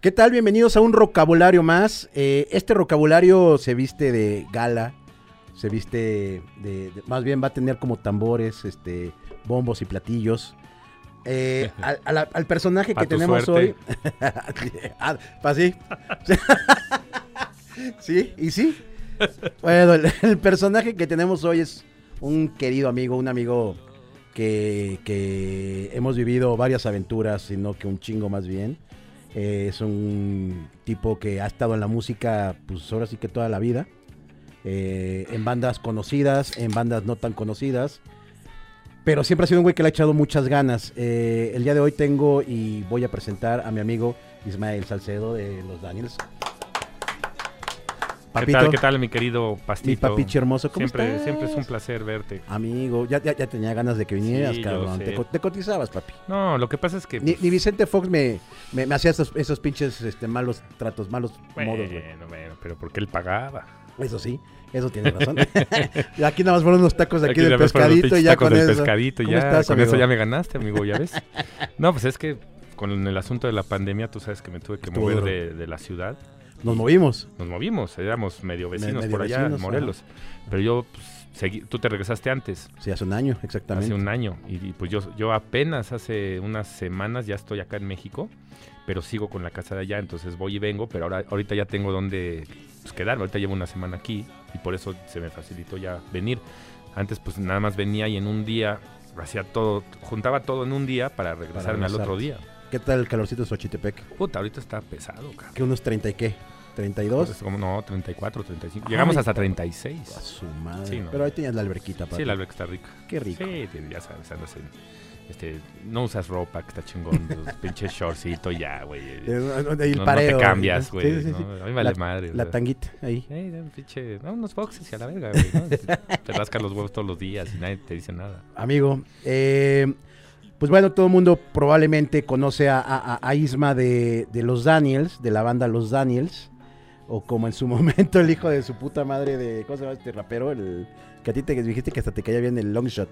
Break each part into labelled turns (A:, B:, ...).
A: ¿Qué tal? Bienvenidos a un rocabulario más. Eh, este rocabulario se viste de gala, se viste de, de- Más bien va a tener como tambores, este, bombos y platillos. Eh, al, a la- al personaje
B: Pa'
A: que
B: tu
A: tenemos
B: suerte.
A: hoy. Ah, pa' sí. sí, y sí. Bueno, el, el personaje que tenemos hoy es un querido amigo, un amigo que, que hemos vivido varias aventuras, sino que un chingo más bien. Eh, es un tipo que ha estado en la música, pues ahora sí que toda la vida. Eh, en bandas conocidas, en bandas no tan conocidas. Pero siempre ha sido un güey que le ha echado muchas ganas. Eh, el día de hoy tengo y voy a presentar a mi amigo Ismael Salcedo de Los Daniels.
B: ¿Qué tal, qué tal, mi querido pastito?
A: Mi papichi hermoso, ¿cómo
B: siempre,
A: estás?
B: siempre es un placer verte.
A: Amigo, ya, ya, ya tenía ganas de que vinieras,
B: Sí, yo
A: cabrón.
B: sé.
A: Te, co- te cotizabas, papi.
B: No, lo que pasa es que.
A: Ni,
B: pues,
A: ni Vicente Fox me, me, me hacía esos, esos pinches este, malos tratos, malos modos, güey.
B: pues, bueno, bueno, pero porque él pagaba.
A: Eso sí, eso tienes razón. Y aquí nada más fueron unos tacos de Pues aquí, del
B: nada más fueron los
A: pescadito y
B: pinches
A: ya
B: tacos
A: con
B: del
A: eso.
B: pescadito,
A: ¿Cómo
B: ya,
A: estás,
B: con eso
A: amigo?
B: ya me ganaste, amigo, ¿ya ves? no, pues es que con el asunto de la pandemia, tú sabes que me tuve que
A: Estuvo
B: mover
A: duro.
B: de, de la ciudad.
A: Nos movimos.
B: Nos movimos, éramos medio vecinos
A: medio
B: por allá,
A: vecinos,
B: en Morelos. Pero yo, pues, seguí- tú te regresaste antes,
A: Sí, hace un año, exactamente.
B: hace un año. Y, y, pues yo, yo apenas hace unas semanas ya estoy acá en México, pero sigo con la casa de allá, entonces voy y vengo, pero ahora ahorita ya tengo donde pues, quedarme. Ahorita llevo una semana aquí y por eso se me facilitó ya venir. Antes pues nada más venía y en un día hacía todo, juntaba todo en un día para regresarme al otro día.
A: ¿Qué tal el calorcito de Xochitepec?
B: Puta, ahorita está pesado, cabrón.
A: Que unos 30 y qué, 32.
B: Entonces, como no, 34, 35. Llegamos
A: Ay,
B: hasta
A: A
B: 36.
A: su madre.
B: Pues, Sí, no.
A: Pero ahí tenías la alberquita, papi.
B: Sí, la que está rica.
A: Qué rico.
B: Sí, te- ya sabes, andas en- Este, no usas ropa, que está chingón, los pinches shortcito ya, güey.
A: Eh, no, no, ahí el
B: No, no
A: pareo,
B: te cambias,
A: sí, sí,
B: güey.
A: sí.
B: ¿no? A mí me vale madre. o
A: La
B: sea.
A: tanguita, ahí.
B: Ey, da un pinche, no, unos boxes y a la verga, güey. ¿no? te rascas los huevos todos los días y nadie te dice nada.
A: Amigo, eh, pues bueno, todo el mundo probablemente conoce a, a- a- a Isma de, de los Daniels, de la banda Los Daniels, o como en su momento el hijo de su puta madre de, ¿cómo se llama este rapero? El, que a ti te dijiste que hasta te caía bien el Longshot.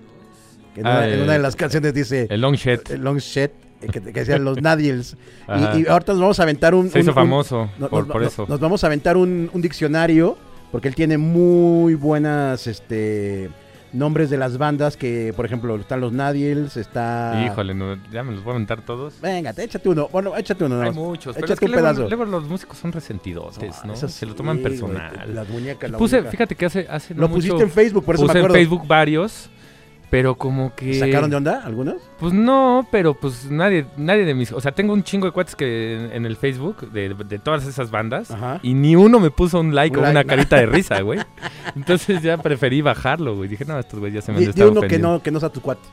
A: Que en,
B: Ah,
A: una, en
B: eh,
A: una de las canciones dice
B: El long shit.
A: el Longshot, eh, que, que decían Los Daniels.
B: ajá.
A: Y, y ahorita nos vamos a aventar un...
B: Se
A: un-
B: hizo
A: un-
B: famoso
A: no-
B: por,
A: nos,
B: por
A: no-
B: eso.
A: nos vamos a aventar un, un diccionario porque él tiene muy buenas este nombres de las bandas que, por ejemplo, están los Nadiels, está
B: Híjole, no, ya me los voy a aventar todos.
A: Venga, échate uno. Bueno, échate uno. nada
B: Hay
A: más.
B: muchos, pero
A: échate
B: es que
A: un
B: luego,
A: pedazo.
B: luego los músicos son resentidotes, ¿no?
A: eso
B: Se lo
A: sí,
B: toman
A: güey,
B: personal.
A: las muñecas, la
B: Puse,
A: muñeca.
B: fíjate que hace, hace no
A: Lo pusiste
B: mucho-
A: en Facebook, por eso
B: puse
A: me
B: en
A: acuerdo.
B: Facebook varios, pero como que...
A: ¿Sacaron de onda algunos?
B: Pues no, pero pues nadie, nadie de mis... O sea, tengo un chingo de cuates que en, en el Facebook de, de todas esas bandas
A: Ajá.
B: y ni uno me puso un like
A: Un
B: o
A: like,
B: una
A: ¿no?
B: carita de risa, güey. Entonces ya preferí bajarlo, güey. Dije, no, estos güey ya se me han
A: Di,
B: de
A: di
B: estar
A: uno que
B: ofendiendo".
A: no, que no sea tu cuate.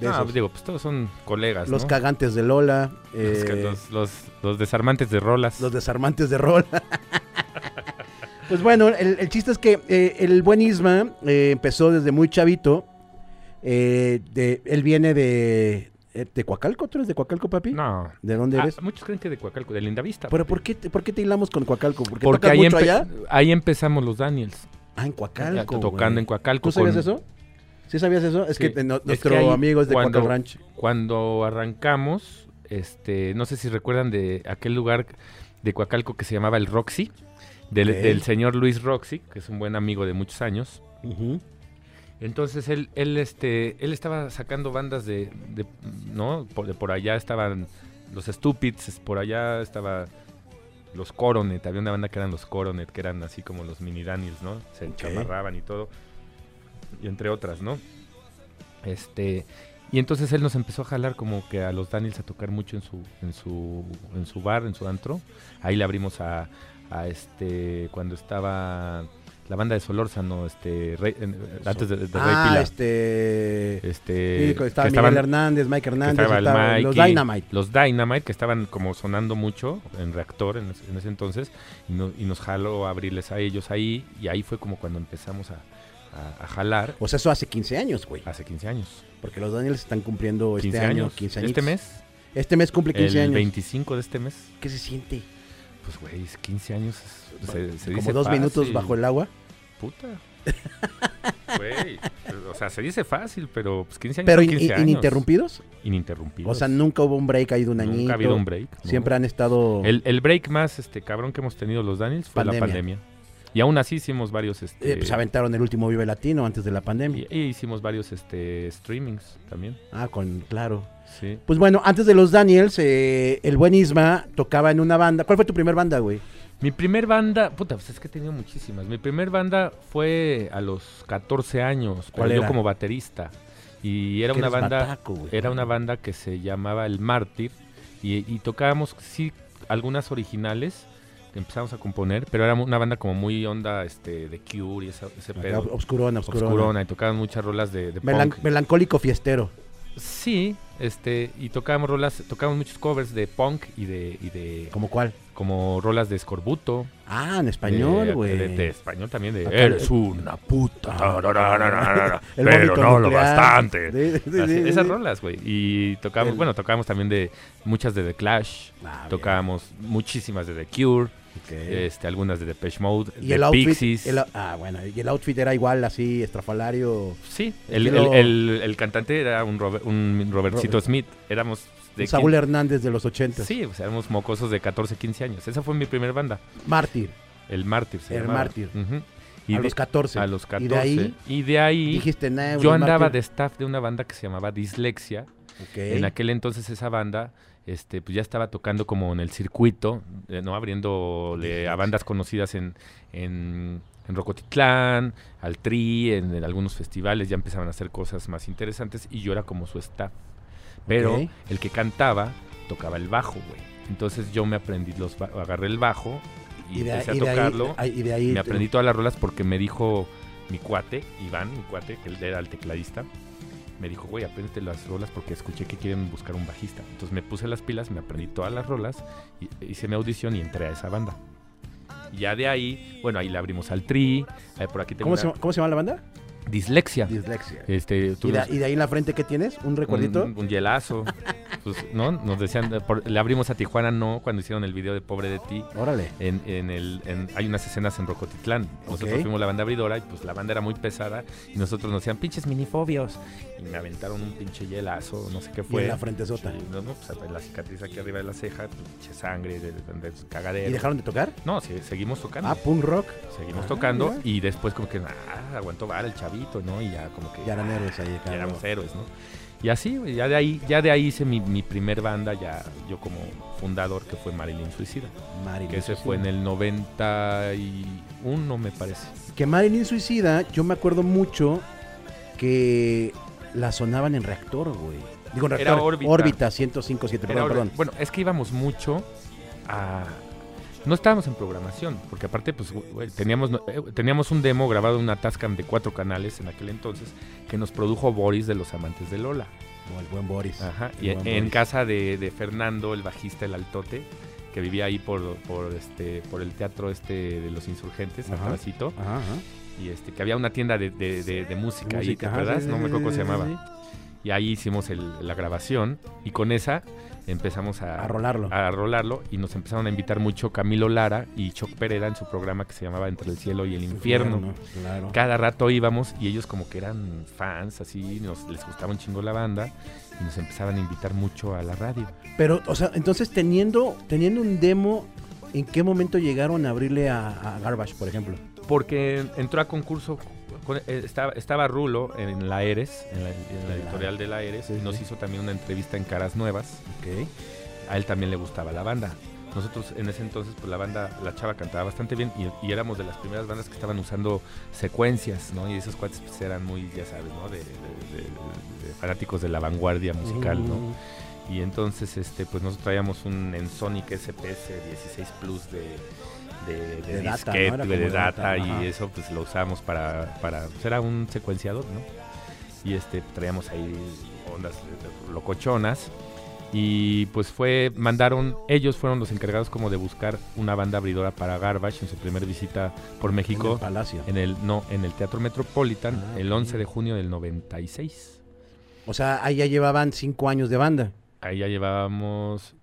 A: de
B: No,
A: esos.
B: pues, digo, pues todos son colegas,
A: los
B: ¿no?
A: cagantes de Lola,
B: Los
A: eh,
B: que- los, los- los desarmantes de rolas.
A: Los desarmantes de rol. pues bueno, el, el chiste es que eh, el buen Isma eh, empezó desde muy chavito. eh, de, él viene de. eh, ¿De Coacalco? ¿Tú eres de Coacalco, papi?
B: No.
A: ¿De dónde
B: Ah,
A: eres?
B: muchos creen que de Coacalco, de Lindavista.
A: ¿Pero
B: papi.
A: por qué, te, por qué te hilamos con Coacalco? ¿Porque,
B: Porque
A: tocas
B: ahí,
A: mucho
B: empe-
A: allá?
B: ahí empezamos los Daniels.
A: Ah, en Coacalco.
B: tocando
A: güey.
B: en Coacalco.
A: ¿Tú sabías
B: con-
A: eso? ¿Sí sabías eso? Es
B: Sí.
A: que eh, no-
B: Es que
A: nuestro
B: ahí
A: amigo es de
B: cuando-
A: Coacal Ranch.
B: Cuando arrancamos, este, no sé si recuerdan de aquel lugar de Coacalco que se llamaba el Roxy, del,
A: Ok.
B: del señor Luis Roxy, que es un buen amigo de muchos años. Entonces él, él, este, él estaba sacando bandas de, de- ¿no? Por, de por allá estaban los Stupids, por allá estaba los Coronet, había una banda que eran los Coronet, que eran así como los mini Daniels, ¿no? Se
A: Ok.
B: chamarraban y todo, y entre otras, ¿no? Este, y entonces él nos empezó a jalar como que a los Daniels a tocar mucho en su, en su, en su bar, en su antro. Ahí le abrimos a, a este, cuando estaba la banda de Solórzano, este, Rey- en- antes de, de Rey
A: ah,
B: Pila.
A: este.
B: Este,
A: sí, estaba
B: que
A: Miguel
B: estaban-
A: Hernández, Mike
B: que
A: Hernández,
B: estaba el
A: estaba- los
B: Mikey,
A: Dynamite.
B: Los Dynamite, que estaban como sonando mucho en reactor en, es- en ese entonces, y, no- y nos jaló a abrirles a ellos ahí, y ahí fue como cuando empezamos a, a- a jalar
A: O sea, Pues eso hace 15 años, güey.
B: hace 15 años.
A: Porque los Daniels están cumpliendo
B: 15
A: este año
B: Ah. años.
A: 15 años.
B: este mes,
A: Este mes cumple 15
B: el
A: años.
B: 25 de este mes,
A: ¿Qué se siente?
B: pues güey, es 15 años, es- pues, se, se
A: Como
B: dice
A: dos minutos
B: fácil.
A: bajo el agua.
B: Puta. Güey, o sea, se dice fácil, pero pues 15 años
A: Pero
B: son
A: in-
B: 15
A: in-
B: años.
A: ininterrumpidos.
B: ininterrumpidos.
A: O sea, nunca hubo un break ahí de un añito.
B: Nunca ha habido un break. ¿no?
A: Siempre han estado.
B: El, el break más este cabrón que hemos tenido los Daniels fue la
A: Pandemia.
B: pandemia. Y aún así hicimos varios este
A: eh, pues aventaron el último Vive Latino antes de la pandemia.
B: y, y hicimos varios este streamings también.
A: Ah, con claro.
B: Sí.
A: Pues bueno, antes de los Daniels, eh, el buen Isma tocaba en una banda. ¿Cuál fue tu primer banda, güey?
B: Mi primer banda, puta, pues es que he tenido muchísimas. Mi primer banda fue a los 14 años,
A: ¿Cuál
B: pero yo
A: era?
B: como baterista. Y era
A: Que
B: una
A: eres
B: banda
A: mataco, güey.
B: era una banda que se llamaba El Mártir y, y tocábamos sí algunas originales que empezamos a componer, pero era una banda como muy onda este de Cure y esa- ese
A: Acá,
B: pedo.
A: Obscurona, obscurona.
B: Obscurona, y tocaban muchas rolas de, de
A: Melan-
B: punk.
A: melancólico fiestero.
B: Sí, este, y tocábamos rolas, tocábamos muchos covers de punk y de, y de
A: ¿Como cuál?
B: como rolas de escorbuto.
A: Ah, en
B: de-
A: español, güey.
B: De, de español también, de
A: Acá- Ah,
B: Eres una puta. tararararara,
A: El
B: pero
A: vómito
B: no lo
A: nuclear.
B: bastante.
A: Sí, sí, sí,
B: Así,
A: sí,
B: esas
A: sí.
B: rolas, güey. Y tocamos,
A: El-
B: bueno, tocamos también de muchas de The Clash.
A: Ah,
B: Tocábamos muchísimas de The Cure,
A: bien, ok.
B: este, algunas de Depeche Mode,
A: y
B: de
A: el outfit.
B: Pixies.
A: el- ah, bueno, y el outfit era igual, así, estrafalario.
B: sí, el,
A: estilo-
B: el- el- el cantante era un, Robert- un Robertcito
A: Robert.
B: Smith. Éramos de
A: Saúl Hernández de los 80.
B: Sí, o sea, éramos mocosos de 14, 15 años. Esa fue mi primera banda,
A: Mártir,
B: El Mártir. se
A: El
B: llamaba.
A: Mártir.
B: Ujú.
A: a
B: de-
A: los 14.
B: a los 14.
A: Y de ahí
B: y de ahí
A: dijiste, nah, güey,
B: yo andaba de
A: Mártir.
B: staff de una banda que se llamaba Dislexia.
A: Ok.
B: En aquel entonces esa banda este, pues ya estaba tocando como en el circuito, eh, ¿no? Abriéndole a bandas conocidas en, en, en Rocotitlán, al Tri, en, en algunos festivales, ya empezaban a hacer cosas más interesantes y yo era como su staff. Pero
A: Ok.
B: el que cantaba tocaba el bajo, güey. Entonces yo me aprendí los, ba- agarré el bajo y,
A: de-
B: empecé a
A: y de ahí-
B: tocarlo.
A: ay, y de ahí.
B: Me aprendí todas las rolas porque me dijo mi cuate, Iván, mi cuate, que él era el tecladista. Me dijo, güey, apréndete las rolas porque escuché que quieren buscar un bajista. Entonces me puse las pilas, me aprendí todas las rolas, y- hice mi audición y entré a esa banda. Y Ya de ahí, bueno, ahí la abrimos al tri. eh, por aquí tengo
A: ¿Cómo
B: una
A: se, llama- ¿Cómo se llama la banda?
B: dislexia.
A: Dislexia.
B: Este,
A: ¿Y de,
B: tuvimos
A: y de ahí en la frente qué tienes? ¿Un recuerdito?
B: un, un hielazo. Pues, ¿no? Nos decían, eh, por- le abrimos a Tijuana, no, cuando hicieron el video de Pobre de ti.
A: Órale.
B: En, en el, en- hay unas escenas en Rocotitlán. Nosotros
A: Ok.
B: fuimos la banda abridora y pues la banda era muy pesada y nosotros nos decían pinches minifobios y me aventaron un pinche hielazo, no sé qué
A: y
B: fue.
A: en la frente sota.
B: Sí, no, no, pues, la cicatriz aquí arriba de la ceja, pinche sangre, de, de- de cagadero.
A: ¿Y dejaron de tocar?
B: No, sí, seguimos tocando.
A: Ah, punk rock.
B: seguimos
A: ah,
B: tocando
A: mira.
B: y después como que, ah, aguantó vara el chavito, ¿no? Y ya como que...
A: Ya eran
B: ah,
A: héroes ahí.
B: ya
A: claro.
B: éramos héroes, ¿no? Y así, güey, ya de ahí, ya de ahí hice mi, mi primer banda, ya yo como fundador que fue Marilyn Suicida.
A: Marilyn
B: Que se
A: Suicida.
B: fue en el 91, me parece.
A: Que Marilyn Suicida, yo me acuerdo mucho que la sonaban en reactor, güey. Digo, en
B: Era
A: reactor.
B: Órbita.
A: 105, 7,
B: Era
A: perdón,
B: hora-
A: perdón.
B: Bueno, es que íbamos mucho a... No estábamos en programación, porque aparte pues güey, teníamos, no- eh, teníamos un demo grabado en una Tascam de cuatro canales en aquel entonces que nos produjo Boris de los Amantes de Lola.
A: O el buen Boris.
B: Ajá,
A: El
B: y en
A: buen Boris.
B: casa de, de Fernando, el bajista, el altote, que vivía ahí por, por, este, por el teatro este de los insurgentes,
A: Ajá.
B: atrásito,
A: Ajá, ajá.
B: y este, que había una tienda de, de- de- de música, ahí, ¿te
A: Música, ajá,
B: acuerdas?
A: sí,
B: no
A: sí,
B: me acuerdo cómo
A: sí,
B: se
A: sí,
B: llamaba.
A: sí.
B: Y ahí hicimos el- la grabación y con esa empezamos a,
A: A rolarlo.
B: a rolarlo y nos empezaron a invitar mucho Camilo Lara y Choc Pereda en su programa que se llamaba Entre el Cielo y el Infierno.
A: Claro.
B: Cada rato íbamos y ellos como que eran fans, así, nos, les gustaba un chingo la banda y nos empezaban a invitar mucho a la radio.
A: Pero, o sea, entonces teniendo, teniendo un demo, ¿en qué momento llegaron a abrirle a, a Garbage, por ejemplo?
B: Porque entró a concurso, con- eh, estaba, estaba Rulo en la Eres, en la, en la
A: Ah,
B: editorial de la Eres,
A: Sí,
B: y nos
A: sí.
B: hizo también una entrevista en Caras Nuevas.
A: Ok.
B: a él también le gustaba la banda. Nosotros en ese entonces, pues la banda, la chava cantaba bastante bien y, y éramos de las primeras bandas que estaban usando secuencias, ¿no? Y esos cuates pues, eran muy, ya sabes, ¿no? De, de- de- de fanáticos de la vanguardia musical,
A: Mm,
B: ¿no? Y entonces, este, pues nosotros traíamos un en Sonic SPS 16 Plus de, de, de,
A: De data,
B: disquete,
A: ¿no? Era
B: de-
A: como
B: de
A: de
B: data,
A: data,
B: y
A: ajá.
B: eso pues lo usábamos para, para, pues era un secuenciador, ¿no? Y este, traíamos ahí ondas eh, locochonas. Y pues fue, mandaron, ellos fueron los encargados como de buscar una banda abridora para Garbage en su primera visita por
A: En el
B: México,
A: Palacio.
B: en el, no, en el Teatro Metropolitan,
A: Ah,
B: el
A: ok.
B: 11 de junio del 96.
A: O sea, ahí ya llevaban cinco años de banda.
B: Ahí ya llevábamos...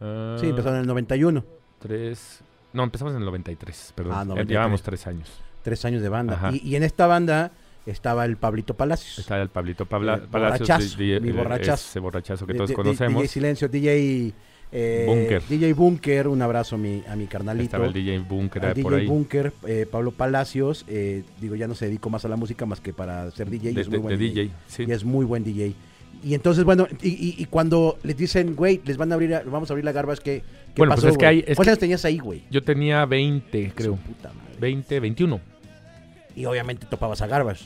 B: ah,
A: Sí, empezaron en el 91.
B: Tres. No, empezamos en el 93, perdón.
A: Ah,
B: Eh,
A: 93.
B: Llevábamos tres años.
A: Tres años de banda.
B: Ajá.
A: Y, y en esta banda estaba el Pablito Palacios.
B: Está el Pablito Pabla-
A: El
B: Palacios.
A: borrachazo,
B: di-
A: mi
B: el-
A: borrachazo.
B: Ese borrachazo que
A: D-
B: todos
A: D-
B: conocemos.
A: DJ Silencio, DJ... eh,
B: Búnker.
A: DJ Bunker, un abrazo a mi, a mi carnalito.
B: Estaba el DJ Bunker
A: al
B: era por
A: DJ
B: ahí.
A: Bunker, eh, Pablo Palacios, eh, digo, ya no se dedico más a la música más que para ser DJ. y
B: de,
A: es muy
B: de-
A: buen
B: de
A: DJ.
B: DJ. Sí.
A: Y es muy buen DJ. Y entonces, bueno, y, y- y cuando les dicen, güey, les van a abrir, a- vamos a abrir la garba, es que, ¿qué
B: Bueno, pues
A: pasó,
B: es que
A: güey?
B: hay- es
A: ¿Cuántas
B: que-
A: años tenías ahí, güey?
B: Yo tenía 20, creo.
A: Su puta madre.
B: 20, 21.
A: Y obviamente topabas a Garbage.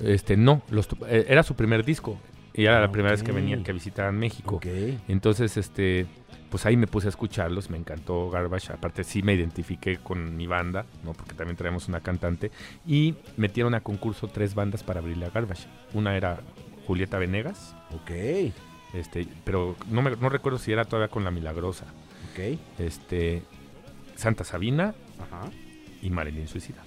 B: Este, no, los tu- eh, era su primer disco. Y era
A: Ah,
B: la primera vez que
A: ok.
B: venían, que visitaban México.
A: Ok.
B: Entonces, este, pues ahí me puse a escucharlos, me encantó Garbage, aparte sí me identifiqué con mi banda, ¿no? Porque también traemos una cantante, y metieron a concurso tres bandas para abrirle a Garbage. Una era Julieta Venegas,
A: Ok.
B: este, pero no, me- no recuerdo si era todavía con La Milagrosa,
A: Ok.
B: este, Santa Sabina
A: Ajá.
B: y Marilyn Suicida.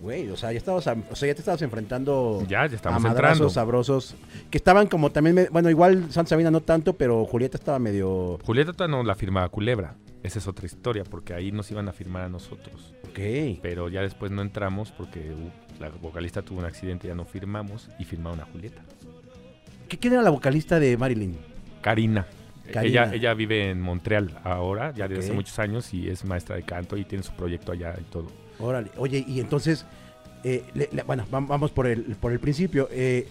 A: Güey, o sea, ya estabas, a- o sea, ya te estabas enfrentando
B: Ya, ya estamos
A: a madrazos
B: entrando.
A: sabrosos. Que estaban como también, me- bueno, igual San Sabina no tanto, pero Julieta estaba medio...
B: Julieta todavía no la firmaba Culebra, esa es otra historia, porque ahí nos iban a firmar a nosotros.
A: Ok.
B: pero ya después no entramos porque uh, la vocalista tuvo un accidente, ya no firmamos y firmaron a Julieta.
A: ¿Qué, ¿Quién era la vocalista de Marilyn?
B: Karina.
A: Karina.
B: Ella, ella vive en Montreal ahora, ya desde hace
A: Ok.
B: muchos años, y es maestra de canto y tiene su proyecto allá y todo.
A: Órale, oye, y entonces, eh, le- le- bueno, vam- vamos por el, por el principio. eh,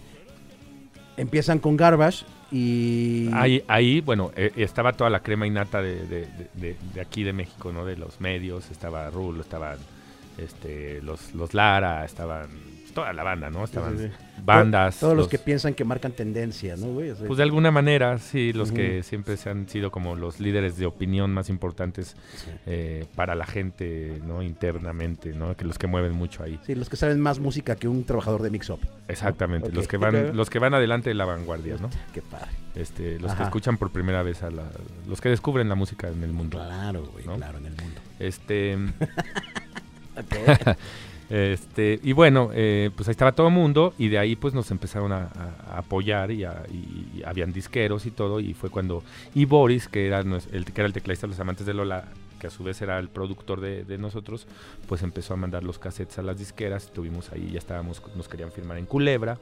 A: empiezan con Garbage y...
B: Ahí, ahí bueno, eh, estaba toda la crema innata de, de- de- de- de aquí de México, ¿no? De los medios, estaba Rulo, estaban este, los, los Lara, estaban pues, toda la banda, ¿no? Estaban
A: sí, sí.
B: bandas.
A: Todos los, que piensan que marcan tendencia, ¿no, güey? O sea,
B: Pues de alguna manera, sí, los
A: Ujú.
B: que siempre se han sido como los líderes de opinión más importantes
A: sí.
B: eh, para la gente, ¿no? Internamente, ¿no? Que los que mueven mucho ahí.
A: Sí, los que saben más música que un trabajador de mix-up.
B: Exactamente,
A: Ok.
B: los que
A: Ok.
B: van, los que van adelante de la vanguardia, ¿no?
A: Qué padre.
B: Este, los
A: Ajá.
B: que escuchan por primera vez a la, los que descubren la música en el mundo.
A: Claro, güey,
B: ¿No?
A: claro, en el mundo.
B: Este,
A: Ok.
B: este, y bueno, eh, pues ahí estaba todo el mundo, y de ahí pues nos empezaron a, a- a apoyar y, a- y- y habían disqueros y todo, y fue cuando. Y Boris, que era nues- el que era el tecladista de los amantes de Lola, que a su vez era el productor de, de nosotros, pues empezó a mandar los cassettes a las disqueras. Tuvimos ahí, ya estábamos, nos querían firmar en Culebra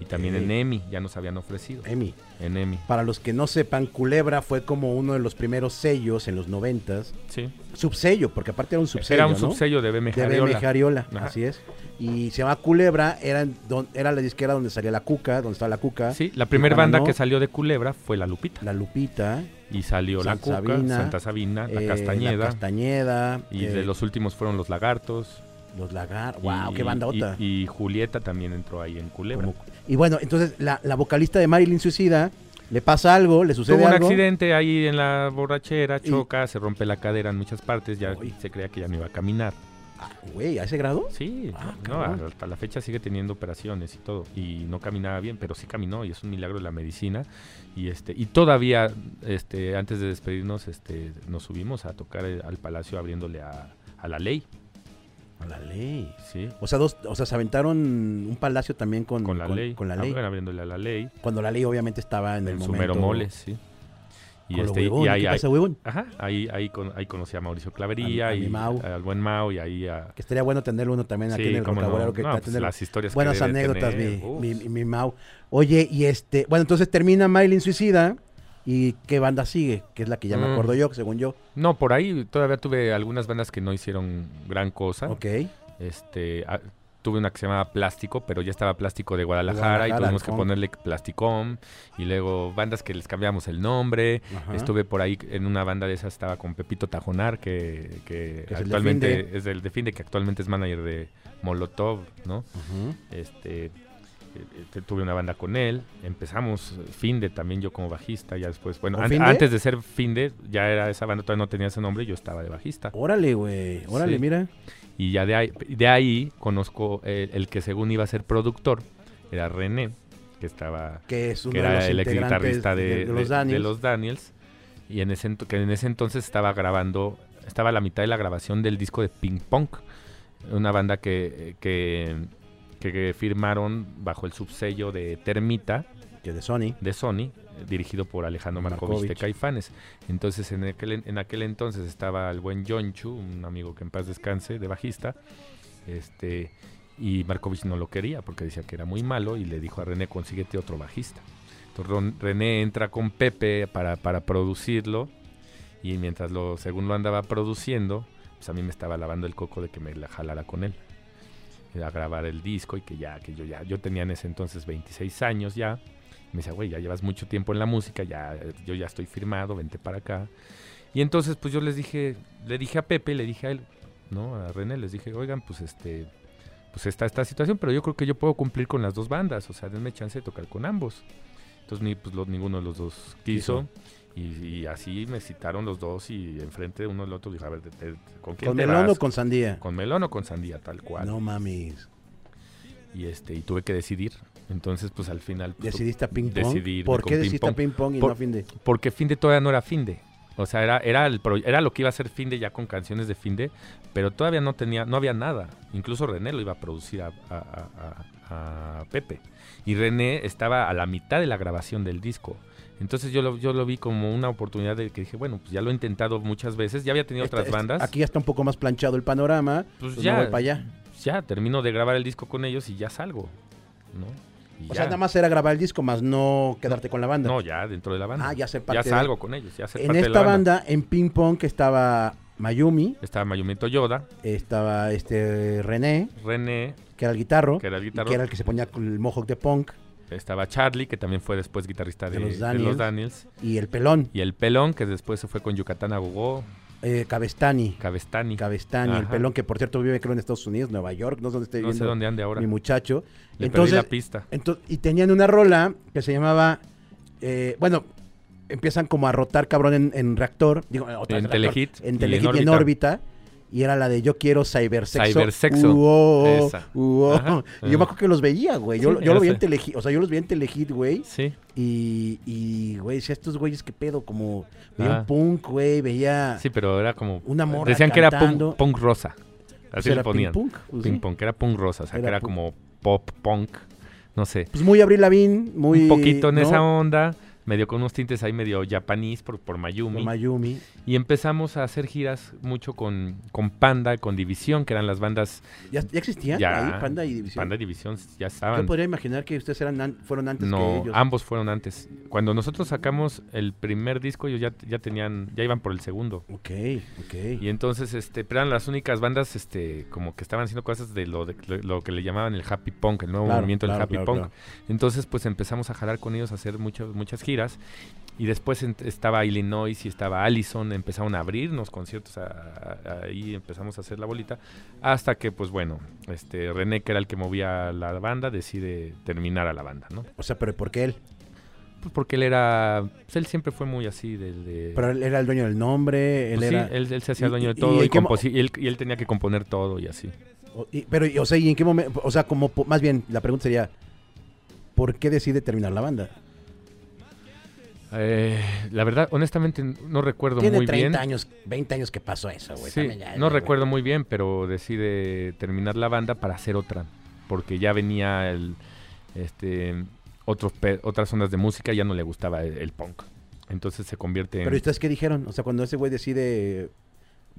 B: y también en
A: Ok.
B: EMI, ya nos habían ofrecido
A: Emi,
B: en EMI.
A: para los que no sepan, Culebra fue como uno de los primeros sellos en los noventas.
B: Sí,
A: Subsello, porque aparte era un subsello,
B: era un
A: ¿no?
B: subsello de BM
A: De BM
B: Jariola.
A: Jariola,
B: Ajá.
A: así es. Y se llama Culebra, era, en don- era la disquera donde salía la Cuca, donde estaba la Cuca,
B: Sí, la primera
A: Tijuana,
B: banda
A: Ah, ¿no?
B: que salió de Culebra fue La Lupita.
A: la Lupita,
B: Y salió La
A: Santa
B: Cuca,
A: Sabina,
B: Santa Sabina, Ah, La
A: eh,
B: Castañeda.
A: la Castañeda,
B: y
A: eh,
B: de los últimos fueron Los Lagartos.
A: los Lagar,
B: y-
A: wow, qué
B: y-
A: bandota.
B: Y, y Julieta también entró ahí en Culebra.
A: Como- y bueno, entonces la, la vocalista de Marilyn Suicida le pasa algo, le sucede
B: Tuvo un
A: algo.
B: accidente ahí en la borrachera,
A: Y-
B: choca, se rompe la cadera en muchas partes, ya
A: Uy.
B: se creía que ya no iba a caminar.
A: Ah, Güey, ¿a ese grado?
B: Sí,
A: Ah,
B: no,
A: cabrón.
B: hasta la fecha sigue teniendo operaciones y todo. Y no caminaba bien, pero sí caminó y es un milagro de la medicina. Y este y todavía, este antes de despedirnos, este nos subimos a tocar eh, al palacio abriéndole a, a la ley.
A: Órale.
B: Sí,
A: O sea, dos, o sea, se aventaron un palacio también Mm, con,
B: con la ley.
A: con la
B: Ah,
A: ley.
B: bueno, abriéndole a la ley.
A: Cuando la ley obviamente estaba en el
B: en su
A: momento.
B: mero mole, sí. Y,
A: con lo
B: este,
A: huevón,
B: y
A: ¿no?
B: ahí,
A: ¿Qué
B: ahí,
A: pasa, huevón?
B: ajá, ahí, ahí, con- ahí conocí a Mauricio Clavería
A: A- a mi
B: y
A: Mau.
B: al buen Mao y ahí a...
A: Que estaría bueno tenerlo uno también aquí
B: Sí,
A: en el
B: cómo no.
A: vocabulario que
B: No,
A: está
B: pues,
A: tener-
B: las historias que
A: Buenas
B: debe
A: anécdotas, mi,
B: tener, uf.
A: mi, mi Mau. Oye, y este, bueno, entonces termina Marilyn Suicida y ¿qué banda sigue? Que es la que ya me
B: Mm.
A: acuerdo yo, según yo.
B: No, por ahí todavía tuve algunas bandas que no hicieron gran cosa.
A: Ok.
B: Este, a- tuve una que se llamaba Plástico, pero ya estaba Plástico de Guadalajara,
A: Guadalajara,
B: y tuvimos
A: el
B: que
A: funk.
B: ponerle Plasticom y luego bandas que les cambiamos el nombre.
A: Ajá.
B: Estuve por ahí en una banda de esas, estaba con Pepito Tajonar, que,
A: Que
B: que
A: es el de
B: actualmente
A: Finde.
B: es el de Finde, que actualmente es manager de Molotov, ¿no?
A: Ujú.
B: este eh, eh, te- tuve una banda con él empezamos eh, Finde también yo como bajista ya después bueno
A: ¿Con
B: an-
A: Finde?
B: antes de ser Finde ya era esa banda todavía no tenía ese nombre yo estaba de bajista
A: Órale, güey. Órale,
B: Sí.
A: mira.
B: y ya de ahí, de ahí conozco eh, el, que según iba a ser productor era René que estaba
A: Que es uno
B: que
A: de
B: era
A: los
B: el ex
A: integrantes
B: guitarrista
A: de,
B: de,
A: de
B: de-
A: los Daniels.
B: de los Daniels y en ese ento- que en ese entonces estaba grabando estaba a la mitad de la grabación del disco de Ping Pong una banda que, que, que firmaron bajo el subsello de Termita
A: Que de Sony.
B: de Sony, eh, dirigido por Alejandro Markovich, de
A: Markovich.
B: Caifanes. Entonces, en aquel, en- en aquel entonces estaba el buen Jonchu, un amigo que en paz descanse, de bajista, este, Y Markovich no lo quería porque decía que era muy malo y le dijo a René, consíguete otro bajista. Entonces Ron- René entra con Pepe para, para producirlo y mientras lo, según lo andaba produciendo, pues a mí me estaba lavando el coco de que me la jalara con él a grabar el disco y que ya, que yo ya, yo tenía en ese entonces 26 años ya. Me decía, güey, ya llevas mucho tiempo en la música, ya, eh, yo ya estoy firmado, vente para acá. Y entonces, pues yo les dije, le dije a Pepe, y le dije a él, ¿no? A René, les dije, oigan, pues este, pues está esta situación, pero yo creo que yo puedo cumplir con las dos bandas, o sea, denme chance de tocar con ambos. Entonces, ni, pues, lo- ninguno de los dos quiso. Y, y así me citaron los dos y enfrente uno del otro dije, a ver, te- te- ¿con quién
A: ¿Con
B: te
A: melón o
B: vas?
A: con sandía?
B: Con melón o con sandía, tal cual
A: No mames.
B: y este y tuve que decidir. Entonces, pues al final pues,
A: ¿Decidiste a ping pong?
B: Decidí irme
A: ¿Por
B: con
A: qué
B: ping
A: decidiste a
B: pong.
A: ping pong y
B: Por-
A: no a fin de?
B: tu- porque Finde todavía no era Finde. O sea, era era el pro- era lo que iba a ser Finde ya con canciones de Finde, pero todavía no tenía no había nada. Incluso René lo iba a producir a, a- a- a- a Pepe. Y René estaba a la mitad de la grabación del disco. Entonces yo lo, yo lo vi como una oportunidad de que dije, bueno, pues ya lo he intentado muchas veces, ya había tenido
A: Esta-
B: otras
A: esta-
B: bandas.
A: Este, Aquí ya está un poco más planchado el panorama.
B: Pues
A: Pues
B: ya.
A: no voy para allá.
B: Ya termino de grabar el disco con ellos y ya salgo, ¿no? Y
A: O
B: ya.
A: sea, nada más era grabar el disco, más no quedarte con la banda.
B: No, ya dentro de la banda.
A: Ah, ya ser parte de-
B: salgo con ellos, ya ser
A: en
B: parte de la
A: esta
B: banda.
A: banda, en ping pong, que estaba Mayumi,
B: Estaba Mayumi Toyoda,
A: estaba este René,
B: René,
A: que era el guitarro,
B: que era el
A: y
B: guitarro,
A: que era el que se ponía con el mohawk de punk,
B: estaba Charlie, que también fue después guitarrista de,
A: De los
B: de
A: Daniels.
B: Daniels,
A: y el pelón,
B: y el Pelón, que después se fue con Yucatán a Gogó,
A: eh, Cabestani.
B: Cabestani,
A: Cabestani, el
B: Ajá.
A: pelón que por cierto vive creo en Estados Unidos, Nueva York, no sé dónde esté
B: no
A: viviendo
B: sé dónde ande ahora,
A: mi
B: le
A: muchacho.
B: perdí
A: Entonces,
B: la pista.
A: ento- y tenían una rola que se llamaba, eh, bueno, empiezan como a rotar cabrón en, en reactor, digo, eh, otra
B: En
A: vez reactor,
B: Telehit y
A: en
B: en
A: Telehit y en órbita. Y era la de yo quiero cybersexo.
B: Cybersexo.
A: Uo,
B: Esa.
A: uo.
B: Ajá.
A: Y yo me acuerdo que los veía, güey. Yo,
B: Sí,
A: lo- yo lo
B: ya
A: veía
B: sé.
A: en Telehit. O sea, yo los veía en Telehit, güey.
B: Sí,
A: Y, y, güey, decía, estos güeyes, qué pedo. Como veía un
B: Ah.
A: punk, güey. Veía.
B: sí, pero era como,
A: Ah. Una morra
B: decían que era
A: cantando.
B: punk, punk rosa,
A: pues,
B: así
A: era
B: le ponían, ping
A: ping-pong, pues,
B: pong.
A: sí.
B: que era punk rosa, o sea,
A: Era
B: que era
A: punk.
B: como pop punk, no sé.
A: Pues muy Abril Lavín, muy.
B: un poquito en
A: ¿no?
B: esa onda, medio con unos tintes ahí medio japonés por, por Mayumi.
A: Con Mayumi.
B: Y empezamos a hacer giras mucho con, con Panda, con División, que eran las bandas
A: ¿Ya, ya existían
B: ya.
A: ahí, Panda y División?
B: Panda y División, ya
A: Yo
B: estaban.
A: podría imaginar que ustedes eran an- fueron antes que
B: No,
A: ellos.
B: ambos fueron antes. Cuando nosotros sacamos el primer disco, ellos ya, ya tenían, ya iban por el segundo.
A: Ok, ok.
B: Y entonces, este, pero eran las únicas bandas, este, como que estaban haciendo cosas de lo, de- lo- lo que le llamaban el happy punk, el nuevo
A: Claro,
B: movimiento del
A: claro,
B: happy
A: claro,
B: punk.
A: claro.
B: Entonces, pues empezamos a jalar con ellos a hacer muchas, muchas giras. Y después ent- estaba Illinois y estaba Allison, empezaron a abrirnos conciertos, a- a- ahí empezamos a hacer la bolita. Hasta que, pues bueno, este, René, que era el que movía la banda, decide terminar a la banda, ¿no?
A: O sea, pero ¿por qué él?
B: Pues porque él era, pues, él siempre fue muy así, del de...
A: Pero él era el dueño del nombre, él
B: pues, sí,
A: era...
B: él, él se
A: ¿Y-
B: hacía dueño
A: y-
B: de
A: y
B: todo
A: en
B: y,
A: qué mo-
B: composi- y él, y él tenía que componer todo y así.
A: o- y- pero, y- o sea, ¿y en qué momento? O sea, como, po- más bien, la pregunta sería, ¿por qué decide terminar la banda?
B: Eh, la verdad, honestamente, no recuerdo
A: Tiene
B: muy
A: 30
B: bien.
A: años, 20 años que pasó eso, güey.
B: Sí,
A: también ya-
B: no
A: güey.
B: recuerdo muy bien, pero decide terminar la banda para hacer otra, porque ya venía el, este, otros pe- otras ondas de música, ya no le gustaba el, el punk. Entonces se convierte en...
A: Pero ¿y ustedes qué dijeron? O sea, cuando ese güey decide,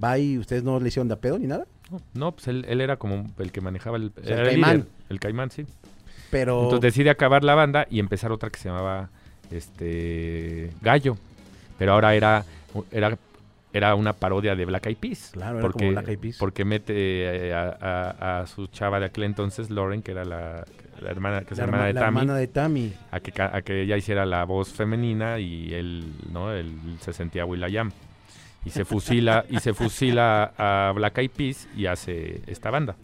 A: va y ustedes no le hicieron de pedo ni nada,
B: No, pues él, él era como el que manejaba el...
A: sea, el
B: era
A: caimán.
B: líder, el caimán, sí.
A: pero...
B: Entonces decide acabar la banda y empezar otra que se llamaba este Gallo. Pero ahora era era era una parodia de Black Eyed Peas.
A: Claro, era como Black Eyed Peas.
B: Porque mete eh, a, a- a su chava de aquel entonces, Lauren, que era la, la hermana, que es
A: la,
B: hermana
A: herma-
B: de
A: la
B: Tammy,
A: hermana de Tami.
B: a, que, ca- a que ella hiciera la voz femenina y él, ¿no? Él se sentía Will.i.am. Y se fusila, y se fusila a Black Eyed Peas y hace esta banda.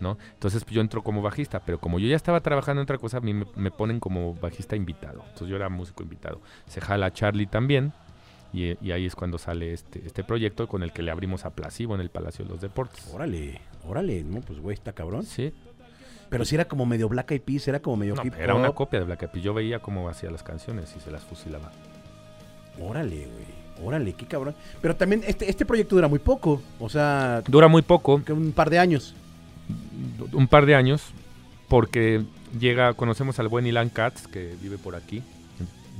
B: ¿No? Entonces pues, yo entro como bajista, pero como yo ya estaba trabajando en otra cosa, a mí me, me ponen como bajista invitado. Entonces yo era músico invitado. Se jala Charlie también, y, y ahí es cuando sale este, este proyecto con el que le abrimos a Plasivo en el Palacio de los Deportes.
A: Órale, órale, no, pues güey, está cabrón.
B: Sí,
A: Pero si era como medio Black Eyed Peas, era como medio
B: no,
A: hip
B: era una
A: hop.
B: copia de Black Eyed Peas. Yo veía cómo hacía las canciones y se las fusilaba.
A: Órale, güey. Órale, qué cabrón. Pero también este, este proyecto dura muy poco. O sea,
B: Dura muy poco,
A: que un par de años.
B: un par de años porque llega, conocemos al buen Ilan Katz que vive por aquí.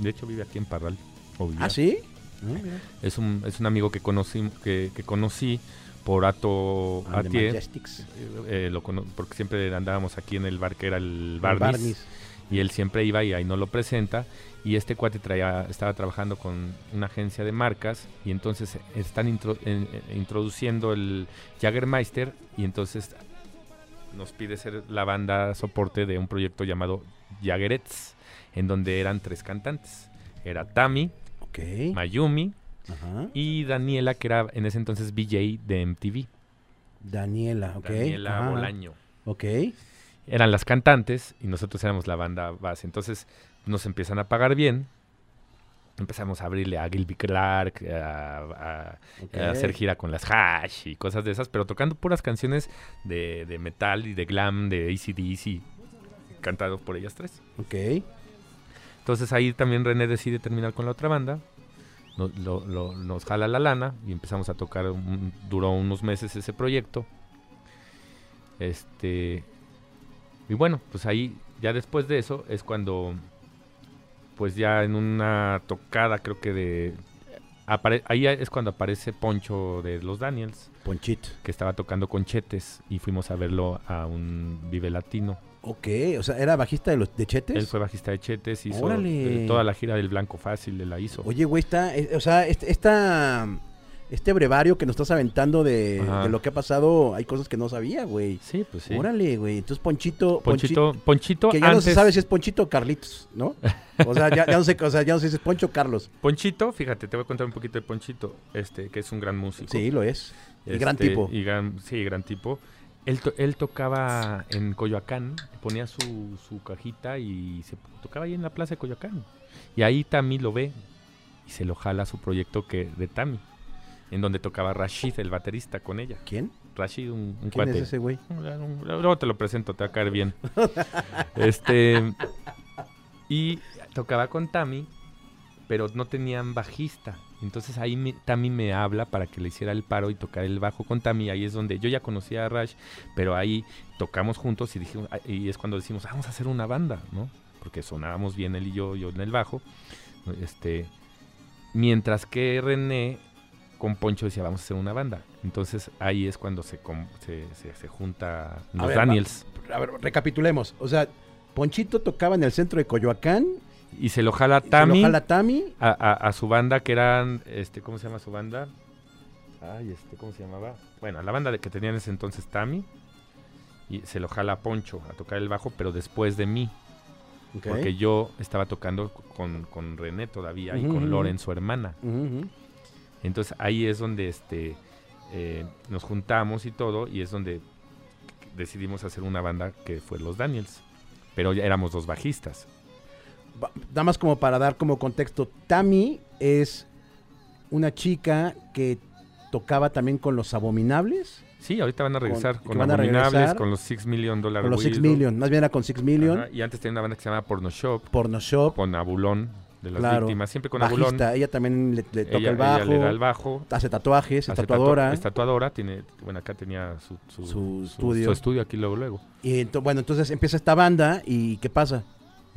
B: De hecho vive aquí en Parral. o vivía.
A: ¿Ah, sí? Ah, mira.
B: Es un, es un amigo que conocí, que, que conocí por Ato
A: And the
B: Atier,
A: Majestics.
B: eh, lo cono- porque siempre andábamos aquí en el bar que era el
A: Barnes.
B: Barnis, y él siempre iba y ahí no lo presenta y este cuate traía, estaba trabajando con una agencia de marcas y entonces están intro- en- en- introduciendo el Jagermeister y entonces nos pide ser la banda soporte de un proyecto llamado Jagerets en donde eran tres cantantes era Tami,
A: Ok.
B: Mayumi
A: Ajá.
B: y Daniela que era en ese entonces BJ de MTV
A: Daniela, ok.
B: Daniela
A: ajá,
B: Bolaño
A: Ok.
B: eran las cantantes y nosotros éramos la banda base. Entonces nos empiezan a pagar bien. Empezamos a abrirle a Gilby Clark, a, a-
A: ok.
B: a hacer gira con las hash y cosas de esas, pero tocando puras canciones de, de metal y de glam, de ACDC, cantado por ellas tres.
A: Ok.
B: Entonces ahí también René decide terminar con la otra banda. no- lo- lo- Nos, jala la lana y empezamos a tocar. un- duró unos meses ese proyecto. Este. Y bueno, pues ahí, ya después de eso, es cuando. Pues ya en una tocada, creo que de. apare- ahí es cuando aparece Poncho de los Daniels,
A: Ponchito.
B: que estaba tocando con Chetes y fuimos a verlo a un Vive Latino.
A: Ok. O sea, ¿era bajista de los de Chetes?
B: Él fue bajista de Chetes, hizo
A: Órale.
B: eh, toda la gira del Blanco Fácil, él la hizo.
A: Oye, güey, está, eh, o sea, este, esta, este brevario que nos estás aventando de,
B: Ajá.
A: de lo que ha pasado, hay cosas que no sabía, güey.
B: Sí, pues sí.
A: Órale, güey. Entonces, Ponchito, Ponchito,
B: Ponchito, Ponchito,
A: que ya no se
B: antes-
A: sabe si es Ponchito o Carlitos, ¿no? O sea, ya, ya no sé, o sea, ya no sé si es Poncho o Carlos.
B: Ponchito, fíjate, te voy a contar un poquito de Ponchito, este, que es un gran músico.
A: Sí, lo es. Y
B: Este,
A: gran tipo.
B: Y gran, sí, gran tipo. Él, to- él tocaba en Coyoacán, ponía su, su cajita y se tocaba ahí en la plaza de Coyoacán. Y ahí Tami lo ve y se lo jala a su proyecto que de Tami, en donde tocaba Rashid, el baterista, con ella.
A: ¿Quién?
B: Rashid, un, un
A: ¿Quién
B: cuate.
A: es ese güey?
B: Luego te lo presento, te va a caer bien. Este. Y tocaba con Tami, pero no tenían bajista. Entonces ahí me- Tami me habla para que le hiciera el paro y tocar el bajo con Tami. Ahí es donde yo ya conocía a Rash, pero ahí tocamos juntos y, dijimos, ah, y es cuando decimos, vamos a hacer una banda, ¿no? Porque sonábamos bien él y yo, yo en el bajo. Este, mientras que René con Poncho decía, vamos a hacer una banda. Entonces ahí es cuando se, com- se, se- se junta los
A: ver,
B: Daniels.
A: A ver, recapitulemos. O sea, Ponchito tocaba en el centro de Coyoacán.
B: Y se lo jala
A: se lo
B: Tami
A: jala Tami.
B: a, a- a su banda que eran, este, ¿cómo se llama su banda? Ay, este, ¿cómo se llamaba? Bueno, a la banda de que tenían en ese entonces Tami. Y se lo jala Poncho a tocar el bajo, pero después de mí.
A: Ok.
B: Porque yo estaba tocando con, con René todavía y
A: Ujú, ujú.
B: con Loren, su hermana.
A: Ujú, ujú.
B: Entonces ahí es donde este, eh, nos juntamos y todo, y es donde decidimos hacer una banda que fue Los Daniels. Pero ya éramos dos bajistas.
A: Va- Nada más como para dar como contexto, Tami es una chica que tocaba también con los abominables,
B: Sí, ahorita van a regresar
A: que
B: con,
A: van a
B: Abominables,
A: regresar
B: con los 6 Million Dollar
A: con los Six
B: Widow.
A: Million, más bien era con Six Million,
B: Ajá, Y antes tenía una banda que se llamaba Porno Shop,
A: Porno Shop,
B: con Abulón de las
A: Claro.
B: víctimas. Siempre con Abulón.
A: bajista, ella también le, le toca
B: ella,
A: el
B: ella
A: bajo,
B: le da el bajo.
A: hace tatuajes, es
B: hace tatu-
A: tatuadora,
B: Es tatuadora. Tiene, bueno, acá tenía su,
A: su,
B: su, su-
A: estudio.
B: su estudio aquí luego, luego.
A: y ento- bueno, entonces empieza esta banda y ¿qué pasa?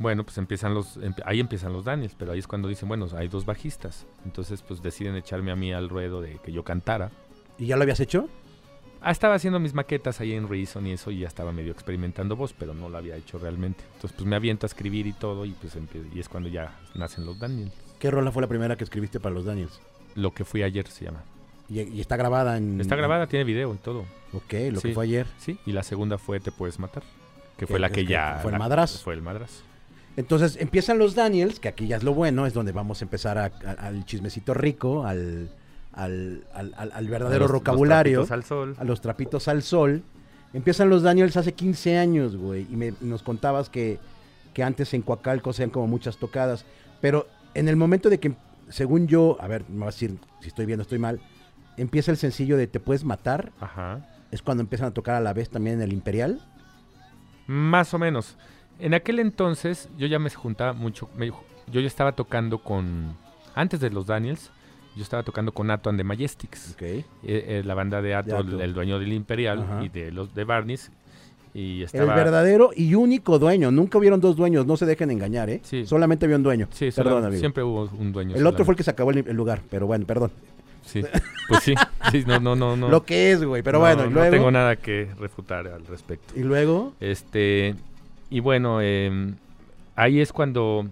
B: Bueno, pues empiezan los, empe- ahí empiezan los Daniels, pero ahí es cuando dicen, bueno, hay dos bajistas. Entonces, pues deciden echarme a mí al ruedo de que yo cantara.
A: ¿Y ya lo habías hecho?
B: Ah, estaba haciendo mis maquetas ahí en Reason y eso, y ya estaba medio experimentando voz, pero no lo había hecho realmente. Entonces, pues me aviento a escribir y todo, y pues empie- y es cuando ya nacen los Daniels.
A: ¿Qué rola fue la primera que escribiste para los Daniels?
B: Lo que fui ayer se llama.
A: Y, y está grabada en...
B: Está grabada, tiene video y todo.
A: Ok, lo que
B: Sí.
A: fue ayer.
B: Sí, y la segunda fue Te puedes matar, que fue
A: Que-
B: la
A: es
B: que
A: que
B: ya...
A: fue el
B: la-
A: madrazo.
B: Fue el madrazo.
A: Entonces empiezan los Daniels, que aquí ya es lo bueno, es donde vamos a empezar a- a- al chismecito rico, al, al, al- al- al verdadero
B: Los- los
A: vocabulario,
B: trapitos al sol.
A: a los trapitos al sol. Empiezan los Daniels hace 15 años, güey, y me- nos contabas que, que antes en Coacalco hacían como muchas tocadas, pero en el momento de que, según yo, a ver, me vas a decir si estoy bien o estoy mal, empieza el sencillo de Te puedes matar,
B: Ajá.
A: es cuando empiezan a tocar a la vez también en el Imperial.
B: Más o menos. En aquel entonces yo ya me juntaba mucho. me- yo ya estaba tocando con. Antes de los Daniels, yo estaba tocando con Ato and the Majestics. Eh, eh, la banda de Ato,
A: De
B: el-
A: Ato.
B: el dueño del Imperial
A: Ajá.
B: y de los de Barnes. Y
A: El
B: estaba.
A: verdadero y único dueño. Nunca hubieron dos dueños, no se dejen engañar, ¿eh?
B: Sí.
A: Solamente había un dueño.
B: Sí,
A: perdón,
B: solam-
A: amigo.
B: siempre hubo un dueño.
A: el otro fue el
B: solamente.
A: que se acabó el, el lugar, pero bueno, perdón.
B: sí. Pues sí, sí, no, no, no. no.
A: Lo que es, güey. Pero
B: No,
A: bueno, y
B: No
A: luego.
B: tengo nada que refutar al respecto.
A: Y luego.
B: Este, y bueno, eh, ahí es cuando,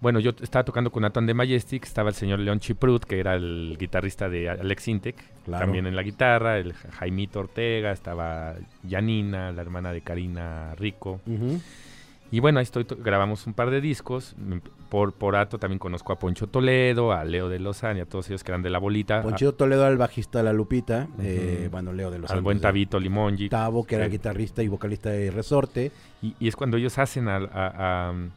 B: bueno, yo estaba tocando con Nathan de Majestic, estaba el señor Leon Chiprut, que era el guitarrista de Alex Intec,
A: Claro.
B: también en la guitarra, el Ja- Jaimito Ortega, estaba Janina, la hermana de Karina Rico.
A: ujú,
B: Y bueno, ahí estoy, to- grabamos un par de discos. m- Por, por Ato también conozco a Poncho Toledo, a Leo de Lozán y a todos ellos que eran de la bolita. a-
A: Ponchito Toledo al bajista de La Lupita. eh,
B: Ujú.
A: bueno, Leo de pues los
B: al buen
A: Santos, de
B: Tabito Limongi.
A: Tavo, que era
B: Sí.
A: guitarrista y vocalista de Resorte.
B: Y, y es cuando ellos hacen al- a, um,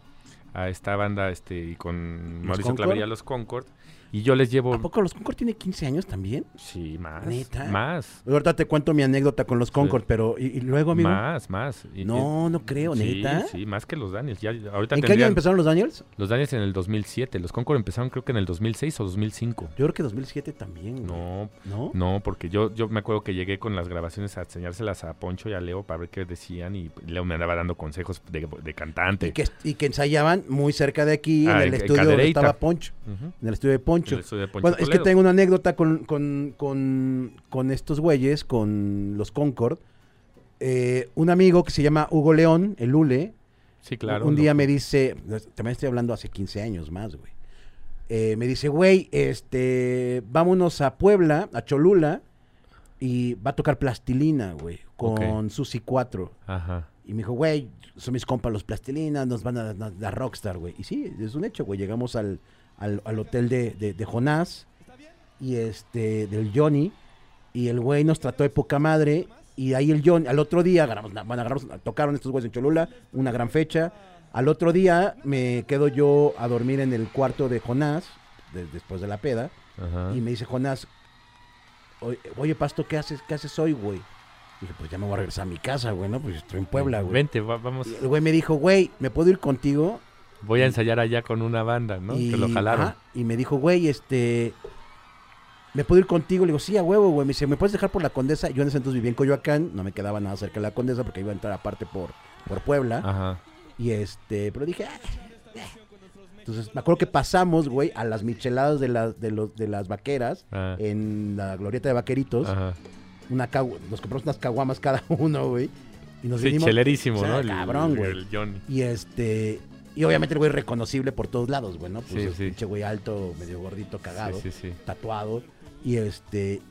B: a- a esta banda este y con
A: ¿Los
B: Mauricio
A: Concord?
B: Clavería los Concord. Y yo les llevo.
A: ¿A poco los Concord tiene 15 años también?
B: Sí, más.
A: ¿Neta?
B: Más.
A: Ahorita te cuento mi anécdota con los Concord, pero. ¿Y, y luego, amigo?
B: Más, más. Y-
A: No, no creo,
B: sí,
A: neta.
B: Sí, más que los Daniels. Ya, ahorita
A: ¿En qué año
B: tendrían-
A: empezaron los Daniels?
B: Los Daniels en el 2007. Los Concord empezaron creo que en el 2006 o 2005.
A: Yo creo que 2007 también. güey.
B: No,
A: ¿No?
B: no, porque yo, yo me acuerdo que llegué con las grabaciones a enseñárselas a Poncho y a Leo para ver qué decían y Leo me andaba dando consejos de, de cantante.
A: Y que, y que ensayaban muy cerca de aquí, en
B: Ah,
A: el
B: en- en
A: estudio donde
B: Cadereyta.
A: estaba Poncho.
B: Ujú.
A: En el estudio de Poncho.
B: El estudio de Poncho
A: bueno, es que
B: Toledo.
A: tengo una anécdota con, con, con, con estos güeyes, con los Concord. Eh, un amigo que se llama Hugo León, el Lule,
B: Sí, claro.
A: un día
B: lo-
A: me dice, también estoy hablando hace 15 años más, güey. Eh, me dice, güey, este, vámonos a Puebla, a Cholula, y va a tocar plastilina, güey, con
B: Ok.
A: Susi 4.
B: Ajá.
A: Y me dijo, güey, son mis compas los plastilinas, nos van a dar dar rockstar, güey. Y sí, es un hecho, güey. Llegamos al, al, al hotel de, de, de Jonás y este, del Johnny. Y el güey nos trató de poca madre. Y ahí el Johnny, al otro día, agarramos, na- bueno, agarramos- tocaron estos güeyes en Cholula, una gran fecha. Al otro día me quedo yo a dormir en el cuarto de Jonás, de- después de la peda.
B: Ajá.
A: Y me dice Jonás, "Oye- oye, Pasto, ¿qué haces, ¿qué haces hoy, güey? Dije, pues ya me voy a regresar a mi casa, güey, ¿no? Pues estoy en Puebla, güey.
B: Vente, va- vamos.
A: Y el güey me dijo, güey, ¿me puedo ir contigo?
B: Voy a ensayar allá con una banda, ¿no?
A: Y,
B: que lo jalaron.
A: ajá, y me dijo, güey, este, ¿me puedo ir contigo? Le digo, sí, a huevo, güey. Me dice, ¿me puedes dejar por la Condesa? Yo en ese entonces vivía en Coyoacán, no me quedaba nada cerca de la Condesa porque iba a entrar aparte por, por Puebla.
B: Ajá.
A: Y este, pero dije, "Ah, eh". entonces me acuerdo que pasamos, güey, a las micheladas de, las de, los, de las vaqueras
B: Ah.
A: en la glorieta de vaqueritos.
B: Ajá.
A: Una cagu- nos compramos unas caguamas cada uno, güey. Y nos
B: Sí,
A: vinimos.
B: chelerísimo,
A: o sea,
B: ¿no? El-
A: cabrón, güey.
B: El Johnny.
A: Y este. Y obviamente el güey reconocible por todos lados, güey, ¿no? Pues
B: Sí,
A: el
B: sí.
A: pinche güey alto, medio gordito, cagado,
B: Sí, sí, sí.
A: tatuado. Y este.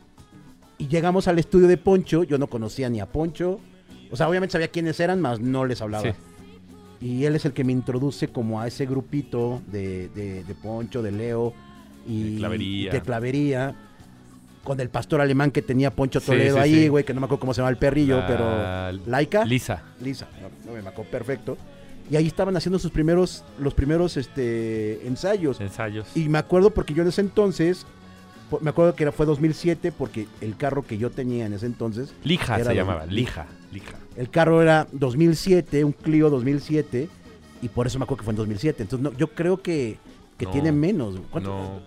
A: Y llegamos al estudio de Poncho. Yo no conocía ni a Poncho. O sea, obviamente sabía quiénes eran, mas no les hablaba.
B: Sí.
A: Y él es el que me introduce como a ese grupito de, de- de Poncho, de Leo y
B: De Clavería.
A: de Clavería, Con el pastor alemán que tenía Poncho
B: Sí,
A: Toledo
B: sí,
A: ahí,
B: sí.
A: güey, que no me acuerdo cómo se llama el perrillo,
B: La-
A: pero. Laica.
B: Lisa.
A: Lisa, no, no me marcó perfecto. Y ahí estaban haciendo sus primeros, los primeros este, ensayos.
B: Ensayos.
A: Y me acuerdo porque yo en ese entonces, po- me acuerdo que era- fue 2007 porque el carro que yo tenía en ese entonces,
B: Lija
A: Era
B: se
A: lo-
B: llamaba. Lija. Lija.
A: el carro era 2007, un Clio 2007, y por eso me acuerdo que fue en 2007. Entonces no, yo creo que, que
B: No,
A: tiene menos. ¿Cuánto?
B: No.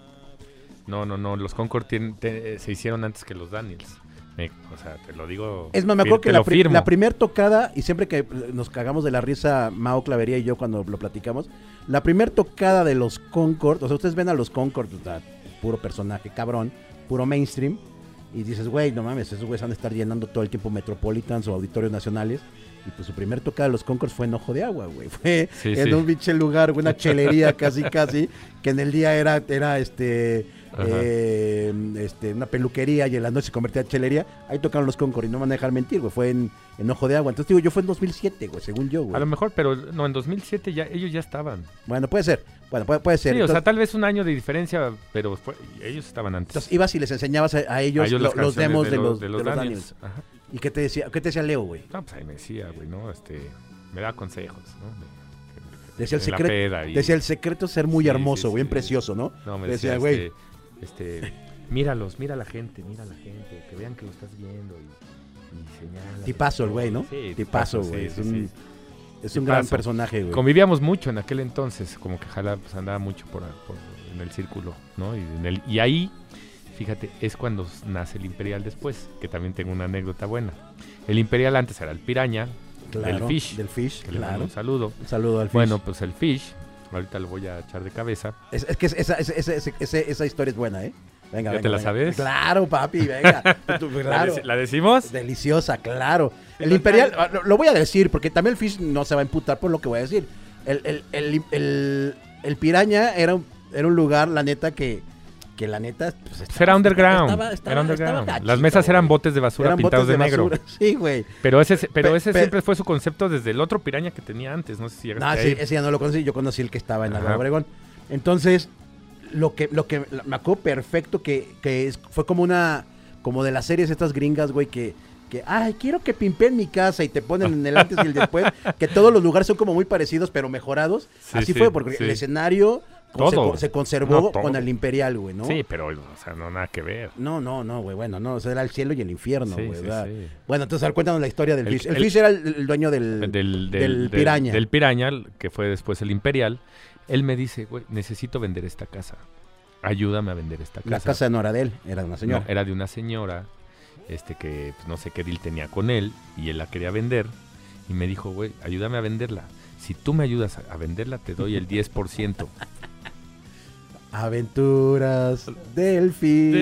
B: No, no, no. Los Concord tienen- te- eh, se hicieron antes que los Daniels. Me- o sea, te lo digo.
A: Es más, me
B: fir-
A: acuerdo
B: te
A: que la,
B: lo
A: pri-
B: firmo.
A: la primera tocada, y siempre que eh, nos cagamos de la risa Mao Clavería y yo cuando lo platicamos, la primera tocada de los Concord, o sea, ustedes ven a los Concord, o sea, puro personaje, cabrón, puro mainstream, y dices, güey, no mames, esos güeyes van a estar llenando todo el tiempo Metropolitans o auditorios nacionales. Y pues su primer tocada de los Concords fue en Ojo de Agua, güey. Fue
B: Sí,
A: en
B: sí.
A: un pinche lugar, güey, una chelería casi, casi, que en el día era, era este,
B: Ajá.
A: eh, este, una peluquería y en la noche se convertía en chelería. Ahí tocaron los Concord y no me van a dejar mentir, güey. Fue en, en Ojo de Agua. Entonces, digo, yo fue en 2007, güey, según yo,
B: A
A: güey.
B: lo mejor, pero no, en 2007 ya ellos ya estaban.
A: Bueno, puede ser. Bueno, puede, puede
B: Sí,
A: ser.
B: o
A: entonces,
B: sea, tal vez un año de diferencia, pero fue- ellos estaban antes.
A: entonces, ibas y les enseñabas a, a ellos,
B: A ellos
A: lo-
B: las
A: los
B: canciones
A: demos de, los, de los
B: Daniels.
A: Daniels.
B: Ajá.
A: ¿Y qué te decía, qué te decía Leo, güey?
B: No, pues ahí me decía, güey, ¿no? Este, me daba consejos, ¿no? Me-
A: Decía el
B: en la
A: secreto-
B: peda y-
A: Decía, el secreto es ser muy
B: Sí, sí,
A: hermoso,
B: sí,
A: bien
B: sí.
A: precioso, ¿no?
B: No, me
A: decía,
B: decía,
A: güey.
B: güey. Este, míralos, mira a la gente, mira a la gente, que vean que lo estás viendo y, y señala.
A: Tipazo el güey, ¿no?
B: Sí,
A: Tipazo,
B: sí,
A: güey. es
B: sí,
A: un,
B: sí.
A: es un
B: Tipazo.
A: gran personaje, güey.
B: Convivíamos mucho en aquel entonces, como que jala, pues andaba mucho por, por- en el círculo, ¿no? Y, en el- y ahí, fíjate, es cuando nace el Imperial después, que también tengo una anécdota buena. El Imperial antes era el Piraña,
A: Claro,
B: del Fish,
A: Del Fish,
B: que le mando
A: claro.
B: un saludo.
A: Un saludo al Fish.
B: Bueno, pues el Fish, ahorita lo voy a echar de cabeza.
A: es, es que esa, esa- esa- esa- esa- esa historia es buena, ¿eh? Venga,
B: ¿Ya
A: venga,
B: te la
A: venga.
B: sabes?
A: Claro, papi, venga. Tú,
B: ¿La,
A: Pues claro.
B: deci- la decimos?
A: Deliciosa, claro. El Imperial, ah, lo, lo voy a decir, porque también el Fish no se va a imputar por lo que voy a decir. El, el, el, el- el Piraña era un, era un lugar, la neta, que, que la neta. pues,
B: Pues era
A: estaba-
B: underground.
A: estaba- estaba-
B: era underground.
A: estaba
B: Las
A: gachito,
B: mesas eran
A: güey.
B: botes de basura
A: Eran
B: pintados
A: botes
B: de, negro.
A: basura. Sí, güey.
B: Pero ese, pero
A: Pe-
B: ese
A: pe-
B: siempre fue su concepto desde el otro piraña que tenía antes. No sé si llegaste
A: No,
B: a
A: sí,
B: ir.
A: ese ya no lo conocí, yo conocí el que estaba en Álvaro
B: Ajá.
A: Obregón. Entonces, lo que, lo que me acuerdo perfecto que, que es- fue como una, como de las series estas gringas, güey, que, que, ay, quiero que pimpen mi casa y te ponen en el antes y el después, que todos los lugares son como muy parecidos, pero mejorados.
B: Sí,
A: Así
B: sí,
A: fue, porque
B: sí.
A: el escenario con- se
B: Todo.
A: con- se, conservó
B: No, todo.
A: con el Imperial, güey, ¿no?
B: Sí, pero o sea, no nada que ver.
A: No, no, no, güey, bueno, no, o sea, era el cielo y el infierno,
B: Sí,
A: güey,
B: sí,
A: ¿verdad?
B: sí.
A: Bueno, entonces, a ver, cuéntanos la historia del
B: El-
A: Fish. El,
B: el-
A: Fish era el, el dueño del,
B: del,
A: del,
B: del- del-
A: Piraña.
B: del Piraña, que fue después el Imperial. Él me dice, güey, necesito vender esta casa. Ayúdame a vender esta casa.
A: La casa de Noradel, era una señora.
B: No, era de una señora este que pues, no sé qué deal tenía con él y él la quería vender. Y me dijo, güey, ayúdame a venderla. Si tú me ayudas a a venderla, te doy el 10%.
A: Aventuras del Fish.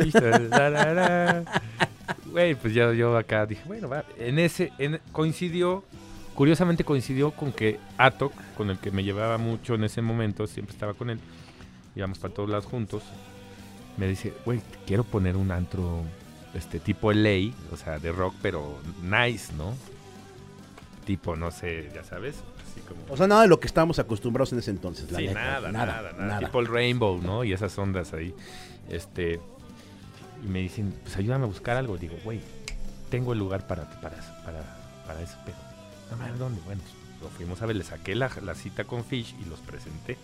B: Delfis, tararara. Güey, pues ya yo acá dije, bueno, va. En ese, en- coincidió, curiosamente coincidió con que Atok, con el que me llevaba mucho en ese momento, siempre estaba con él, íbamos para todos lados juntos, me dice, güey, te quiero poner un antro, este tipo LA, o sea, de rock, pero nice, ¿no? Tipo, no sé, ya sabes, así como...
A: O sea, nada de lo que estábamos acostumbrados en ese entonces. la
B: Sí,
A: neta.
B: nada, nada, nada, Tipo el Rainbow, ¿no? Y esas ondas ahí. Este. Y me dicen, pues ayúdame a buscar algo. Digo, güey, tengo el lugar para, para, para, para ese pedo. No mames, ¿dónde? Bueno, pues, lo fuimos a ver, le saqué la, la cita con Fish y los presenté.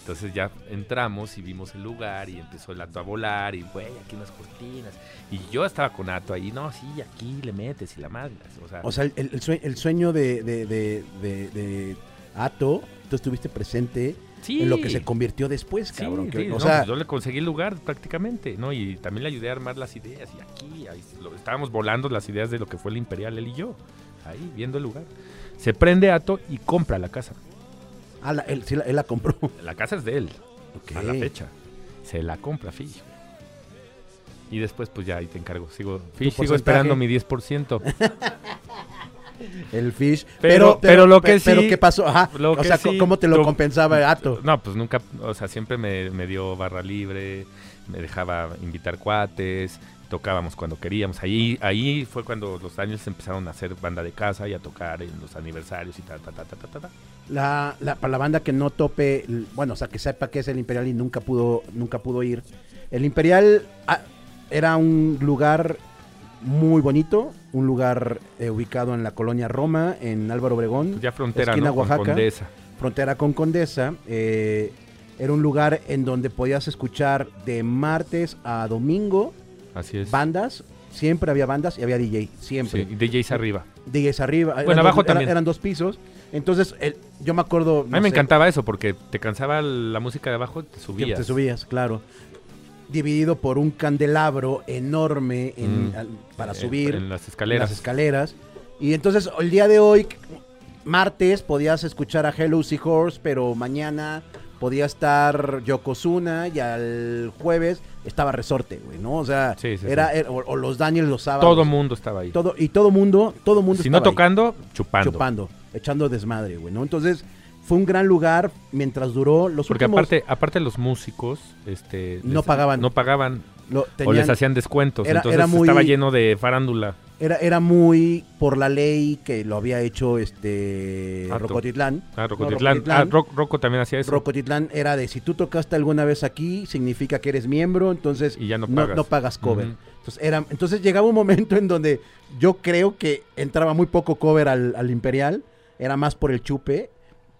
B: Entonces ya entramos y vimos el lugar y empezó el ato a volar y, güey, aquí unas cortinas. Y yo estaba con ato ahí, no, sí, aquí le metes y la madre. O sea,
A: O sea, el, el sue- el sueño de, de, de, de- de Ato, tú estuviste presente
B: sí.
A: en lo que se convirtió después,
B: Sí,
A: cabrón. que-
B: sí,
A: o
B: no,
A: sea,
B: pues yo le conseguí el lugar prácticamente, ¿no? Y también le ayudé a armar las ideas. Y aquí, ahí lo- estábamos volando las ideas de lo que fue el Imperial, él y yo. Ahí, viendo el lugar. Se prende Ato y compra la casa.
A: ah, la- él, sí la- él la compró.
B: La casa es de él,
A: Ok.
B: a la fecha. Se la compra Fish. Y después, pues ya ahí te encargo. Sigo, Fish, sigo
A: porcentaje.
B: esperando mi 10%.
A: El Fish.
B: Pero- pero lo que
A: pe- Pero
B: sí-
A: ¿qué pasó? Ajá.
B: lo
A: o
B: que
A: sea,
B: sí,
A: ¿cómo te lo,
B: lo-
A: compensaba Ato?
B: No, pues nunca, o sea, siempre me, me dio barra libre, me dejaba invitar cuates, tocábamos cuando queríamos. Ahí, ahí fue cuando los años empezaron a hacer banda de casa y a tocar en los aniversarios y ta, ta, ta, ta, ta, ta, ta.
A: La, la, para la banda que no tope, l- bueno, o sea, que sepa qué es el Imperial y nunca pudo, nunca pudo ir. El Imperial ah, era un lugar muy bonito, un lugar eh, ubicado en la colonia Roma, en Álvaro Obregón,
B: Pues ya frontera,
A: Esquina
B: ¿no? Con
A: Oaxaca.
B: Condesa.
A: frontera con Condesa. eh, era un lugar en donde podías escuchar de martes a domingo
B: Así es.
A: bandas. Siempre había bandas y había DJ, siempre.
B: Sí, y DJs arriba.
A: DJs arriba.
B: Bueno,
A: eran dos-
B: abajo
A: era-
B: también.
A: Eran dos pisos. Entonces, el- yo me acuerdo...
B: A mí me encantaba eso porque te cansaba la música de abajo y te
A: Que
B: subías.
A: Te subías, claro. Dividido por un candelabro enorme en-
B: Mm.
A: al- para
B: Eh,
A: subir
B: En las
A: las
B: escaleras.
A: escaleras. Y entonces el día de hoy, martes, podías escuchar a Hello Seahorse, pero mañana podía estar Yokozuna y al jueves estaba Resorte, güey, ¿no? O sea,
B: Sí, sí,
A: era, era- o, o los Daniels los sábados.
B: Todo mundo estaba ahí.
A: Todo- y todo mundo, todo mundo
B: si no
A: estaba ahí
B: tocando, chupando.
A: chupando, echando desmadre, güey, ¿no? Entonces, fue un gran lugar mientras duró los
B: Porque
A: últimos...
B: aparte, aparte los músicos, este,
A: No
B: les-
A: pagaban.
B: no pagaban
A: lo-
B: o les
A: tenían-
B: hacían descuentos.
A: era-
B: entonces
A: era muy-
B: estaba lleno de farándula.
A: Era, era muy por la ley que lo había hecho este
B: Ato.
A: Rocotitlán.
B: Ah,
A: Rocotitlán.
B: Rocotitlán. Ah, Ro- Rocco también hacía eso.
A: Rocotitlán era de si tú tocaste alguna vez aquí, significa que eres miembro, entonces
B: Y ya no
A: no,
B: pagas.
A: no pagas cover.
B: Ujú.
A: entonces, era, entonces llegaba un momento en donde yo creo que entraba muy poco cover al, al Imperial, era más por el chupe,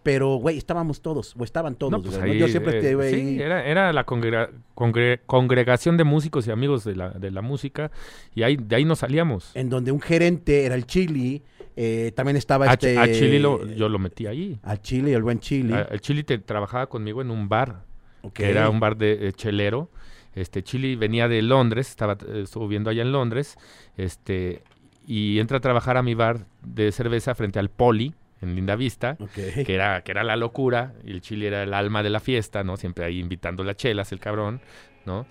A: pero güey, estábamos todos, o estaban todos.
B: No, pues
A: güey, ¿no?
B: ahí,
A: yo siempre
B: eh,
A: estuve ahí.
B: Sí, era, era la congrega- congre- congregación de músicos y amigos de la, de la música. Y ahí, de ahí nos salíamos.
A: en donde un gerente era el Chili, eh, también estaba
B: A,
A: este...
B: Ah, a Chili lo- yo lo metí ahí.
A: Al Chili, el buen Chili.
B: A- el Chili te- trabajaba conmigo en un bar,
A: ok.
B: que era un bar de, eh, chelero. Este, Chili venía de Londres, estaba eh, estuvo viviendo allá en Londres. Este, y entra a trabajar a mi bar de cerveza frente al Poli, en Linda Vista,
A: Ok.
B: que era, que era la locura, y el Chili era el alma de la fiesta, ¿no? Siempre ahí invitando las chelas, el cabrón, ¿no?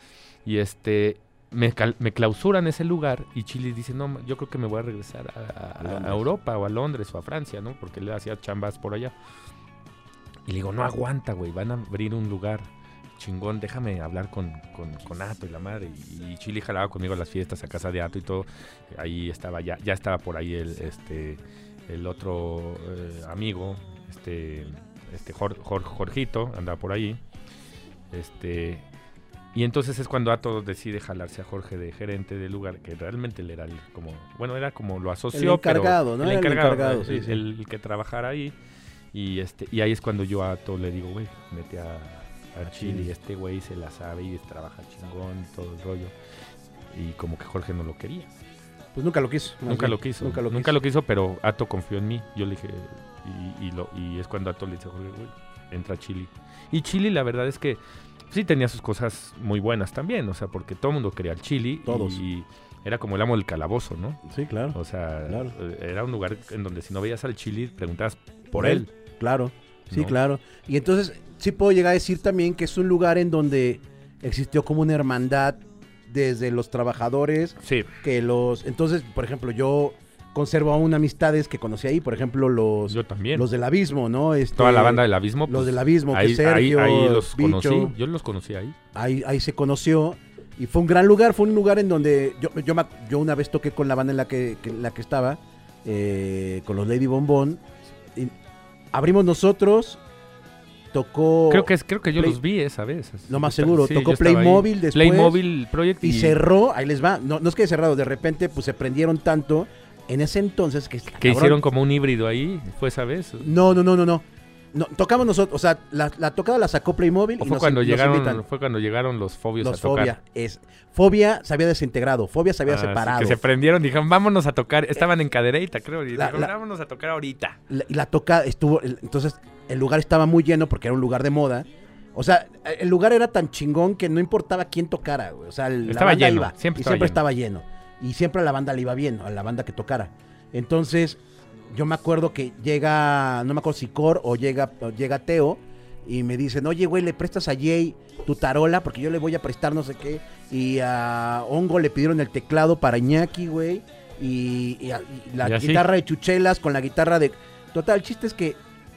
B: Y este, me, cal- me clausuran ese lugar y Chili dice, no, ma- yo creo que me voy a regresar a, a- a
A: Londres.
B: Europa o a Londres o a Francia, ¿no? Porque le hacía chambas por allá. Y le digo, no aguanta, güey, van a abrir un lugar chingón, déjame hablar con, con, con Ato y la madre. Y, y Chili jalaba conmigo a las fiestas a casa de Ato y todo. Ahí estaba, ya, ya estaba por ahí el, este, el otro eh, amigo, este, este Jor- Jor- Jorgito, andaba por ahí. Este, y entonces es cuando Ato decide jalarse a Jorge de gerente del lugar, que realmente él era el, como, bueno, era como lo asoció. pero-
A: encargado, ¿no?
B: El
A: Era el
B: encargado,
A: encargado, sí,
B: el-
A: sí.
B: el que trabajara ahí. Y, este, y ahí es cuando yo a todo le digo, güey, mete a, a Chile,
A: Chile.
B: este güey se la sabe y trabaja chingón y todo el rollo. Y como que Jorge no lo quería.
A: Pues nunca lo quiso. más
B: Nunca
A: bien.
B: lo quiso.
A: Nunca lo quiso.
B: pero Ato confió en mí. Yo le dije, y, y lo, y es cuando Ato le dice, Jorge, güey, entra Chile. Y Chile, la verdad es que sí tenía sus cosas muy buenas también, o sea, porque todo el mundo quería al Chile.
A: Todos.
B: Y era como el amo del calabozo, ¿no?
A: Sí, claro.
B: O sea,
A: Claro.
B: eh, era un lugar en donde si no veías al Chili, preguntabas por
A: Él.
B: él.
A: Claro. Sí,
B: ¿no?
A: claro. Y entonces sí puedo llegar a decir también que es un lugar en donde existió como una hermandad desde los trabajadores
B: Sí,
A: que los... Entonces, por ejemplo, yo conservo aún amistades que conocí ahí, por ejemplo, los,
B: yo también.
A: Pues, los del abismo, ¿no? Este,
B: Toda la banda del Abismo.
A: Los
B: pues,
A: del abismo, que
B: ahí,
A: Sergio,
B: ahí- ahí los
A: Bicho,
B: conocí. Yo los conocí ahí.
A: ahí, ahí se conoció y fue un gran lugar, fue un lugar en donde yo, yo, me ac- yo una vez toqué con la banda en la que, que- en la que estaba, eh, con los Lady Bombón. y abrimos nosotros, tocó...
B: Creo que, es- creo que yo
A: Play-
B: los vi esa vez. así.
A: Lo más
B: Yo esta-
A: seguro, tocó
B: yo estaba ahí.
A: Playmobil después.
B: Playmobil Project.
A: Y cerró, ahí les va, no, no es que cerrado, de repente pues se prendieron tanto en ese entonces que...
B: Que
A: cabrón,
B: hicieron como un híbrido ahí. ¿Fue esa vez?
A: No, no, no, no, no. No, tocamos nosotros, o sea, la, la tocada la sacó Playmobil
B: ¿O
A: y
B: fue,
A: nos,
B: cuando
A: nos
B: llegaron,
A: invitan.
B: fue cuando llegaron los fobios
A: Los
B: a tocar?
A: Fobia. Es, fobia se había desintegrado, Fobia se había
B: Ah, sí,
A: separado.
B: Que se prendieron, dijeron, vámonos a tocar. Estaban en Cadereyta, creo. Y
A: La-
B: dijeron,
A: la-
B: vámonos a tocar ahorita.
A: La- y la toca estuvo, el- entonces el lugar estaba muy lleno porque era un lugar de moda. O sea, el lugar era tan chingón que no importaba quién tocara, güey. O sea, el-
B: Estaba
A: la banda
B: lleno,
A: iba. y
B: siempre estaba
A: siempre estaba lleno. Y siempre a la banda le iba bien, a la banda que tocara. Entonces, yo me acuerdo que llega, no me acuerdo si Cor o llega, o llega Teo y me dicen, oye, güey, le prestas a Jay tu tarola porque yo le voy a prestar no sé qué. Y a Hongo le pidieron el teclado para Iñaki, güey. Y, y a- y la
B: Y así.
A: guitarra de Chuchelas con la guitarra de... Total, el chiste es que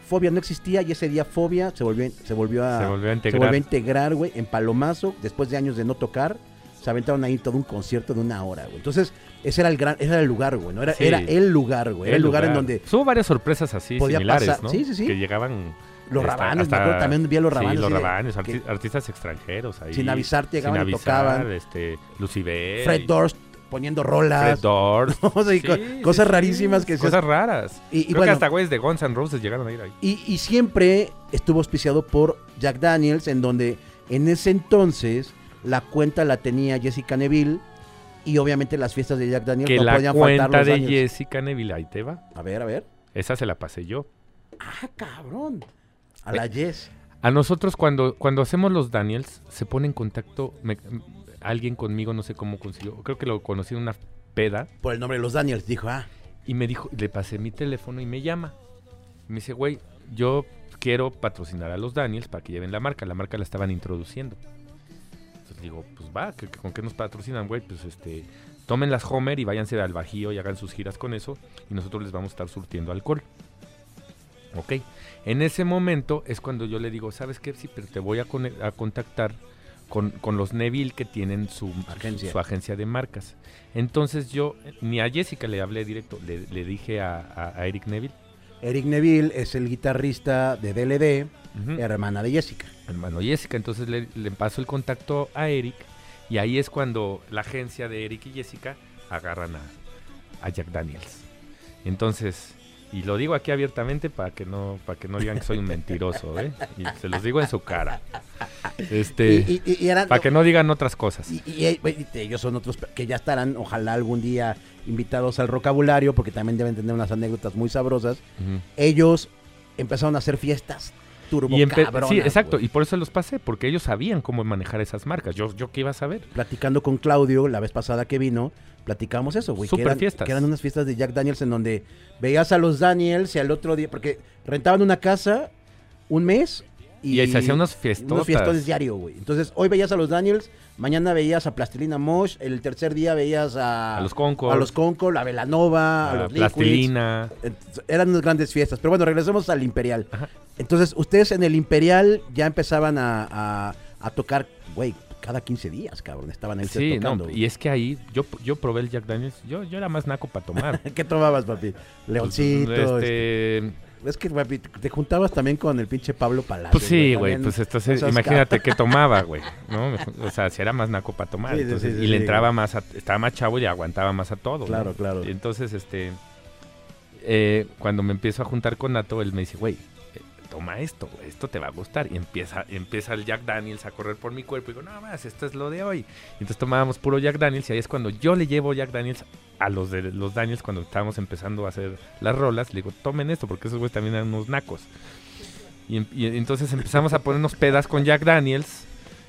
A: Fobia no existía y ese día Fobia se volvió, se volvió a...
B: se volvió
A: Ah,
B: a
A: se
B: integrar.
A: volvió a integrar, güey, en Palomazo, después de años de no tocar, se aventaron ahí todo un concierto de una hora, güey. Entonces, ese era el gran, ese era el lugar, güey, ¿no? Era,
B: Sí.
A: era el lugar, güey. Era el lugar, en donde
B: Hubo varias sorpresas así
A: podía
B: similares,
A: pasar-
B: ¿no?
A: sí, sí, sí.
B: Que llegaban.
A: los
B: hasta-
A: rabanos, me
B: hasta-
A: acuerdo, también vi a los
B: sí,
A: rabanos. así de-
B: rabanos, arti-
A: que
B: artistas extranjeros ahí.
A: Sin avisar llegaban
B: sin
A: y
B: avisar,
A: tocaban.
B: Este, Lucibel.
A: Fred Durst poniendo rolas.
B: Fred Durst.
A: o sea, y
B: Sí,
A: co-
B: sí,
A: cosas
B: sí,
A: rarísimas que se-
B: Cosas raras.
A: Y, y
B: Creo
A: bueno,
B: que hasta güeyes de Guns N' Roses llegaron a ir ahí.
A: y, y siempre estuvo auspiciado por Jack Daniels, en donde en ese entonces la cuenta la tenía Jessica Neville. Y obviamente las fiestas de Jack Daniels
B: Que
A: no
B: la
A: podían faltar
B: cuenta
A: los
B: de
A: años.
B: Jessica Neville, ahí te va.
A: A ver, a ver.
B: Esa se la pasé yo.
A: Ah, cabrón. A la Yes.
B: A nosotros cuando, cuando hacemos los Daniels, se pone en contacto me- m- alguien conmigo, no sé cómo consiguió. Creo que lo conocí en una peda.
A: Por el nombre de los Daniels. Dijo, ah,
B: Y me dijo, le pasé mi teléfono y me llama. Y me dice, güey, yo quiero patrocinar a los Daniels para que lleven la marca. La marca la estaban introduciendo. Entonces digo, pues va, ¿qué- qué- ¿con qué nos patrocinan, güey? Pues este, tomen las Homer y váyanse al Bajío y hagan sus giras con eso. Y nosotros les vamos a estar surtiendo alcohol. Ok. En ese momento es cuando yo le digo, ¿sabes qué? Sí, pero te voy a, cone- a contactar con, con los Neville que tienen su
A: Agencia.
B: su agencia de marcas. Entonces yo eh, ni a Jessica le hablé directo, le, le dije a, a- a Eric Neville,
A: Eric Neville es el guitarrista de DLD,
B: ujú,
A: hermana de Jessica.
B: hermano Jessica, entonces le, le paso el contacto a Eric y ahí es cuando la agencia de Eric y Jessica agarran a, a Jack Daniels. Entonces, y lo digo aquí abiertamente para que no, para que no digan que soy un mentiroso, ¿eh? Y se los digo en su cara. Este,
A: Y, y- y- y eran.
B: para que no digan otras cosas.
A: y- y- y- y- y ellos son otros que ya estarán, ojalá algún día invitados al vocabulario, porque también deben tener unas anécdotas muy sabrosas.
B: Ujú.
A: Ellos empezaron a hacer fiestas turbo
B: Y empe-
A: cabronas,
B: sí, exacto,
A: güey.
B: y por eso los pasé, porque ellos sabían cómo manejar esas marcas. Yo, yo qué iba a saber.
A: Platicando con Claudio la vez pasada que vino, platicamos eso, güey. que
B: Super
A: eran,
B: fiestas.
A: Que eran unas fiestas de Jack Daniels en donde veías a los Daniels y al otro día, porque rentaban una casa un mes y,
B: Y, ahí se hacían unos
A: unos
B: fiestotas.
A: fiestones diario, güey. Entonces, hoy veías a los Daniels, mañana veías a Plastilina Mosh, el tercer día veías a,
B: A los Concord.
A: a los Concord, a Velanova, a,
B: a
A: los Liquids.
B: Plastilina.
A: Entonces, eran unas grandes fiestas. Pero bueno, regresemos al Imperial. Entonces, ustedes en el Imperial ya empezaban a, a- a tocar, güey, cada 15 días, cabrón. Estaban ahí
B: Sí,
A: tocando.
B: no,
A: güey.
B: y es que ahí yo, yo probé el Jack Daniels, yo, yo era más naco para tomar.
A: ¿Qué tomabas, papi? Leoncito.
B: Este,
A: este- Es que, papi, te juntabas también con el pinche Pablo Palacio.
B: pues sí, güey,
A: también.
B: pues entonces
A: Esos
B: imagínate qué tomaba, güey, ¿no? O sea, si era más naco para tomar,
A: Sí, sí,
B: entonces,
A: sí, sí,
B: y le
A: sí,
B: entraba más, a- estaba más chavo y aguantaba más a todo. ¿no?
A: Claro, claro.
B: Y entonces, este, eh, cuando me empiezo a juntar con Nato, él me dice, güey, eh, toma esto, güey, esto te va a gustar. Y empieza, empieza el Jack Daniels a correr por mi cuerpo y digo, no más, esto es lo de hoy. Y entonces tomábamos puro Jack Daniels y ahí es cuando yo le llevo Jack Daniels a los de los Daniels cuando estábamos empezando a hacer las rolas. Le digo, tomen esto porque esos güeyes también eran unos nacos. Y, em- y entonces empezamos a ponernos pedas con Jack Daniels.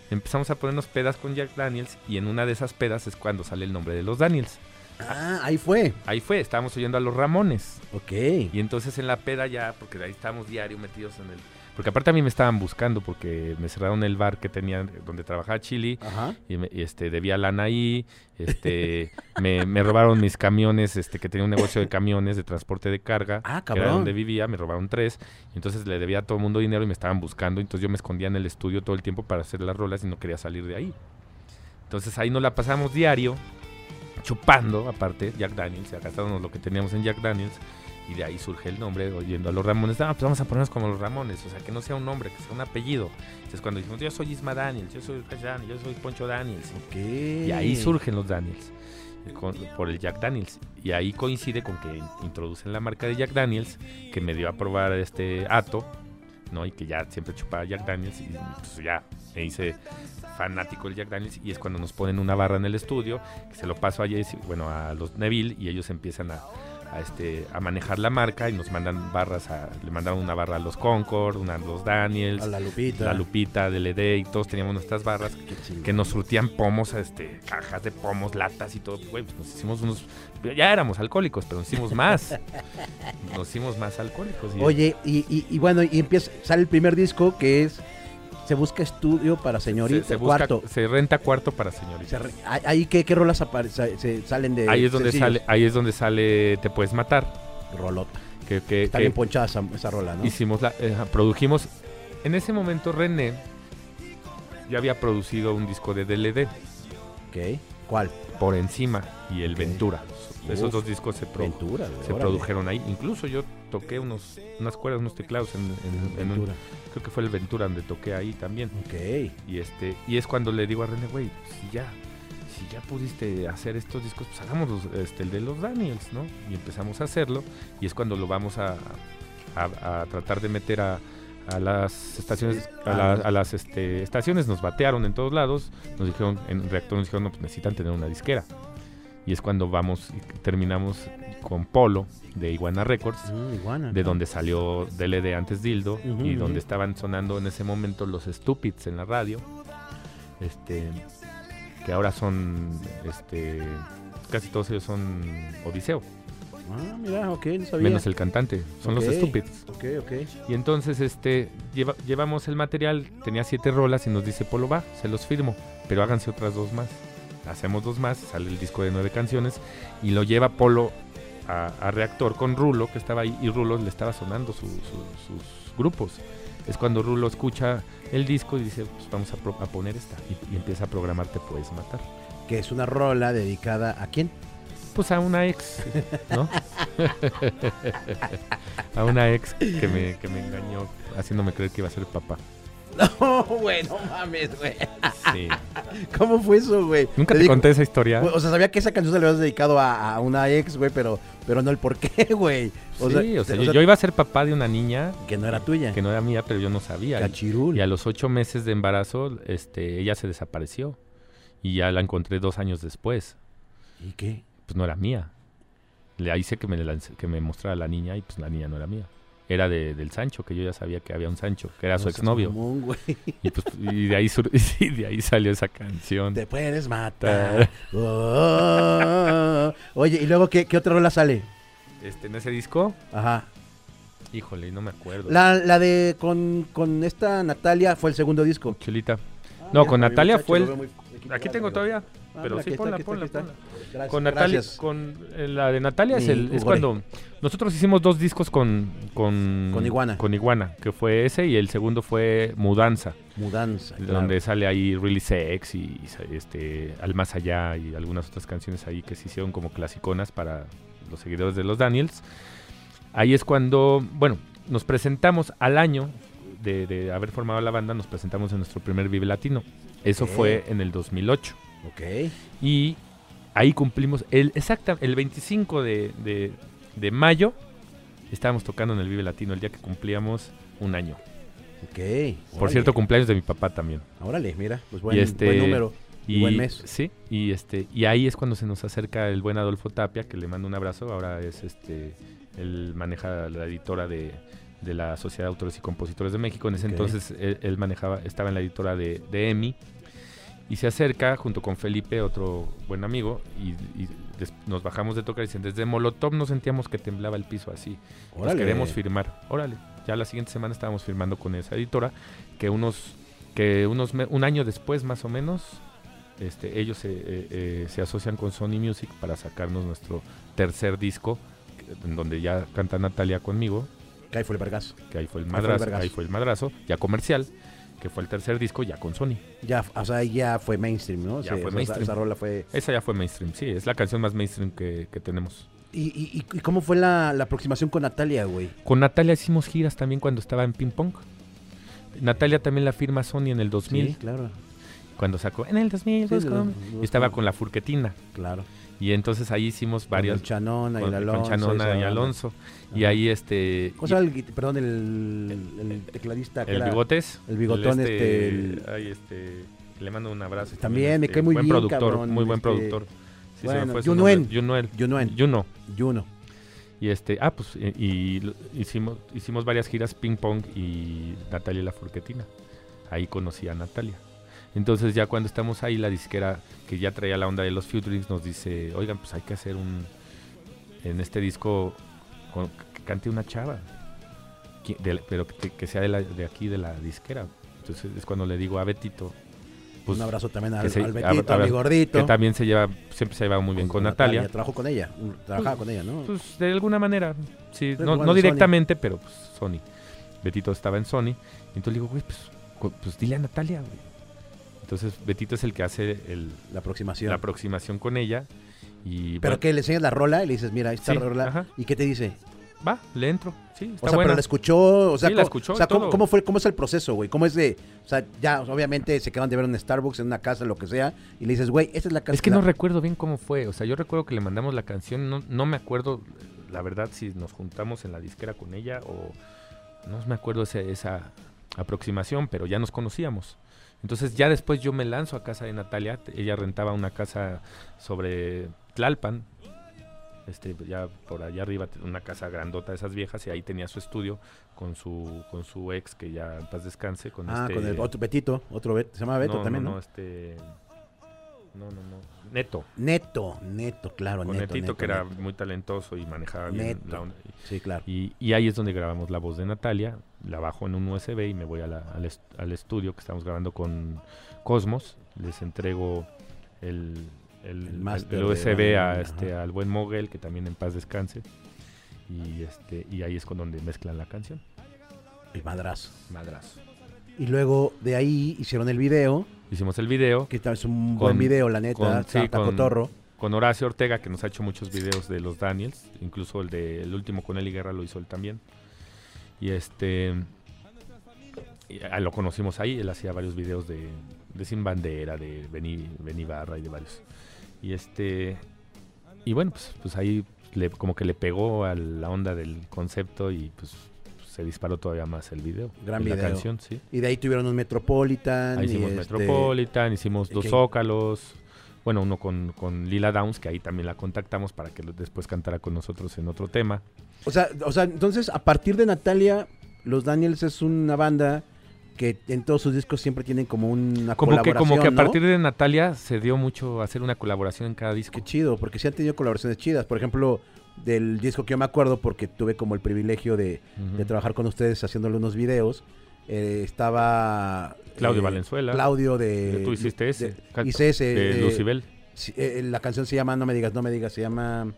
B: Empezamos a ponernos pedas con Jack Daniels y en una de esas pedas es cuando sale el nombre de los Daniels.
A: Ah, ahí fue.
B: Ahí fue, estábamos oyendo a los Ramones.
A: Ok.
B: Y entonces en la peda ya, porque ahí estábamos diario metidos en el... Porque aparte a mí me estaban buscando porque me cerraron el bar que tenía donde trabajaba Chili
A: Ajá.
B: y, me- y, este debía lana ahí, este me, me robaron mis camiones, este que tenía un negocio de camiones de transporte de carga,
A: Ah,
B: que era
A: cabrón.
B: donde vivía, me robaron tres, y entonces le debía a todo el mundo dinero y me estaban buscando, entonces yo me escondía en el estudio todo el tiempo para hacer las rolas y no quería salir de ahí. Entonces ahí nos la pasamos diario chupando, aparte Jack Daniels, ya gastábamos lo que teníamos en Jack Daniels. Y de ahí surge el nombre, oyendo a los Ramones. Ah, pues vamos a ponernos como los Ramones, o sea, que no sea un nombre, que sea un apellido. Entonces cuando dijimos, yo soy Isma Daniels, yo soy Cash Daniels, yo soy Poncho Daniels.
A: Ok.
B: Y ahí surgen los Daniels, con- por el Jack Daniels. Y ahí coincide con que in- introducen la marca de Jack Daniels, que me dio a probar este Ato, ¿no? Y que ya siempre chupaba Jack Daniels. Y pues ya me hice fanático del Jack Daniels. Y es cuando nos ponen una barra en el estudio, que se lo paso a Jesse, bueno, a los Neville, y ellos empiezan a. a, este, a manejar la marca y nos mandan barras, a- le mandaron una barra a los Concord, una a los Daniels,
A: A la Lupita.
B: la Lupita, DLD y todos teníamos nuestras barras
A: Qué chido.
B: que nos surtían pomos, este, cajas de pomos, latas y todo. Güey, pues nos hicimos unos. Ya éramos alcohólicos, pero nos hicimos más. nos hicimos más alcohólicos. y-
A: Oye, y, y- y bueno, y empieza, sale el primer disco que es Se busca estudio para señorita,
B: se, se busca-
A: cuarto.
B: se renta cuarto para señoritas.
A: Se re- eh, ahí- ahí qué, qué rolas apare- sa- se salen de
B: ahí es donde
A: sencillos?
B: sale, ahí es donde sale Te Puedes Matar.
A: Rolota.
B: Que, que-
A: Está
B: que
A: bien ponchada esa, esa rola, ¿no?
B: hicimos la, eh, produjimos. En ese momento René ya había producido un disco de DLD
A: Ok. ¿Cuál?
B: por encima y el
A: Ok.
B: Ventura. Esos
A: Uf,
B: dos discos se produjeron.
A: Ventura, güey,
B: se
A: órale.
B: produjeron ahí. Incluso yo toqué unos, unas cuerdas, unos teclados en, en- en un-
A: Ventura.
B: creo que fue el Ventura donde toqué ahí también.
A: Ok.
B: Y este, y es cuando le digo a René, güey, si ya, si ya pudiste hacer estos discos, pues hagamos los- este, el de los Daniels, ¿no? Y empezamos a hacerlo, y es cuando lo vamos a, a- a tratar de meter a, a las estaciones, a, la- a las este, estaciones nos batearon en todos lados, nos dijeron, en reactor nos dijeron, no, pues necesitan tener una disquera. Y es cuando vamos y terminamos con Polo de Iguana Records
A: Mm, iguana.
B: de donde salió DLD antes Dildo
A: Ujú,
B: y
A: ujú.
B: donde estaban sonando en ese momento los Stupids en la radio. Este que ahora son este casi todos ellos son Odiseo,
A: Ah, mira, ok, no sabía.
B: menos el cantante, son
A: Ok.
B: los Stupids.
A: Ok, ok.
B: Y entonces este lleva- llevamos el material, tenía siete rolas y nos dice Polo va, se los firmo, pero háganse otras dos más. Hacemos dos más, sale el disco de nueve canciones y lo lleva Polo a, a Reactor con Rulo, que estaba ahí, y Rulo le estaba sonando su- su- sus grupos. Es cuando Rulo escucha el disco y dice, pues vamos a, pro- a poner esta. Y, y empieza a programar Te Puedes Matar.
A: Que es una rola dedicada a quién?
B: Pues a una ex, ¿no? a una ex que me, que me engañó haciéndome creer que iba a ser papá.
A: No, Oh, güey, no mames, güey.
B: Sí.
A: ¿Cómo fue eso, güey?
B: Nunca te
A: Dedico-
B: conté esa historia.
A: Güey, O sea, sabía que esa canción se la habías dedicado a, a una ex, güey, pero, pero no el por qué, güey. O
B: sí,
A: sea,
B: o sea,
A: te-
B: yo, yo iba a ser papá de una niña
A: que no era tuya.
B: que no era mía, pero yo no sabía. Y,
A: Cachirul.
B: y a los ocho meses de embarazo, este, ella se desapareció. Y ya la encontré dos años después.
A: ¿Y qué?
B: Pues no era mía. Le hice que me, la- que me mostrara la niña y pues la niña no era mía. era de, del Sancho, que yo ya sabía que había un Sancho, que era
A: No
B: su
A: seas
B: exnovio.
A: mamón, güey.
B: Y, pues, y de, ahí sur- y de ahí salió esa canción.
A: Te puedes matar. Oh, oh, oh. Oye, ¿y luego qué, qué otra rola sale?
B: Este, en ese disco,
A: Ajá.
B: híjole, no me acuerdo.
A: La, la de con, con esta Natalia fue el segundo disco.
B: Chulita. No, con
A: mi
B: Natalia
A: muchacho
B: fue
A: lo
B: el-
A: veo muy
B: Aquí
A: equilibrado,
B: tengo
A: amigo.
B: todavía,
A: Ah, mira,
B: pero sí,
A: aquí está,
B: ponla,
A: aquí está,
B: ponla,
A: aquí está.
B: ponla.
A: Gracias,
B: Con Natalia,
A: gracias.
B: con eh, la de Natalia es,
A: Mi
B: el, es
A: Ugore.
B: cuando nosotros hicimos dos discos con, con
A: Con Iguana.
B: con Iguana, que fue ese y el segundo fue Mudanza,
A: Mudanza. claro.
B: donde sale ahí Really Sex y, y sa- este Al más allá y algunas otras canciones ahí que se hicieron como clasiconas para los seguidores de los Daniels. Ahí es cuando, bueno, nos presentamos al año de, de haber formado la banda, nos presentamos en nuestro primer Vive Latino. Eso
A: Ok.
B: fue en el 2008.
A: Ok.
B: Y ahí cumplimos el exacta, el 25 de, de- de mayo. Estábamos tocando en el Vive Latino el día que cumplíamos un año.
A: Ok.
B: Por
A: órale,
B: cierto, cumpleaños de mi papá también.
A: Órale, mira, pues buen,
B: Y este-
A: buen número.
B: Y,
A: Buen mes.
B: Sí, y este, y ahí es cuando se nos acerca el buen Adolfo Tapia, que le mando un abrazo. Ahora es este, él maneja la editora de, de la Sociedad de Autores y Compositores de México. En ese
A: Ok.
B: entonces él, él manejaba, estaba en la editora de, de EMI. Y se acerca junto con Felipe, otro buen amigo, y, y des- nos bajamos de tocar y dicen, desde Molotov no sentíamos que temblaba el piso así. Nos
A: Órale.
B: pues queremos firmar. Órale. Ya la siguiente semana estábamos firmando con esa editora que unos que unos me- un año después más o menos este, ellos se, eh, eh, se asocian con Sony Music para sacarnos nuestro tercer disco que- en donde ya canta Natalia conmigo
A: Que ahí fue el vergazo.
B: que ahí fue el
A: fue el
B: madrazo
A: vergazo.
B: ahí fue el madrazo ya comercial que fue el tercer disco ya con Sony
A: Ya, o sea, ya fue mainstream, ¿no?
B: Ya
A: Sí,
B: fue
A: o sea,
B: mainstream.
A: Esa rola fue.
B: esa ya fue mainstream sí es la canción más mainstream que, que tenemos
A: ¿Y, y, y cómo fue la, la aproximación con Natalia, güey?
B: con Natalia hicimos giras también cuando estaba en ping pong Natalia también la firma Sony en el 2000
A: Sí, claro.
B: cuando sacó en el 2000
A: Sí,
B: pues,
A: lo-
B: con-
A: lo-
B: y estaba con la furquetina
A: Claro.
B: y entonces ahí hicimos varias
A: Con Chanona y
B: con,
A: la
B: con
A: Alonso.
B: Chanona
A: esa
B: y
A: banda.
B: Alonso y
A: Ajá.
B: ahí este
A: ¿Cómo se llama el, guit- perdón, el, el, tecladista?
B: y-
A: que
B: el
A: era-
B: bigotes
A: el bigotón, este, el-
B: ay, este, le mando un abrazo
A: También, me
B: este,
A: cae muy
B: buen
A: bien,
B: productor
A: cabrón,
B: muy buen
A: este,
B: productor Sí, se me
A: bueno,
B: fue su
A: Yunuen.
B: nombre, Yunuel
A: Yunuen.
B: Yuno
A: Juno.
B: y este ah pues y, y lo- hicimos hicimos varias giras ping pong y Natalia la Furquetina ahí conocí a Natalia entonces ya cuando estamos ahí la disquera que ya traía la onda de los Futurings nos dice oigan pues hay que hacer un en este disco con- que cante una chava qui- de- pero que, que sea de, la- de aquí de la disquera entonces es cuando le digo a Betito pues,
A: Un abrazo también
B: que
A: al,
B: se-
A: al Betito,
B: a- a-
A: a mi gordito.
B: que también se lleva siempre se ha llevado muy bien con Natalia
A: Trabajó con ella. un- Trabajaba con ella, ¿no?
B: pues de alguna manera, sí,
A: Pero Mm. Pues,
B: no,
A: bueno,
B: no
A: Sony.
B: directamente, pero pues Sony. Betito estaba en Sony. y Entonces le digo, güey, pues, cu- pues dile a Natalia, güey. Entonces Betito es el que hace el-
A: La aproximación.
B: la aproximación con ella. Y
A: Pero
B: bueno,
A: que le enseñas la rola y le dices, mira, esta
B: Sí,
A: rola.
B: ajá.
A: ¿Y qué te dice?
B: va, le entro. Sí, está
A: O sea,
B: buena.
A: pero la escuchó, o sea,
B: Sí,
A: ¿cómo,
B: la escuchó
A: o sea,
B: y
A: ¿cómo-
B: todo.
A: cómo fue, cómo es el proceso, güey? ¿Cómo es de, o sea, ya o sea, obviamente se quedan de ver en Starbucks, en una casa, lo que sea, y le dices, güey, esta es la casa.
B: Es que
A: la-
B: no recuerdo bien cómo fue. O sea, yo recuerdo que le mandamos la canción. No, no me acuerdo, la verdad, si nos juntamos en la disquera con ella o no me acuerdo ese- esa aproximación, pero ya nos conocíamos. Entonces ya después yo me lanzo a casa de Natalia. T- Ella rentaba una casa sobre Tlalpan. Este, ya por allá arriba, t- una casa grandota de esas viejas, y ahí tenía su estudio con su, con su ex, que ya en paz descanse. Con
A: Ah,
B: este,
A: con el otro Betito, otro Bet- se llama Beto
B: no,
A: también,
B: no,
A: ¿no?
B: no, este, no, no, no, Neto.
A: Neto, Neto, claro,
B: Con
A: Neto.
B: Netito,
A: Neto,
B: que era
A: Neto.
B: muy talentoso y manejaba bien
A: Neto.
B: la onda.
A: Sí, claro.
B: Y, y ahí es donde grabamos la voz de Natalia, la bajo en un USB y me voy a la- al, est- al estudio que estamos grabando con Cosmos. Les entrego el, el,
A: El máster
B: el
A: de
B: USB a,
A: Vanilla,
B: este,
A: ajá.
B: al buen Mogel, que también en paz descanse. Y, este, y ahí es con donde mezclan la canción.
A: Y madrazo.
B: Madrazo.
A: Y luego de ahí hicieron el video,
B: Hicimos el video
A: que tal es un
B: Con-
A: buen video, la neta,
B: con- sí,
A: está, está
B: con-
A: cotorro.
B: con Horacio Ortega, que nos ha hecho muchos videos de los Daniels, incluso el de el último con Eli Guerra lo hizo él también. Y este y, ah, lo conocimos ahí, él hacía varios videos de, de Sin Bandera, de Beni, Beni Barra y de varios. Y este y bueno, pues, pues ahí le- como que le pegó a la onda del concepto y pues se disparó todavía más el video.
A: Gran
B: y La
A: video.
B: canción, sí.
A: Y de ahí tuvieron un Metropolitan.
B: Ahí
A: y
B: hicimos
A: este-
B: Metropolitan, hicimos dos
A: que-
B: Zócalos. Bueno, uno con, con Lila Downs, que ahí también la contactamos para que lo- después cantara con nosotros en otro tema.
A: O sea, o sea, entonces, a partir de Natalia, los Daniels es una banda que en todos sus discos siempre tienen como una
B: Como que,
A: colaboración,
B: como que a
A: ¿no?
B: partir de Natalia se dio mucho hacer una colaboración en cada disco.
A: Qué chido, porque sí han tenido colaboraciones chidas. Por ejemplo, del disco que yo me acuerdo, porque tuve como el privilegio de,
B: Ujú.
A: de trabajar con ustedes haciéndole unos videos, eh, estaba...
B: Claudio
A: eh,
B: Valenzuela. eh,
A: Claudio de...
B: Tú hiciste ese.
A: de-
B: Ca-
A: hice ese. eh,
B: de
A: de-
B: Lucibel.
A: sí, eh, la canción se llama No me digas, no me digas, se llama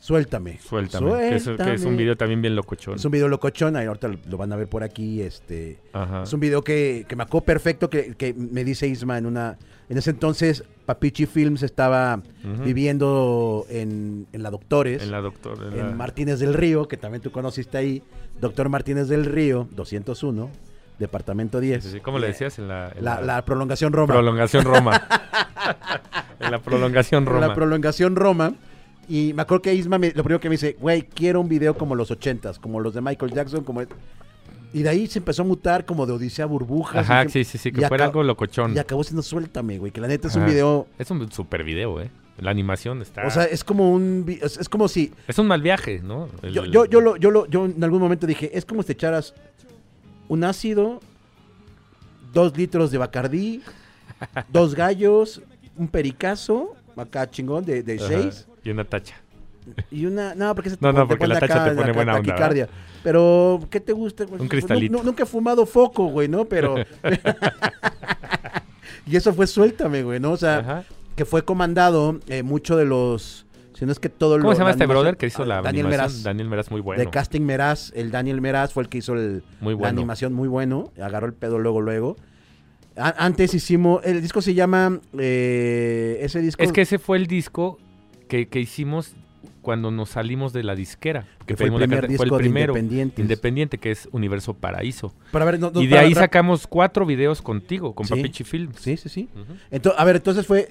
A: Suéltame.
B: Suéltame. que es- Que, es, un
A: Suéltame.
B: video también bien locochón.
A: Es un video locochón, ahí ahorita lo, lo van a ver por aquí, este...
B: Ajá.
A: Es un video que, que me acuerdo perfecto que, que me dice Isma en una... En ese entonces, Papichi Films estaba
B: Ujú.
A: viviendo en, en La Doctores.
B: En la doctora. en la-
A: en Martínez del Río, que también tú conociste ahí, Doctor Martínez del Río, 201, Departamento 10.
B: Sí, sí, ¿Cómo le decías? En la, en
A: La,
B: la-
A: la prolongación Roma.
B: prolongación Roma. en la prolongación Roma.
A: La prolongación Roma. Y me acuerdo que Isma, me- lo primero que me dice, güey, quiero un video como los 80s, como los de Michael Jackson, como... Y de ahí se empezó a mutar como de Odisea Burbuja.
B: Ajá,
A: así que-
B: sí, sí, sí, que
A: y
B: fuera
A: acá-
B: algo locochón.
A: Y acabó siendo Suéltame, güey, que la neta es un
B: Ajá.
A: video...
B: Es un super video, ¿eh? La animación está...
A: O sea, es como un... vi- Es, es como si...
B: es un mal viaje, ¿no? El-
A: Yo, yo, yo, lo, yo, lo, yo en algún momento dije, es como si te echaras un ácido, dos litros de bacardí, dos gallos, un pericazo, acá chingón, de, de
B: Ajá,
A: seis,
B: Y una tacha.
A: y una... No, porque, se te
B: No,
A: pone-
B: no,
A: te
B: porque
A: pone
B: la tacha te pone
A: la
B: buena onda,
A: taquicardia. Pero, ¿qué te gusta? güey?
B: Un cristalito.
A: Nu- nu- nunca he fumado foco, güey, ¿no? Pero... y eso fue suéltame, güey, ¿no? O sea,
B: Ajá.
A: que fue comandado eh, mucho de los... Si no es que todo
B: ¿Cómo
A: lo-
B: se
A: la
B: llama este
A: animación-
B: brother que hizo la
A: Daniel
B: animación?
A: Meraz.
B: Daniel Meraz, muy bueno.
A: De Casting Meraz, el Daniel Meraz fue el que hizo el-
B: Muy
A: la
B: bueno.
A: animación muy bueno, agarró el pedo luego, luego. A- antes hicimos, el disco se llama, eh, ese disco
B: Es que ese fue el disco que, que hicimos cuando nos salimos de la disquera.
A: que fue el
B: pedimos la
A: primer
B: carta-
A: disco
B: fue el primero.
A: de Independientes.
B: Independiente, que es Universo Paraíso.
A: Pero a ver, no- no,
B: y de
A: para-
B: ahí
A: para-
B: sacamos cuatro videos contigo, con
A: Sí.
B: Papichi Films.
A: Sí, sí, sí.
B: Ujú.
A: Ento- a ver, entonces fue,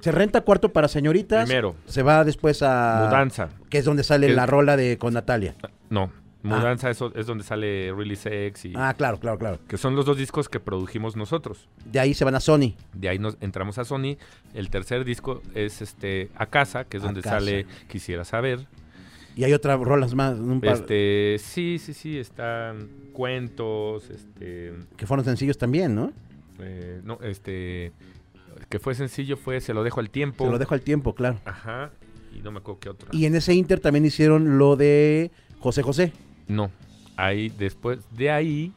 A: se renta cuarto para señoritas.
B: Primero,
A: Se va después a...
B: Mudanza.
A: Que es donde sale
B: Que-
A: la rola de con Natalia.
B: No, Mudanza es, o- es donde sale Really Sex y...
A: Ah, claro, claro, claro.
B: Que son los dos discos que produjimos nosotros.
A: De ahí se van a Sony.
B: De ahí nos entramos a Sony. El tercer disco es este A Casa, que es
A: A
B: donde
A: Casa.
B: sale Quisiera Saber.
A: Y hay otras rolas más, un par-
B: Este, sí, sí, sí, están cuentos, este,
A: que fueron sencillos también, ¿no?
B: eh, no, este, que fue sencillo fue Se lo dejo al tiempo.
A: Te lo dejo al tiempo, claro.
B: Ajá. Y no me acuerdo qué otra.
A: Y en ese Inter también hicieron lo de José José.
B: No. Ahí después de ahí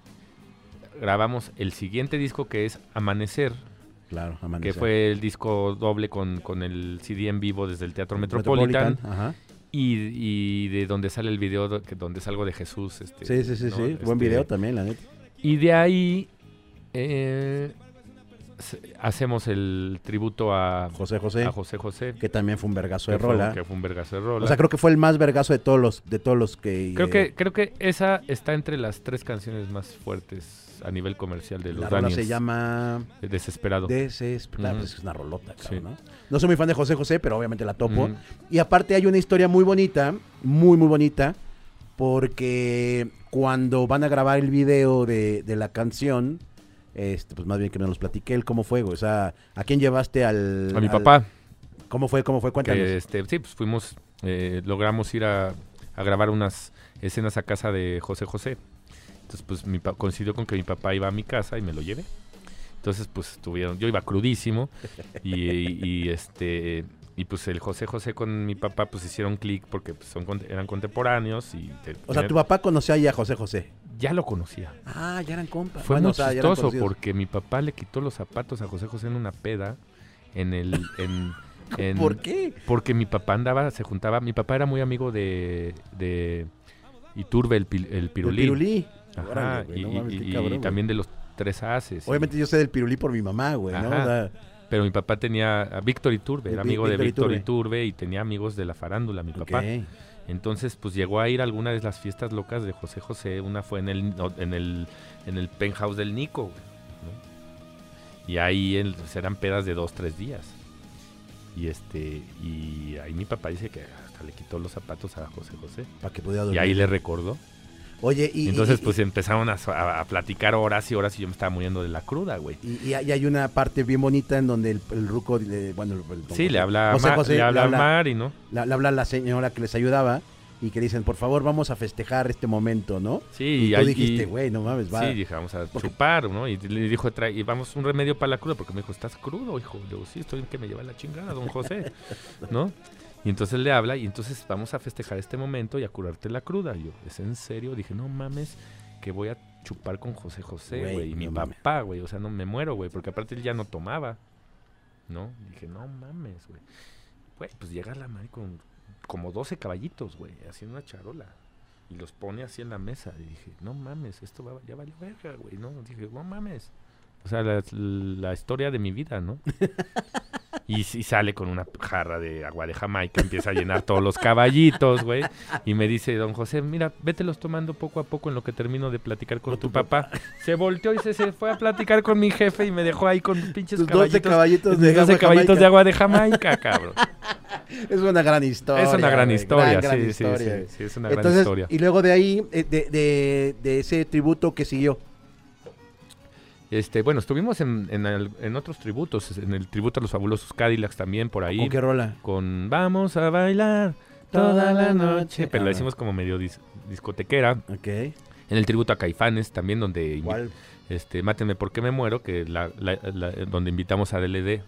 B: grabamos el siguiente disco que es Amanecer,
A: Claro,
B: que
A: Amanecer.
B: fue el disco doble con, con el CD en vivo desde el Teatro Metropolitan.
A: Metropolitan. Ajá.
B: Y, y de donde sale el video, do- que donde salgo de Jesús. Este,
A: Sí, sí, sí,
B: ¿no?
A: sí.
B: Este,
A: Buen video también, la neta.
B: Y de ahí eh, se- hacemos el tributo a,
A: José José,
B: a José José.
A: que también fue un vergazo
B: que
A: de
B: fue-
A: rola.
B: que fue un vergazo de rola.
A: O sea, creo que fue el más vergazo de todos los, de todos los que.
B: creo,
A: eh,
B: que, creo que esa está entre las tres canciones más fuertes a nivel comercial de los
A: la rola
B: Daniels. eh,
A: se llama
B: Desesperado.
A: Desesperado.
B: Ujú.
A: pues Es una rolota, claro,
B: Sí.
A: ¿no? No soy muy fan de José José, pero obviamente la topo.
B: Ujú.
A: Y aparte hay una historia muy bonita, muy, muy bonita, porque cuando van a grabar el video de, de la canción, este, pues más bien que me los platiqué él cómo fue, güey. O sea, ¿a quién llevaste al...
B: A mi
A: al-
B: papá,
A: ¿Cómo fue? ¿Cómo fue? Cuéntanos.
B: que este, sí, pues fuimos, eh, logramos ir a, a grabar unas escenas a casa de José José. Entonces, pues mi pa- coincidió con que mi papá iba a mi casa y me lo llevé. Entonces, pues tuvieron, yo iba crudísimo y, y- y, este y pues el José José con mi papá pues hicieron clic porque pues, son conte- eran contemporáneos y te-
A: o sea, tu papá conocía ya a José José.
B: ya lo conocía.
A: Ah, ya eran compas.
B: Fue
A: Bueno,
B: muy
A: o sea, ya eran
B: chistoso
A: conocidos.
B: porque mi papá le quitó los zapatos a José José en una peda en el en, en-
A: ¿Por qué?
B: porque mi papá andaba, se juntaba, mi papá era muy amigo de, de Iturbe, el, pil- el
A: Del
B: pirulí.
A: pirulí.
B: Ajá,
A: Órale, güey,
B: y,
A: no
B: y-
A: mames, qué
B: y- y
A: cabrón, güey.
B: también de los tres haces. y-
A: Obviamente yo sé del pirulí por mi mamá, güey, ¿no? O
B: Ajá.
A: sea,
B: pero mi papá tenía a Víctor Iturbe,
A: El
B: era
A: Vic-
B: amigo de
A: Víctor
B: Víctor Iturbe y tenía amigos de la farándula, mi papá.
A: ok.
B: Entonces, pues llegó a ir a alguna de las fiestas locas de José José. Una fue en el, no, en el, en el penthouse del Nico. güey, ¿no? Y ahí el- pues, eran pedas de dos, tres días. Y este y ahí mi papá dice que hasta le quitó los zapatos a José José.
A: Para que pudiera
B: Y
A: dormir.
B: ahí le recordó.
A: Oye, y...
B: Y
A: y-
B: entonces,
A: y-
B: pues empezaron a, so- a- a platicar horas y horas y yo me estaba muriendo de la cruda, güey.
A: Y, y hay y hay una parte bien bonita en donde el, el ruco, le- bueno, el- el-
B: Sí, le habla, a
A: José
B: Ma-
A: José
B: le habla a
A: habla-
B: Mari, ¿no?
A: la- le habla a la señora que les ayudaba y que dicen, por favor, vamos a festejar este momento, ¿no?
B: Sí,
A: y tú
B: ahí-
A: dijiste, güey, no mames, va.
B: Sí, dije, vamos a
A: Porque-
B: chupar, ¿no? Y le dijo, "Trae- y vamos un remedio para la cruda, porque me dijo, ¿estás crudo, hijo? Le digo, sí, estoy que me lleva la chingada, don José, ¿no? Y entonces le habla, y entonces vamos a festejar este momento y a curarte la cruda. Y yo, ¿es en serio? Dije, no mames, que voy a chupar con José José,
A: Güey,
B: güey, y mi
A: no mames.
B: papá, güey, o sea, no me muero, güey, porque aparte él ya no tomaba, ¿no? Dije, no mames, güey. Güey, pues llega la madre con como 12 caballitos, güey, haciendo una charola. Y los pone así en la mesa. Y dije, no mames, esto va- ya valió verga, güey, ¿no? Dije, no mames. O sea, la, la historia de mi vida, ¿no? Y, s- y sale con una jarra de agua de Jamaica, empieza a llenar todos los caballitos, güey. Y me dice, don José, mira, vételos tomando poco a poco en lo que termino de platicar con, tu papá. Se volteó y se, se fue a platicar con mi jefe y me dejó ahí con pinches
A: Tus 12
B: caballitos.
A: caballitos de
B: 12
A: agua
B: caballitos de
A: Jamaica.
B: agua de Jamaica, cabrón.
A: Es una gran historia.
B: es una gran
A: güey,
B: historia,
A: gran, gran
B: sí, sí,
A: historia,
B: sí,
A: güey.
B: sí, es una gran
A: Entonces,
B: historia.
A: y luego de ahí, eh, de, de- de ese tributo que siguió.
B: Este, bueno, estuvimos en, en al- en otros tributos, en el tributo a los fabulosos Cadillacs también por ahí.
A: ¿Con qué rola?
B: con Vamos a bailar toda la noche. Pero la hicimos como medio dis- discotequera.
A: Ok.
B: En el tributo a Caifanes también, donde invi-
A: ¿Cuál?
B: este, Mátenme porque me muero, que la, la- la- donde invitamos a DLD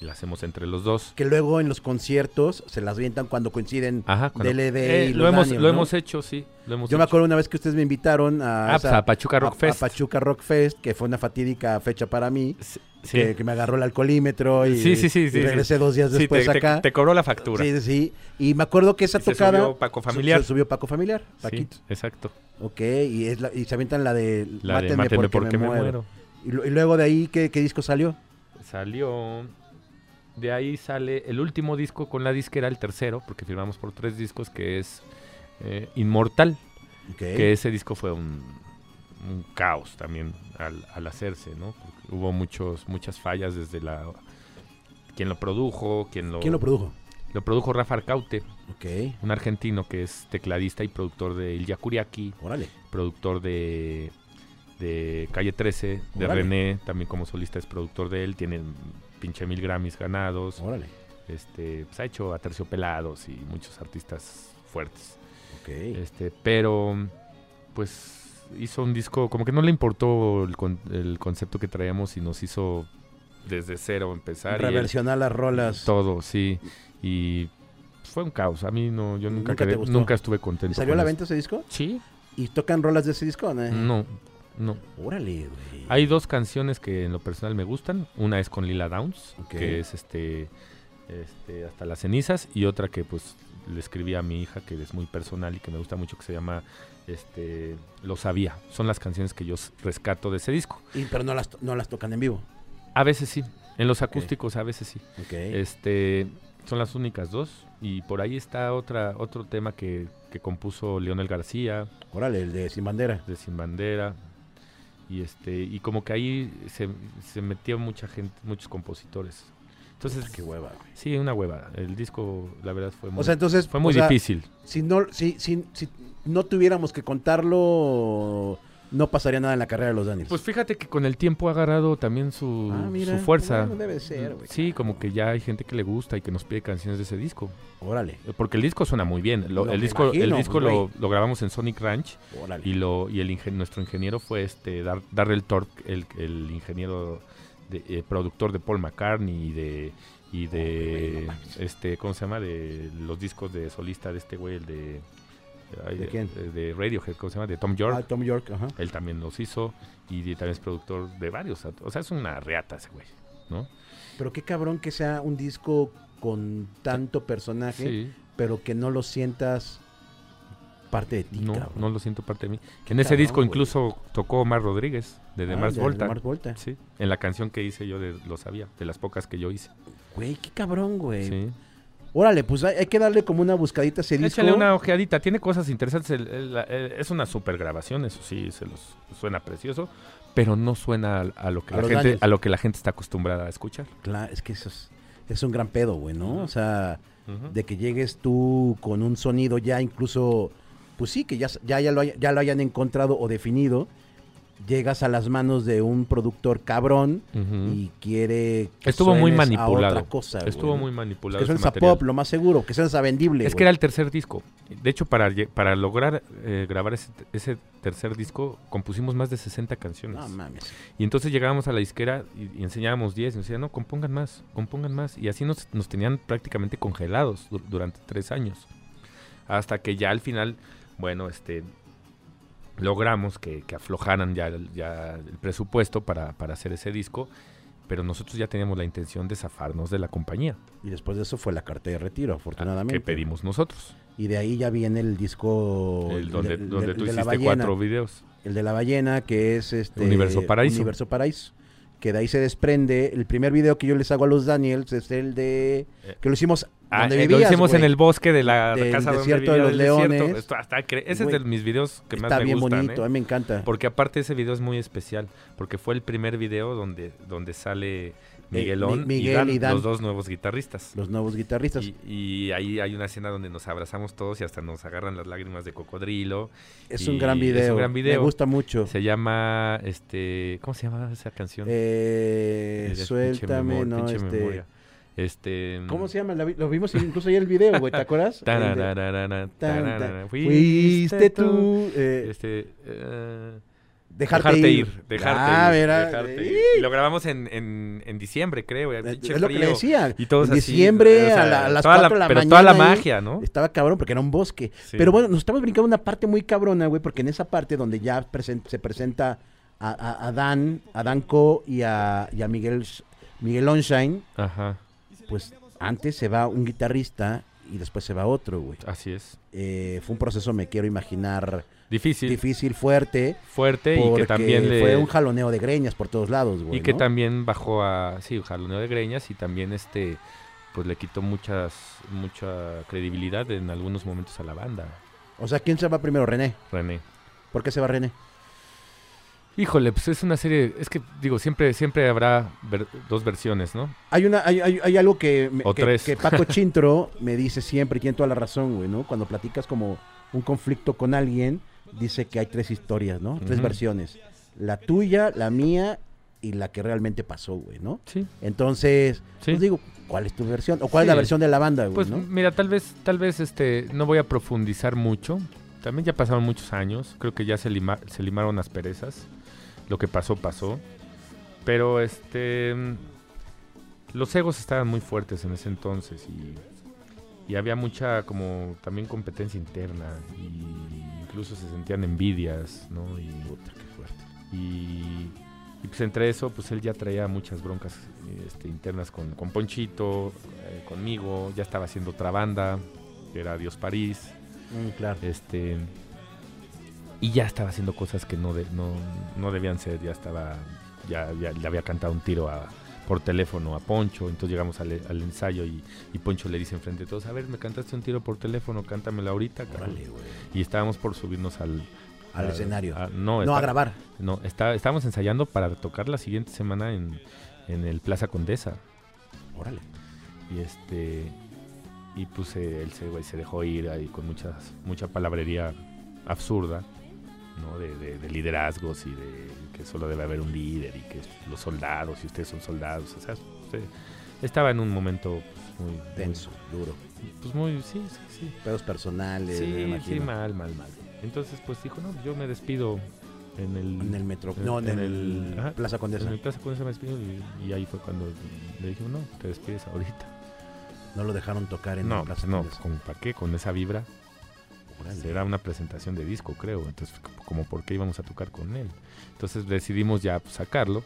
B: y la hacemos entre los dos.
A: Que luego en los conciertos se las vientan cuando coinciden
B: Ajá, cuando-
A: DLD
B: Eh,
A: y
B: lo hemos,
A: Lunanium,
B: lo
A: ¿no?
B: hemos hecho, sí. Lo hemos
A: Yo me
B: hecho.
A: acuerdo una vez que ustedes me invitaron a,
B: Ah, pues,
A: esa-
B: a Pachuca Rock
A: a- a
B: Fest.
A: Pachuca Rock Fest, que fue una fatídica fecha para mí,
B: Sí,
A: que, que me agarró el alcoholímetro y,
B: Sí, sí, sí,
A: y
B: sí, sí.
A: regresé dos días
B: Sí, te-
A: después
B: te,
A: acá.
B: te cobró la factura.
A: sí, sí, sí. Y me acuerdo que esa
B: Y se
A: tocada
B: subió Paco Familiar.
A: se subió Paco Familiar,
B: Sí,
A: Paquito.
B: exacto.
A: Ok, y, es la- y se avientan la de
B: La de Mátenme porque, me, muero.
A: Y, lu- y luego de ahí, ¿qué, qué disco salió?
B: Salió. De ahí sale el último disco con la disquera, el tercero, porque firmamos por tres discos, que es eh, Inmortal,
A: Ok.
B: que ese disco fue un, un caos también al, al hacerse, ¿no? Porque hubo muchos, muchas fallas desde la... Quien lo produjo, quien lo...
A: ¿Quién lo produjo?
B: lo produjo Rafa Arcaute,
A: Ok,
B: un argentino que es tecladista y productor de Il Yakuriaki,
A: órale.
B: productor de, de Calle 13, de
A: Órale.
B: René, también como solista es productor de él, tiene pinche mil Grammys ganados,
A: Órale.
B: este, pues ha hecho a terciopelados y muchos artistas fuertes.
A: Ok.
B: Este, pero pues hizo un disco, como que no le importó el, con- el concepto que traíamos y nos hizo desde cero empezar. y él-
A: Reversionar las rolas.
B: todo, sí. Y fue un caos. A mí no, yo nunca,
A: ¿Nunca te
B: quedé-
A: gustó?
B: nunca estuve contento.
A: ¿Salió a
B: con
A: la
B: eso.
A: venta ese disco?
B: Sí.
A: ¿Y tocan rolas de ese disco? No.
B: No, no.
A: Órale, güey.
B: Mm. Hay dos canciones que en lo personal me gustan. Una es con Lila Downs,
A: Ok.
B: que es este, este hasta las cenizas, y otra que pues le escribí a mi hija que es muy personal y que me gusta mucho que se llama este Lo sabía. Son las canciones que yo s- rescato de ese disco.
A: Y- pero no las, to- no las tocan en vivo.
B: A veces sí, en los acústicos a veces sí.
A: Ok.
B: Este, son las únicas dos. Y por ahí está otra, otro tema que, que compuso Leonel García,
A: Órale, el de Sin Bandera.
B: de Sin Bandera. Y este, y como que ahí se, se metió mucha gente, muchos compositores. Entonces,
A: Qué hueva, güey.
B: sí, una hueva. El disco, la verdad, fue muy,
A: O sea, entonces.
B: fue muy
A: o sea,
B: difícil.
A: Si no, si, si, si no tuviéramos que contarlo, no pasaría nada en la carrera de los Daniels.
B: Pues fíjate que con el tiempo ha agarrado también su,
A: Ah, mira,
B: su fuerza.
A: bueno, debe ser, güey,
B: sí,
A: claro.
B: como que ya hay gente que le gusta y que nos pide canciones de ese disco.
A: Órale,
B: Eh, Porque el disco suena muy bien. Lo-
A: No,
B: el,
A: me
B: disco,
A: imagino,
B: el disco
A: pues,
B: lo, lo grabamos en Sonic Ranch.
A: órale.
B: Y, lo, y el ingen- nuestro ingeniero fue este Dar, Darrell Thorpe, el, el ingeniero de- eh, productor de Paul McCartney y de, y
A: Hombre, güey,
B: de
A: no mames.
B: este, ¿cómo se llama? De los discos de solista de este güey, el de... ay,
A: ¿De quién?
B: eh, De Radiohead, ¿cómo se llama? De Tom
A: Ah,
B: York.
A: Tom York, ajá.
B: Él también los hizo y de- también es productor de varios. O sea, es una reata ese güey, ¿no?
A: Pero qué cabrón que sea un disco con tanto personaje,
B: Sí,
A: pero que no lo sientas parte de ti,
B: no,
A: cabrón.
B: no lo siento parte de mí. Que en
A: Qué
B: ese disco
A: cabrón, güey.
B: incluso tocó Omar Rodríguez, de
A: Ah,
B: Demars
A: de- de
B: Volta.
A: Mars Volta.
B: Sí, en la canción que hice yo de Lo Sabía, de las pocas que yo hice.
A: Güey, qué cabrón, güey.
B: Sí.
A: Órale, pues hay, hay que darle como una buscadita a ese Este disco.
B: Échale una ojeadita, tiene cosas interesantes. el- el- la- el- es una super grabación, eso sí, se los suena precioso, pero no suena a, a lo que
A: A
B: la
A: los
B: gente,
A: daños.
B: a lo que la gente está acostumbrada a escuchar.
A: Claro, es que eso es, es un gran pedo, güey, ¿no?
B: Ujú.
A: O sea,
B: Ujú.
A: de que llegues tú con un sonido ya incluso, pues sí, que ya, ya, ya, lo, haya- ya lo hayan encontrado o definido llegas a las manos de un productor cabrón
B: Ujú.
A: y quiere que
B: Estuvo muy
A: suenes a
B: manipulado.
A: otra cosa, güey,
B: Estuvo
A: ¿no?
B: muy
A: Pues
B: manipulado.
A: que suenes
B: ese
A: a
B: material.
A: pop, lo más seguro, que suenes a vendible.
B: Es que era el tercer disco. De hecho, para, lle- para lograr eh, grabar ese, ese tercer disco, compusimos más de 60
A: güey.
B: canciones.
A: No mames.
B: y entonces llegábamos a la disquera y, y enseñábamos 10. Y nos decían, no, compongan más, compongan más. Y así nos, nos tenían prácticamente congelados du- durante tres años. Hasta que ya al final, bueno, este logramos que, que aflojaran ya, el- ya el presupuesto para, para hacer ese disco. Pero nosotros ya teníamos la intención de zafarnos de la compañía
A: Y después de eso fue la carta de retiro, afortunadamente.
B: que Ah, pedimos nosotros.
A: Y de ahí ya viene el disco.
B: El donde,
A: de-
B: donde
A: de-
B: tú
A: de la
B: hiciste
A: ballena,
B: cuatro videos.
A: El de la ballena, que es este.
B: Universo Paraíso.
A: Universo Paraíso. Que de ahí se desprende. El primer video que yo les hago a los Daniels es el de.
B: Eh,
A: Que lo hicimos
B: Ah,
A: donde
B: eh,
A: vivías,
B: lo hicimos en
A: güey.
B: el bosque de la
A: Del
B: casa donde
A: desierto de
B: vivía
A: los
B: del desierto.
A: leones.
B: Esto hasta cre- Ese
A: Güey,
B: es de mis videos que más
A: Está
B: me
A: bien
B: gustan.
A: bonito, a
B: ¿eh?
A: mí me encanta.
B: Porque aparte ese video es muy especial, porque fue el primer video donde, donde sale Miguelón
A: Eh, Mi- Miguel y Dan.
B: los dos nuevos guitarristas.
A: Los nuevos guitarristas.
B: Y, y ahí hay una escena donde nos abrazamos todos y hasta nos agarran las lágrimas de cocodrilo.
A: es un
B: y
A: gran
B: es un
A: video.
B: gran video.
A: Me gusta mucho.
B: Se llama, este, ¿cómo se llama esa canción?
A: Eh,
B: Mira, pinche
A: suéltame,
B: memor-
A: no,
B: pinche
A: este.
B: memoria. Este,
A: ¿Cómo se llama? La vi- Lo vimos incluso ayer el video, güey, ¿te acuerdas? El de-
B: Tarararara,
A: tan, tan.
B: tararara,
A: Fuiste tú. eh,
B: Este, eh,
A: dejarte, ir.
B: Dejarte
A: Ah,
B: ir.
A: mira,
B: dejarte
A: eh,
B: ir. Y lo grabamos en, en, en diciembre, creo. ya, pinche
A: Es lo que le
B: frío.
A: decía.
B: Y todos
A: en
B: así,
A: diciembre
B: o sea,
A: a, la- a las
B: toda
A: 4 de la
B: Pero
A: mañana.
B: toda la
A: ahí,
B: magia, ¿no?
A: Estaba cabrón porque era un bosque.
B: Sí.
A: Pero bueno, nos estamos brincando una parte muy cabrona, güey, porque en esa parte donde ya presen- se presenta a, a- a Dan, a Danco y a, y a Miguel, Miguel Onshine,
B: Ajá,
A: pues antes se va un guitarrista y después se va otro, güey.
B: así es.
A: Eh, fue un proceso, me quiero imaginar,
B: Difícil,
A: difícil, fuerte.
B: fuerte y
A: porque
B: que también le...
A: fue un jaloneo de greñas por todos lados, güey.
B: y que
A: ¿no?
B: también bajó a, sí, un jaloneo de greñas y también este, pues le quitó muchas, mucha credibilidad en algunos momentos a la banda,
A: O sea, ¿quién se va primero? René.
B: René.
A: ¿Por qué se va René?
B: Híjole, pues es una serie, es que digo, siempre, siempre habrá ver- dos versiones, ¿no?
A: Hay, una, hay, hay- hay algo que, me-
B: O
A: que,
B: tres.
A: que Paco Chintro me dice siempre, y tiene toda la razón, güey, ¿no? Cuando platicas como un conflicto con alguien, dice que hay tres historias, ¿no? Tres
B: Ujú.
A: versiones. La tuya, la mía y la que realmente pasó, güey, ¿no?
B: Sí.
A: Entonces,
B: Sí.
A: pues digo, ¿cuál es tu versión? ¿O cuál es
B: Sí.
A: la versión de la banda, güey,
B: Pues
A: no?
B: mira, tal vez, tal vez este, no voy a profundizar mucho. También ya pasaron muchos años. Creo que ya se, lima- se limaron las perezas. Lo que pasó, pasó. Pero este. mm, Los egos estaban muy fuertes en ese entonces. Y, y había mucha como también competencia interna. Y incluso se sentían envidias, ¿no? Y, y, y, pues entre eso, pues él ya traía muchas broncas eh, este, internas con, con Ponchito, eh, conmigo, ya estaba haciendo otra banda, que era Dios París,
A: Mm, claro.
B: este y ya estaba haciendo cosas que no, de- no, no debían ser, ya estaba, ya, ya le había cantado un tiro a- por teléfono a Poncho, entonces llegamos al, al ensayo y, y Poncho le dice enfrente de todos, a ver, me cantaste un tiro por teléfono, cántamela ahorita, cabrón".
A: Órale, güey.
B: y estábamos por subirnos al...
A: Al escenario.
B: a- Ah, no,
A: no a
B: está-
A: grabar.
B: no, está, estábamos ensayando para tocar la siguiente semana en, en el Plaza Condesa.
A: Órale.
B: Y este. Y pues eh, él se, güey, se dejó ir ahí con muchas, mucha palabrería absurda, ¿no? De, de- de liderazgos y de que solo debe haber un líder y que los soldados, y ustedes son soldados. O sea, usted- estaba en un momento pues, muy. muy-
A: Tenso, duro.
B: pues muy, sí, sí, sí.
A: Pedos personales, me
B: Sí, sí,
A: imagino.
B: mal, mal, mal. Entonces, pues dijo, no, yo me despido en el.
A: en el metro. No, en,
B: en
A: el,
B: el- ajá,
A: Plaza Condesa.
B: Pues En el plaza con ese me despido y, y ahí fue cuando le dije, no, te despides ahorita.
A: No lo dejaron tocar en
B: No,
A: el Plaza
B: pues no,
A: Condesa.
B: ¿con, ¿para qué? Con esa vibra.
A: Órale.
B: Era una presentación de disco, creo. Entonces, como por qué íbamos a tocar con él. Entonces decidimos ya pues, sacarlo.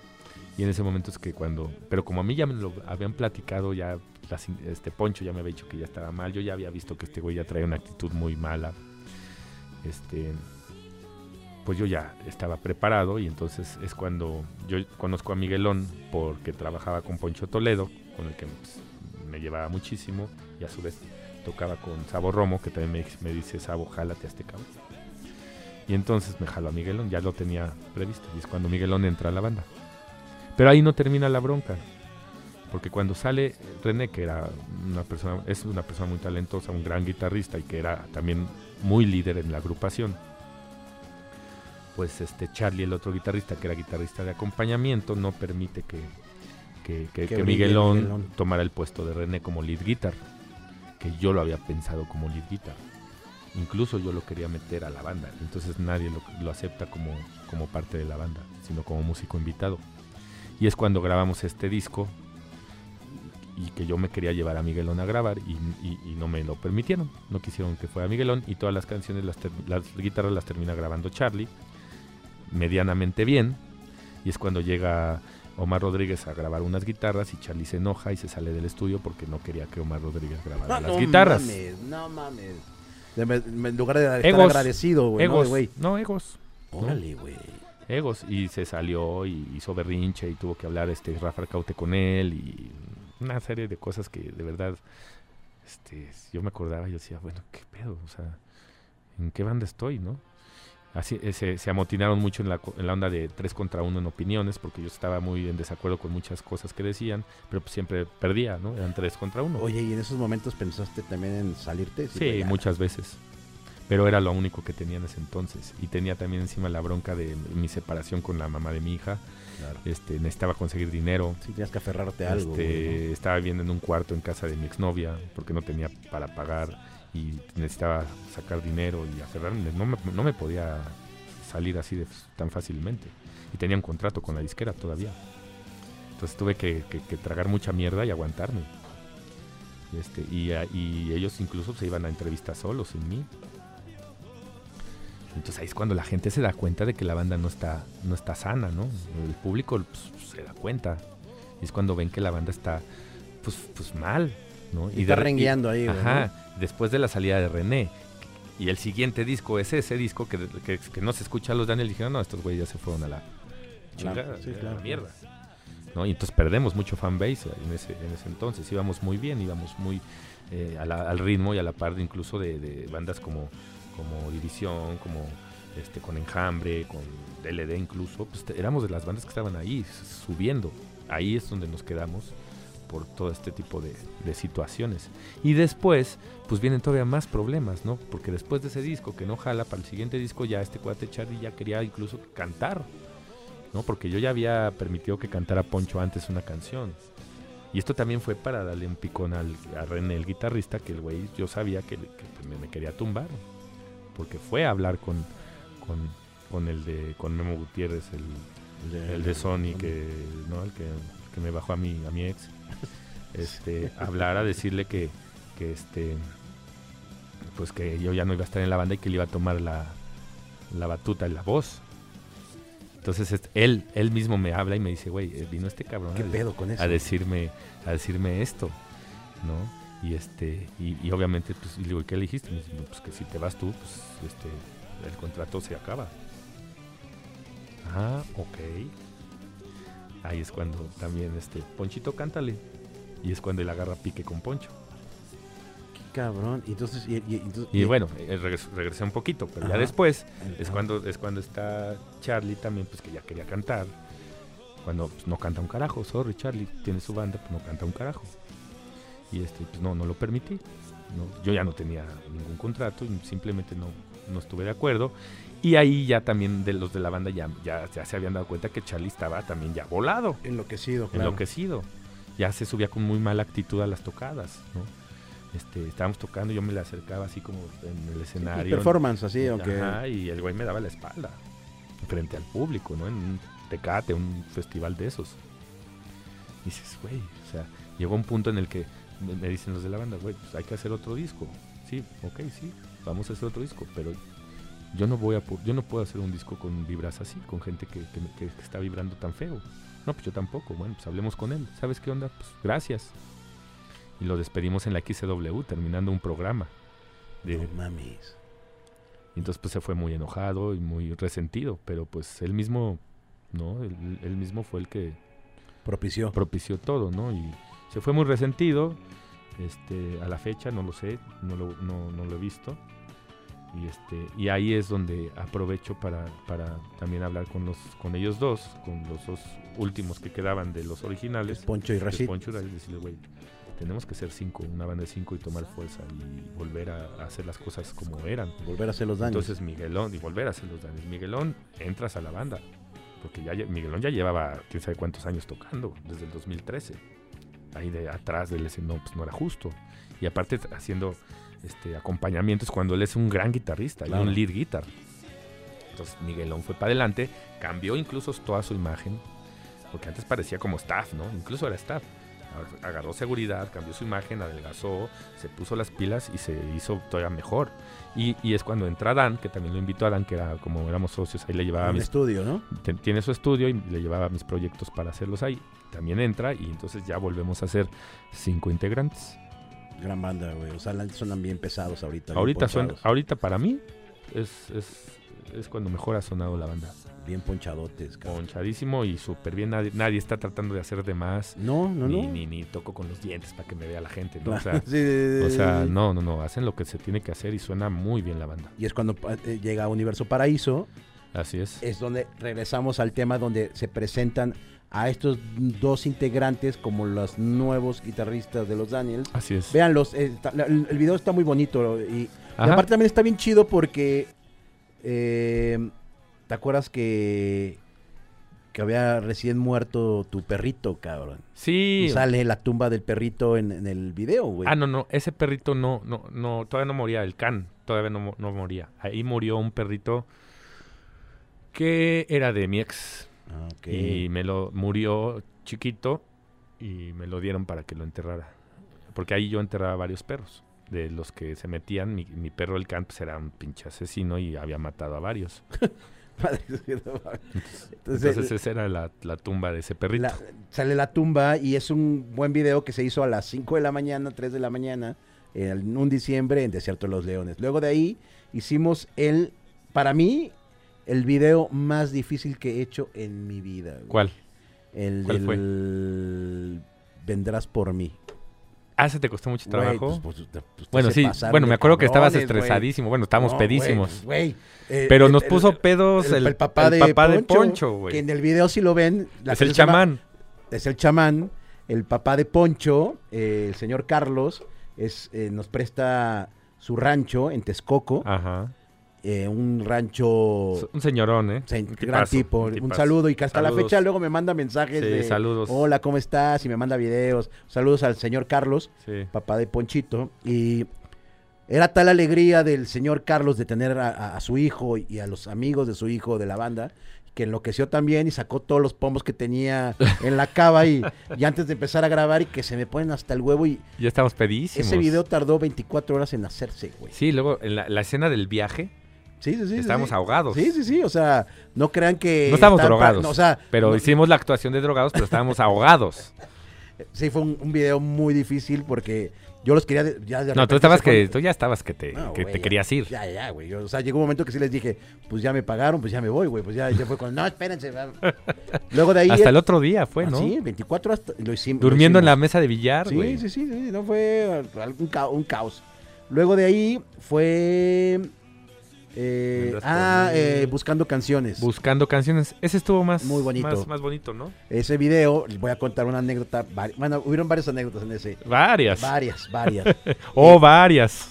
B: Y en ese momento es que cuando... Pero como a mí ya me lo habían platicado, ya las in- este Poncho ya me había dicho que ya estaba mal. Yo ya había visto que este güey ya traía una actitud muy mala. Este... Pues yo ya estaba preparado y entonces es cuando yo conozco a Miguelón porque trabajaba con Poncho Toledo, con el que pues, me llevaba muchísimo y a su vez tocaba con Sabo Romo, que también me, me dice, Sabo, jálate a este cabrón. Y entonces me jaló a Miguelón, ya lo tenía previsto, y es cuando Miguelón entra a la banda. Pero ahí no termina la bronca, porque cuando sale René, que era una persona, es una persona muy talentosa, un gran guitarrista y que era también muy líder en la agrupación, pues este Charlie, el otro guitarrista, que era guitarrista de acompañamiento, no permite que, que,
A: Que
B: que- que
A: brille
B: Miguelón,
A: Miguelón.
B: tomara el puesto de René como lead guitar, que yo lo había pensado como lead guitar. Incluso yo lo quería meter a la banda, entonces nadie lo, lo acepta como, como parte de la banda, sino como músico invitado. Y es cuando grabamos este disco y que yo me quería llevar a Miguelón a grabar y, y- y no me lo permitieron, no quisieron que fuera Miguelón y todas las canciones, las, ter- las guitarras las termina grabando Charlie, medianamente bien, y es cuando llega Omar Rodríguez a grabar unas guitarras y Charlie se enoja y se sale del estudio porque no quería que Omar Rodríguez grabara las
A: no
B: guitarras.
A: mames, no mames. De- me- me- en lugar de estar
B: Egos,
A: agradecido, güey. ¿no,
B: egos,
A: güey?
B: no, egos.
A: Órale, güey.
B: egos y se salió y hizo berrinche y tuvo que hablar este Rafa Caute con él y una serie de cosas que de verdad este yo me acordaba y yo decía bueno qué pedo o sea en qué banda estoy no así eh, se, se amotinaron mucho en la, co- en la onda de tres contra uno en opiniones porque yo estaba muy en desacuerdo con muchas cosas que decían pero pues siempre perdía no eran tres contra uno
A: Oye, ¿y en esos momentos pensaste también en salirte?
B: Sí,
A: güey,
B: muchas veces. Pero era lo único que tenía en ese entonces. Y tenía también encima la bronca de mi separación con la mamá de mi hija.
A: Claro.
B: Este, necesitaba conseguir dinero.
A: Sí, tenías que aferrarte a algo.
B: Este,
A: güey, ¿no?
B: Estaba viviendo en un cuarto en casa de mi exnovia porque no tenía para pagar y necesitaba sacar dinero y aferrarme. No me, no me podía salir así de, tan fácilmente. Y tenía un contrato con la disquera todavía. Entonces tuve que, que- que tragar mucha mierda y aguantarme. Este, y, a- y ellos incluso se iban a entrevistas solos sin mí. Entonces ahí es cuando la gente se da cuenta de que la banda no está, no está sana, ¿no? El público pues, se da cuenta. Y es cuando ven que la banda está pues, pues mal, ¿no?
A: Y,
B: de
A: está
B: re-
A: rengueando ahí, güey.
B: Ajá, después de la salida de René. Y el siguiente disco es ese disco que, que- que no se escucha a los Daniel. Dijeron, no, estos güeyes ya se fueron a la chingada,
A: sí,
B: a la
A: claro.
B: mierda. ¿No? Y entonces perdemos mucho fanbase en ese, en ese entonces. Íbamos muy bien, íbamos muy eh, a la- al ritmo y a la par de incluso de, de bandas como, como División, como este, con Enjambre, con DLD incluso. Pues, te- éramos de las bandas que estaban ahí, s- subiendo. Ahí es donde nos quedamos por todo este tipo de, de situaciones. Y después, pues vienen todavía más problemas, ¿no? Porque después de ese disco que no jala, para el siguiente disco ya este cuate Charlie ya quería incluso cantar, ¿no? Porque yo ya había permitido que cantara Poncho antes una canción. Y esto también fue para darle un picón al, a René, el guitarrista, que el güey yo sabía que, que me, me quería tumbar. Porque fue a hablar con, con, con el de con Memo Gutiérrez, el, el de Sony que no el que, que me bajó a mi a mi ex este hablar a decirle que, que este pues que yo ya no iba a estar en la banda y que le iba a tomar la, la batuta y la voz entonces este, él él mismo me habla y me dice güey eh, vino este cabrón a
A: ¿Qué
B: de-
A: pedo con eso?
B: a decirme a decirme esto no y este y, y obviamente pues y le digo ¿y qué le dijiste Me dice, pues que si te vas tú pues este el contrato se acaba ah ok ahí es cuando también este Ponchito cántale y es cuando él agarra pique con Poncho
A: Qué cabrón. Y entonces. Y, y- entonces-
B: y
A: y-
B: bueno eh, regres- regresé un poquito pero ya
A: Ajá.
B: después es
A: Ajá.
B: cuando es cuando está Charlie también pues que ya quería cantar cuando pues, no canta un carajo sorry Charlie tiene su banda pues no canta un carajo y este pues no no lo permití No, yo ya no tenía ningún contrato y simplemente no no estuve de acuerdo y ahí ya también de los de la banda ya ya, ya se habían dado cuenta que Charlie estaba también ya volado
A: Enloquecido, claro.
B: enloquecido. Ya se subía con muy mala actitud a las tocadas, ¿no? Este, estábamos tocando, yo me le acercaba así como en el
A: Y
B: escenario.
A: performance, así, aunque.
B: Ajá, y el güey me daba la espalda frente al público, ¿no? En un tecate, un festival de esos. Y dices, güey, o sea, llegó un punto en el que me me dicen los de la banda, güey, pues hay que hacer otro disco. Sí, ok, sí, vamos a hacer otro disco, pero yo no voy a pu- yo no puedo hacer un disco con vibras así, con gente que, que me- que- que está vibrando tan feo. No, pues yo tampoco. Bueno, pues hablemos con él. ¿Sabes qué onda? Pues gracias. Y lo despedimos en la XW, terminando un programa. De,
A: No mames.
B: y entonces pues se fue muy enojado y muy resentido, pero pues él mismo, ¿no? Él, él mismo fue el que
A: Propició.
B: propició todo, ¿no? Y se fue muy resentido, este, a la fecha, no lo sé, no lo, no, no lo he visto. Y, este, y ahí es donde aprovecho para, para también hablar con, los, con ellos dos, con los dos últimos que quedaban de los
A: que
B: originales.
A: es Poncho y
B: que es
A: Rashid.
B: Poncho, y decirle, güey, tenemos que ser cinco, una banda de cinco y tomar fuerza y volver a, a hacer las cosas como eran.
A: Volver a hacer los daños.
B: Entonces Miguelón, y volver a hacer los daños. Miguelón, entras a la banda, porque ya lle- Miguelón ya llevaba quién sabe cuántos años tocando, desde el 2013. Ahí de atrás del ese no, pues no era justo. Y aparte t- haciendo este acompañamientos cuando él es un gran guitarrista
A: Claro.
B: y un lead guitar. Entonces Miguelón fue para adelante, cambió incluso toda su imagen, porque antes parecía como staff, ¿no? Incluso era staff. Ahora Agarró seguridad, cambió su imagen, adelgazó, se puso las pilas y se hizo todavía mejor. Y, y es cuando entra Dan, que también lo invitó a Dan, que era como éramos socios, ahí le llevaba
A: un
B: ah, mis
A: estudio, ¿no?
B: ten- tiene su estudio y le llevaba mis proyectos para hacerlos ahí. También entra y entonces ya volvemos a ser cinco integrantes.
A: Gran banda, güey. O sea, la- suenan bien pesados ahorita. bien
B: ahorita, suena-
A: ponchados,
B: ahorita para mí es, es, es cuando mejor ha sonado la banda.
A: Bien ponchadotes, cabrón.
B: Ponchadísimo y súper bien. Nadie, nadie está tratando de hacer de más.
A: No, no,
B: ni,
A: no.
B: ni, ni toco con los dientes para que me vea la gente. ¿no?
A: Claro,
B: O, sea,
A: sí, sí, sí,
B: o sea,
A: sí.
B: no, no, no. Hacen lo que se tiene que hacer y suena muy bien la banda.
A: Y es cuando pa- eh, llega Universo Paraíso,
B: Así es.
A: es donde regresamos al tema donde se presentan a estos dos integrantes como los nuevos guitarristas de los Daniels.
B: Así es.
A: Véanlos, eh, está- la- el el video está muy bonito y, Y
B: Ajá.
A: aparte también está bien chido porque. eh, ¿Te acuerdas que. que había recién muerto tu perrito, cabrón?
B: Sí.
A: Y sale la tumba del perrito en, en el video, güey.
B: Ah, no, no, ese perrito no, no, no, todavía no moría, el can, todavía no, mo- no moría. Ahí murió un perrito que era de mi ex
A: Ah, ok.
B: y me lo murió chiquito y me lo dieron para que lo enterrara. Porque ahí yo enterraba varios perros. De los que se metían, mi, mi perro el can pues, era un pinche asesino y había matado a varios.
A: Madre, no mames. Entonces, eh,
B: Entonces esa era la, la tumba de ese perrito.
A: la- sale la tumba y es un buen video que se hizo a las 5 de la mañana, 3 de la mañana, en un diciembre en Desierto de los Leones. Luego de ahí hicimos el, para mí, el video más difícil que he hecho en mi vida. güey.
B: ¿Cuál?
A: El
B: ¿Cuál fue?
A: del Vendrás por mí.
B: Ah, ¿se te costó mucho
A: Güey,
B: trabajo?
A: pues, pues, pues, ustedes
B: bueno,
A: se
B: sí,
A: pasaron
B: bueno,
A: de
B: me acuerdo que estabas
A: cabrones, güey.
B: estresadísimo. Bueno, estábamos
A: No, güey,
B: pedísimos.
A: pues, güey. Eh,
B: Pero
A: el-
B: nos
A: el-
B: puso
A: el-
B: pedos
A: el,
B: el,
A: el papá, de, Poncho,
B: güey.
A: Que en el video si lo ven. la
B: Es
A: canción
B: el
A: se llama-
B: chamán.
A: Es el chamán. El papá de Poncho, eh, el señor Carlos, es, eh, nos presta su rancho en Texcoco.
B: Ajá.
A: eh, un rancho...
B: Es Un señorón, ¿eh?
A: O sea,
B: Un
A: gran tipo. Un saludo y que hasta la
B: Saludos.
A: fecha luego me manda mensajes
B: Sí,
A: de
B: saludos.
A: hola, ¿cómo estás? Y me manda videos. Saludos al señor Carlos,
B: Sí.
A: papá de Ponchito. Y era tal la alegría del señor Carlos de tener a, a- a su hijo y a los amigos de su hijo de la banda que enloqueció también y sacó todos los pomos que tenía en la cava y, y antes de empezar a grabar y que se me ponen hasta el huevo y
B: Ya estamos pedísimos.
A: ese video tardó 24 horas en hacerse, güey.
B: Sí, luego en la, la escena del viaje
A: Sí, sí, sí, sí.
B: estábamos
A: sí.
B: ahogados.
A: Sí, sí, sí, o sea, no crean que...
B: No estábamos
A: están pa-
B: drogados,
A: no, o sea,
B: Pero
A: no-
B: hicimos la actuación de drogados, pero estábamos ahogados.
A: Sí, fue un, un video muy difícil porque yo los quería... de- ya de
B: No,
A: repente
B: tú estabas
A: se fue-
B: que, tú ya estabas que te,
A: No,
B: eh, que
A: güey,
B: te
A: ya-
B: querías ir.
A: Ya, ya, güey. Yo, O sea, llegó un momento que sí les dije, pues ya me pagaron, pues ya me voy, güey. Pues ya, ya fue con, no, espérense. va". Luego de ahí...
B: Hasta el otro día fue,
A: Ah,
B: ¿no?
A: Sí, 24 horas lo hicimos.
B: Durmiendo en la mesa de billar,
A: Sí,
B: güey.
A: sí, sí, sí, no fue algún ca- un caos. Luego de ahí fue... eh,
B: Vendrás por
A: ah,
B: mí.
A: eh, buscando canciones.
B: Buscando canciones. Ese estuvo más,
A: Muy bonito.
B: más, más bonito, ¿no?
A: Ese video, les voy a contar una anécdota. vari- Bueno, hubieron varias anécdotas en ese.
B: Varias.
A: Varias, varias.
B: o varias.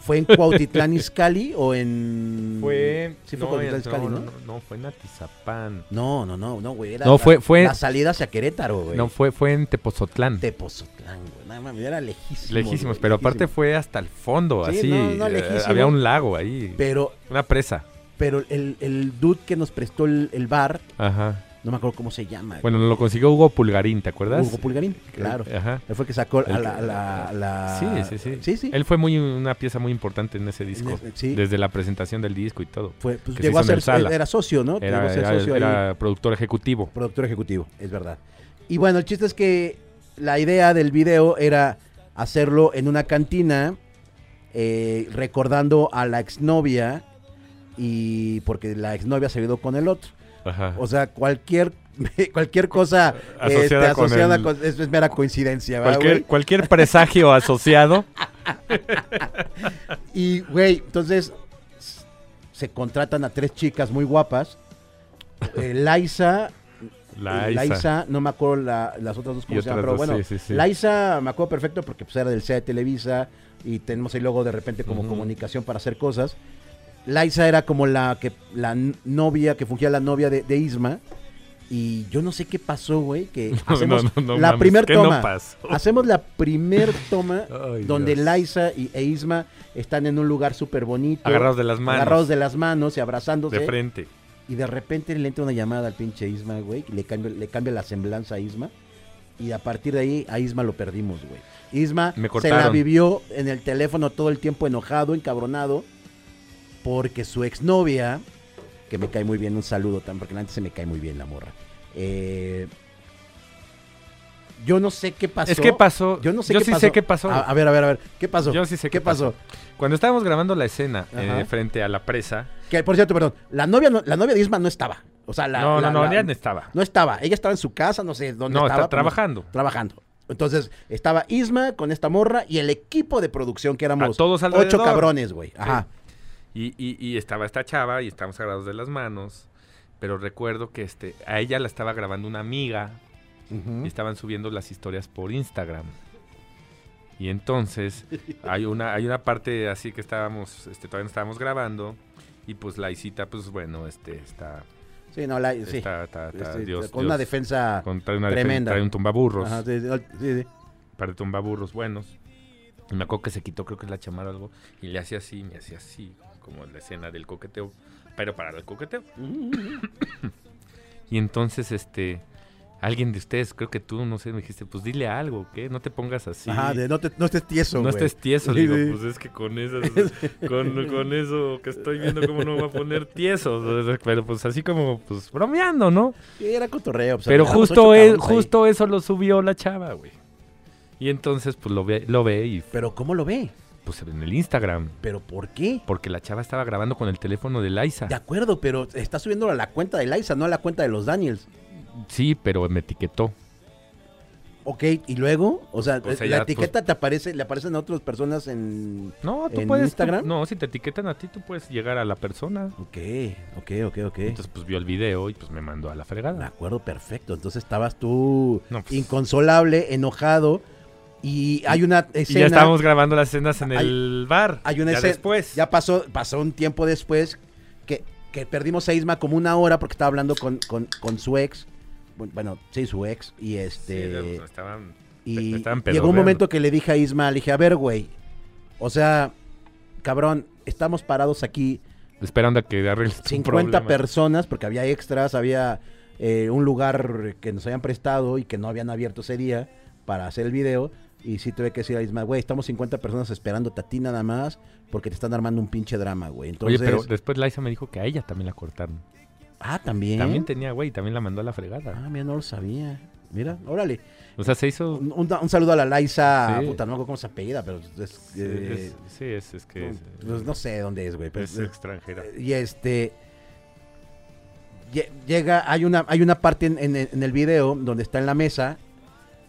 A: ¿Fue en Cuautitlán Izcalli o en...?
B: Fue.
A: Mm, Sí fue Cuautitlán Izcalli,
B: no,
A: ¿no?
B: no, no, fue en Atizapán.
A: No, no, no, no, güey. era
B: No,
A: la-
B: fue- fue-
A: La salida hacia Querétaro, güey.
B: No, fue, fue en Tepozotlán.
A: Tepozotlán, güey. Nada más, era lejísimo.
B: lejísimos, pero aparte fue hasta el fondo,
A: Sí,
B: así.
A: no, no,
B: eh,
A: lejísimo.
B: había un lago ahí.
A: Pero,
B: una presa.
A: pero el, el dude que nos prestó el, el bar,
B: Ajá.
A: no me acuerdo cómo se llama.
B: Bueno, lo consiguió Hugo Pulgarín, ¿te acuerdas?
A: Hugo Pulgarín, claro.
B: Ajá.
A: Él fue el que sacó a
B: El
A: la,
B: que-
A: a la, a la-
B: Sí, sí, sí.
A: Sí, sí.
B: Él fue muy una pieza muy importante en ese disco.
A: En ese- sí.
B: Desde la presentación del disco y todo.
A: Fue- pues
B: que se
A: llegó a
B: hizo en
A: ser,
B: el Sala.
A: era socio, ¿no?
B: Era,
A: llegó a ser
B: era-
A: socio ahí.
B: era productor ejecutivo.
A: Productor ejecutivo, es verdad. Y bueno, el chiste es que la idea del video era hacerlo en una cantina, eh, recordando a la exnovia, y porque la exnovia se quedó con el otro.
B: Ajá.
A: O sea, cualquier, cualquier cosa
B: Asociada
A: este,
B: con
A: asociada
B: el-
A: con, es, es mera coincidencia, ¿verdad,
B: cualquier,
A: güey?
B: cualquier presagio asociado.
A: Y, güey, entonces s- se contratan a tres chicas muy guapas. eh, Laisa,
B: Laisa.
A: Laisa, no me acuerdo la- las otras dos
B: Y
A: cómo se
B: otras
A: llaman, pero
B: dos,
A: bueno,
B: sí, sí, sí.
A: Laisa me acuerdo perfecto porque pues, era del CEA de Televisa y tenemos ahí luego de repente como
B: Ujú.
A: comunicación para hacer cosas. Laisa era como la que la n- novia, que fungía la novia de, de Isma. Y yo no sé qué pasó, güey, que
B: No,
A: hacemos
B: no, no, no
A: la
B: mames,
A: primer
B: ¿qué
A: toma.
B: No pasó?
A: Hacemos la primer toma
B: Ay,
A: donde
B: Dios.
A: Laisa y, e Isma están en un lugar súper bonito.
B: Agarrados de las manos.
A: agarrados de las manos y
B: de
A: abrazándose.
B: frente.
A: Y de repente le entra una llamada al pinche Isma, güey. y Le cambia, le cambia la semblanza a Isma. Y a partir de ahí, a Isma lo perdimos, güey. Isma
B: Me
A: se la
B: cortaron.
A: vivió en el teléfono todo el tiempo enojado, encabronado. Porque su exnovia, que me cae muy bien, un saludo tan, porque antes se me cae muy bien la morra. Eh, yo no sé qué pasó.
B: Es que pasó.
A: Yo no sé
B: yo
A: qué
B: sí
A: pasó.
B: sé qué pasó.
A: A, a ver, a ver, a ver. ¿Qué pasó?
B: Yo sí sé
A: ¿Qué
B: qué pasó.
A: pasó?
B: Cuando estábamos grabando la escena eh,
A: Ajá.
B: frente a la presa.
A: Que, por cierto, perdón. La novia, no- la novia de Isma no estaba. O sea, la.
B: no,
A: la-
B: no, no,
A: la-
B: ya no estaba.
A: No estaba, ella estaba en su casa, no sé dónde estaba.
B: No,
A: pues,
B: está
A: pero
B: trabajando.
A: Trabajando. Entonces, estaba Isma con esta morra y el equipo de producción que éramos
B: A todos
A: ocho
B: alrededor.
A: cabrones, güey. Ajá.
B: Y, y- y estaba esta chava y estábamos agarrados de las manos. Pero recuerdo que este, a ella la estaba grabando una amiga
A: Ujú.
B: y estaban subiendo las historias por Instagram. Y entonces hay una, hay una parte así que estábamos, este, todavía no estábamos grabando. Y pues la Isita, pues bueno, este, está.
A: Sí, no, la, sí.
B: está- está- está-
A: Sí,
B: Dios,
A: con una
B: Dios.
A: defensa.
B: Con- trae una
A: tremenda.
B: tremenda. Trae un tumbaburros.
A: Ajá, sí, sí, no, sí, sí.
B: para tumbaburros buenos. Y me acuerdo que se quitó, creo que la chamara o algo, y le hacía así, me hacía así, como en la escena del coqueteo, pero para el coqueteo. Y entonces, este, alguien de ustedes, creo que tú, no sé, me dijiste, pues dile algo, ¿qué? No te pongas así.
A: Ajá, de no, te- no estés tieso,
B: no
A: güey.
B: estés tieso,
A: Sí,
B: digo,
A: sí.
B: pues es que con esas, con, con eso que estoy viendo, ¿cómo no me voy a poner tieso? Pero pues así como, pues bromeando, ¿no?
A: Sí, Era cotorreo. pues,
B: Pero
A: éramos
B: justo,
A: ocho
B: es,
A: cabrones ahí.
B: justo eso lo subió la chava, güey. Y entonces, pues lo ve, lo ve y
A: Pero ¿cómo lo ve?
B: pues en el Instagram.
A: ¿Pero por qué?
B: Porque la chava estaba grabando con el teléfono de Liza.
A: De acuerdo, pero está subiendo a la cuenta de Liza, no a la cuenta de los Daniels.
B: Sí, pero me etiquetó.
A: Ok, y luego, o sea,
B: Pues
A: la
B: ella, pues-
A: etiqueta te aparece, le aparecen a otras personas en
B: No, tú
A: ¿En
B: puedes. tú-
A: Instagram?
B: no, si te etiquetan a ti, tú puedes llegar a la persona.
A: Ok, ok, ok, ok.
B: Entonces, pues vio el video y pues me mandó a la
A: Me
B: fregada.
A: acuerdo perfecto. Entonces estabas tú
B: No, pues.
A: inconsolable, enojado. Y hay una
B: Y
A: escena.
B: ya estábamos grabando las escenas en
A: Hay-
B: el bar.
A: hay una
B: ya
A: escena-
B: después.
A: Ya pasó, pasó un tiempo después que, que perdimos a Isma como una hora porque estaba hablando con, con- con su ex. Bueno, sí, su ex. Y
B: Sí,
A: este.
B: pues, estaban-
A: Y
B: Te
A: llegó
B: estaban
A: un
B: pedorreando.
A: momento que le dije a Isma, le dije, a ver, güey, o sea, cabrón, estamos parados aquí
B: esperando a que arregles tu
A: 50
B: problema.
A: personas, porque había extras, había eh, un lugar que nos habían prestado y que no habían abierto ese día para hacer el video. Y sí tuve que decir a Isma, güey, estamos 50 personas esperándote a ti nada más porque te están armando un pinche drama, güey. Entonces,
B: Oye, pero después Liza me dijo que a ella también la cortaron.
A: ah, también.
B: También tenía, güey, también la mandó a la fregada.
A: Ah, mira, no lo sabía. Mira, órale.
B: O sea, se hizo.
A: Un, un- un saludo a la Laisa,
B: Sí.
A: puta, no me acuerdo cómo se apellida, pero es, eh,
B: es- sí, es, es que. es-
A: no, pues, no pues, sé dónde es, güey. pero-
B: es extranjera.
A: Y este. lle- Llega, hay una, hay una parte en, en- en el video donde está en la mesa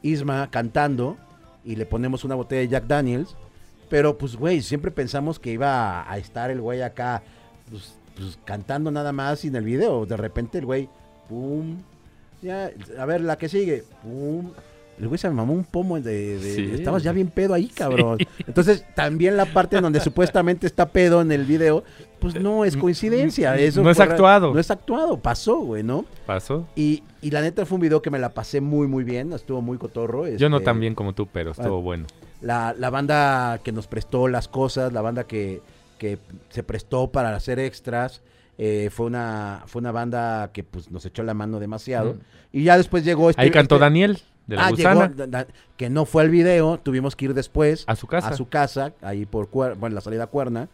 A: Isma cantando y le ponemos una botella de Jack Daniels. Pero pues, güey, siempre pensamos que iba a, a estar el güey acá pues, pues, cantando nada más y en el video. De repente el güey, pum. Ya, a ver, la que sigue, pum. El güey se mamó un pomo de... de-
B: Sí.
A: Estabas ya bien pedo ahí, cabrón. Entonces, también la parte en donde supuestamente está pedo en el video, pues no es coincidencia. Eso
B: Eh, No es
A: fue real.
B: actuado.
A: No es actuado, pasó, güey, ¿no?
B: ¿Pasó?
A: Y, y la neta fue un video que me la pasé muy, muy bien, estuvo muy cotorro.
B: Yo no
A: este,
B: tan bien como tú, pero estuvo bueno.
A: La, la banda que nos prestó las cosas, la banda que, que se prestó para hacer extras, eh, fue, una, fue una banda que pues nos echó la mano demasiado.
B: Mm.
A: Y ya después llegó este...
B: Ahí cantó
A: este-
B: Daniel, de la
A: Ah, llegó,
B: gusana,
A: da- da- que no fue al video, tuvimos que ir después
B: a su casa.
A: a su casa, ahí por Cuer- bueno, la salida a Cuerna.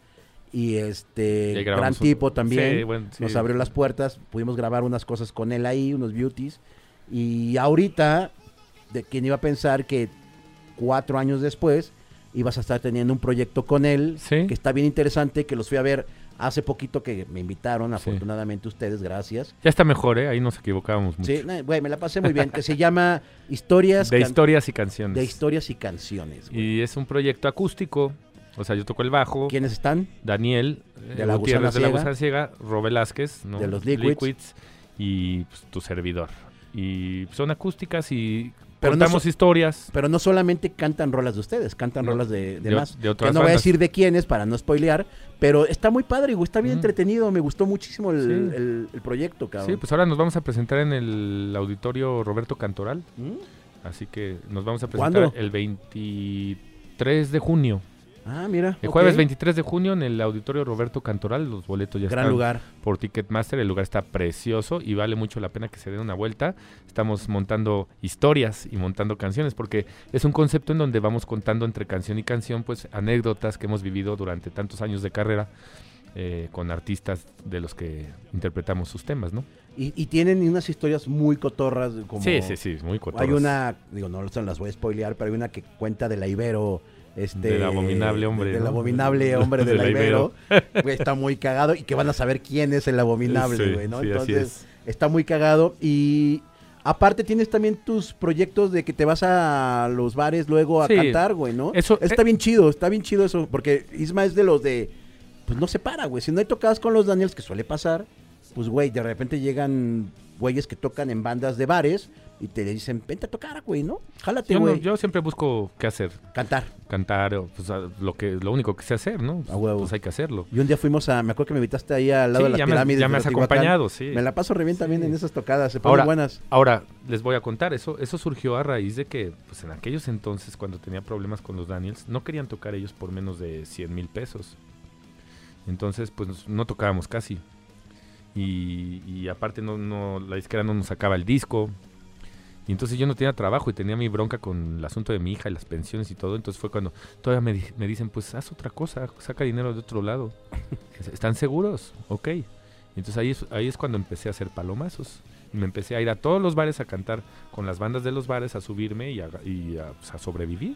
A: Y
B: Y
A: este
B: ahí
A: gran
B: grabamos un-
A: tipo también
B: Sí, bueno, sí.
A: nos abrió las puertas, pudimos grabar unas cosas con él ahí, unos beauties. Y ahorita, de quien iba a pensar que cuatro años después ibas a estar teniendo un proyecto con él,
B: Sí.
A: que está bien interesante, que los fui a ver hace poquito que me invitaron,
B: Sí.
A: afortunadamente ustedes, gracias.
B: Ya está mejor, ¿eh? Ahí nos equivocábamos mucho.
A: Sí, no, güey, me la pasé muy bien, que se llama Historias
B: de
A: Can-
B: historias y canciones.
A: de historias y Canciones. güey.
B: Y es un proyecto acústico. O sea, yo toco el bajo.
A: ¿Quiénes están?
B: Daniel,
A: De
B: eh,
A: la
B: Gutiérrez
A: Gusana
B: de la
A: Ciega.
B: Gusana Ciega, Ro Velázquez, ¿no?
A: De los Liquids.
B: y pues, tu servidor. Y son acústicas y
A: Pero no
B: contamos
A: so-
B: historias.
A: Pero no solamente cantan rolas de ustedes, cantan
B: No,
A: rolas de, de
B: de o-
A: más.
B: de
A: que
B: otras
A: no voy a
B: bandas.
A: decir de quiénes para no spoilear, pero está muy padre, güey, está bien
B: Ujú.
A: entretenido, me gustó muchísimo el,
B: Mm. Sí.
A: el- el proyecto, cabrón.
B: Sí, pues ahora nos vamos a presentar en el auditorio Roberto Cantoral.
A: ¿Mm?
B: Así que nos vamos a presentar
A: ¿Cuándo?
B: el 23 de junio.
A: Ah, mira.
B: El
A: ok.
B: jueves 23 de junio en el auditorio Roberto Cantoral. Los boletos ya
A: Gran
B: están
A: lugar.
B: por Ticketmaster. El lugar está precioso y vale mucho la pena que se den una vuelta. Estamos montando historias y montando canciones porque es un concepto en donde vamos contando entre canción y canción pues anécdotas que hemos vivido durante tantos años de carrera eh, con artistas de los que interpretamos sus temas, ¿no?
A: Y, y tienen unas historias muy cotorras. Como
B: sí, sí, sí, muy cotorras.
A: Hay una, digo, no se las voy a spoilear, pero hay una que cuenta del Ibero. Este,
B: Del abominable hombre,
A: Del
B: ¿no?
A: abominable hombre del,
B: Del
A: Ibero.
B: Ibero.
A: Güey, está muy cagado y que van a saber quién es el abominable,
B: Sí,
A: güey, ¿no?
B: sí, así
A: Entonces,
B: es.
A: está muy cagado. Y aparte tienes también tus proyectos de que te vas a los bares luego a
B: Sí.
A: cantar, güey, ¿no?
B: Eso- eh,
A: está bien chido, está bien chido eso, porque Isma es de los de, pues no se para, güey. Si no hay tocadas con los Daniels, que suele pasar, pues, güey, de repente llegan güeyes que tocan en bandas de bares y te dicen, vente a tocar, güey, ¿no? Jálate,
B: Yo, no-
A: güey.
B: yo siempre busco qué hacer,
A: Cantar.
B: cantar, o, pues, a- lo que lo único que sé hacer, ¿no?
A: A huevo.
B: Pues hay que hacerlo.
A: Y un día fuimos a, me acuerdo que me invitaste ahí al lado
B: Sí,
A: de las
B: ya me-
A: pirámides.
B: ya
A: de
B: me has
A: Teotihuacán.
B: acompañado, sí.
A: Me la paso re bien también
B: Sí.
A: en esas tocadas, se ponen
B: Ahora,
A: buenas.
B: ahora, les voy a contar, eso, eso surgió a raíz de que pues, en aquellos entonces, cuando tenía problemas con los Daniels, no querían tocar ellos por menos de 100 mil pesos. Entonces, pues no tocábamos casi. Y, y aparte, no, no, la disquera no nos sacaba el disco. Y entonces yo no tenía trabajo y tenía mi bronca con el asunto de mi hija y las pensiones y todo. Entonces fue cuando todavía me, di- me dicen, pues haz otra cosa, saca dinero de otro lado. ¿Están seguros? Ok. Y entonces ahí es, ahí es cuando empecé a hacer palomazos. Y me empecé a ir a todos los bares a cantar con las bandas de los bares, a subirme y a, y a, pues, a sobrevivir.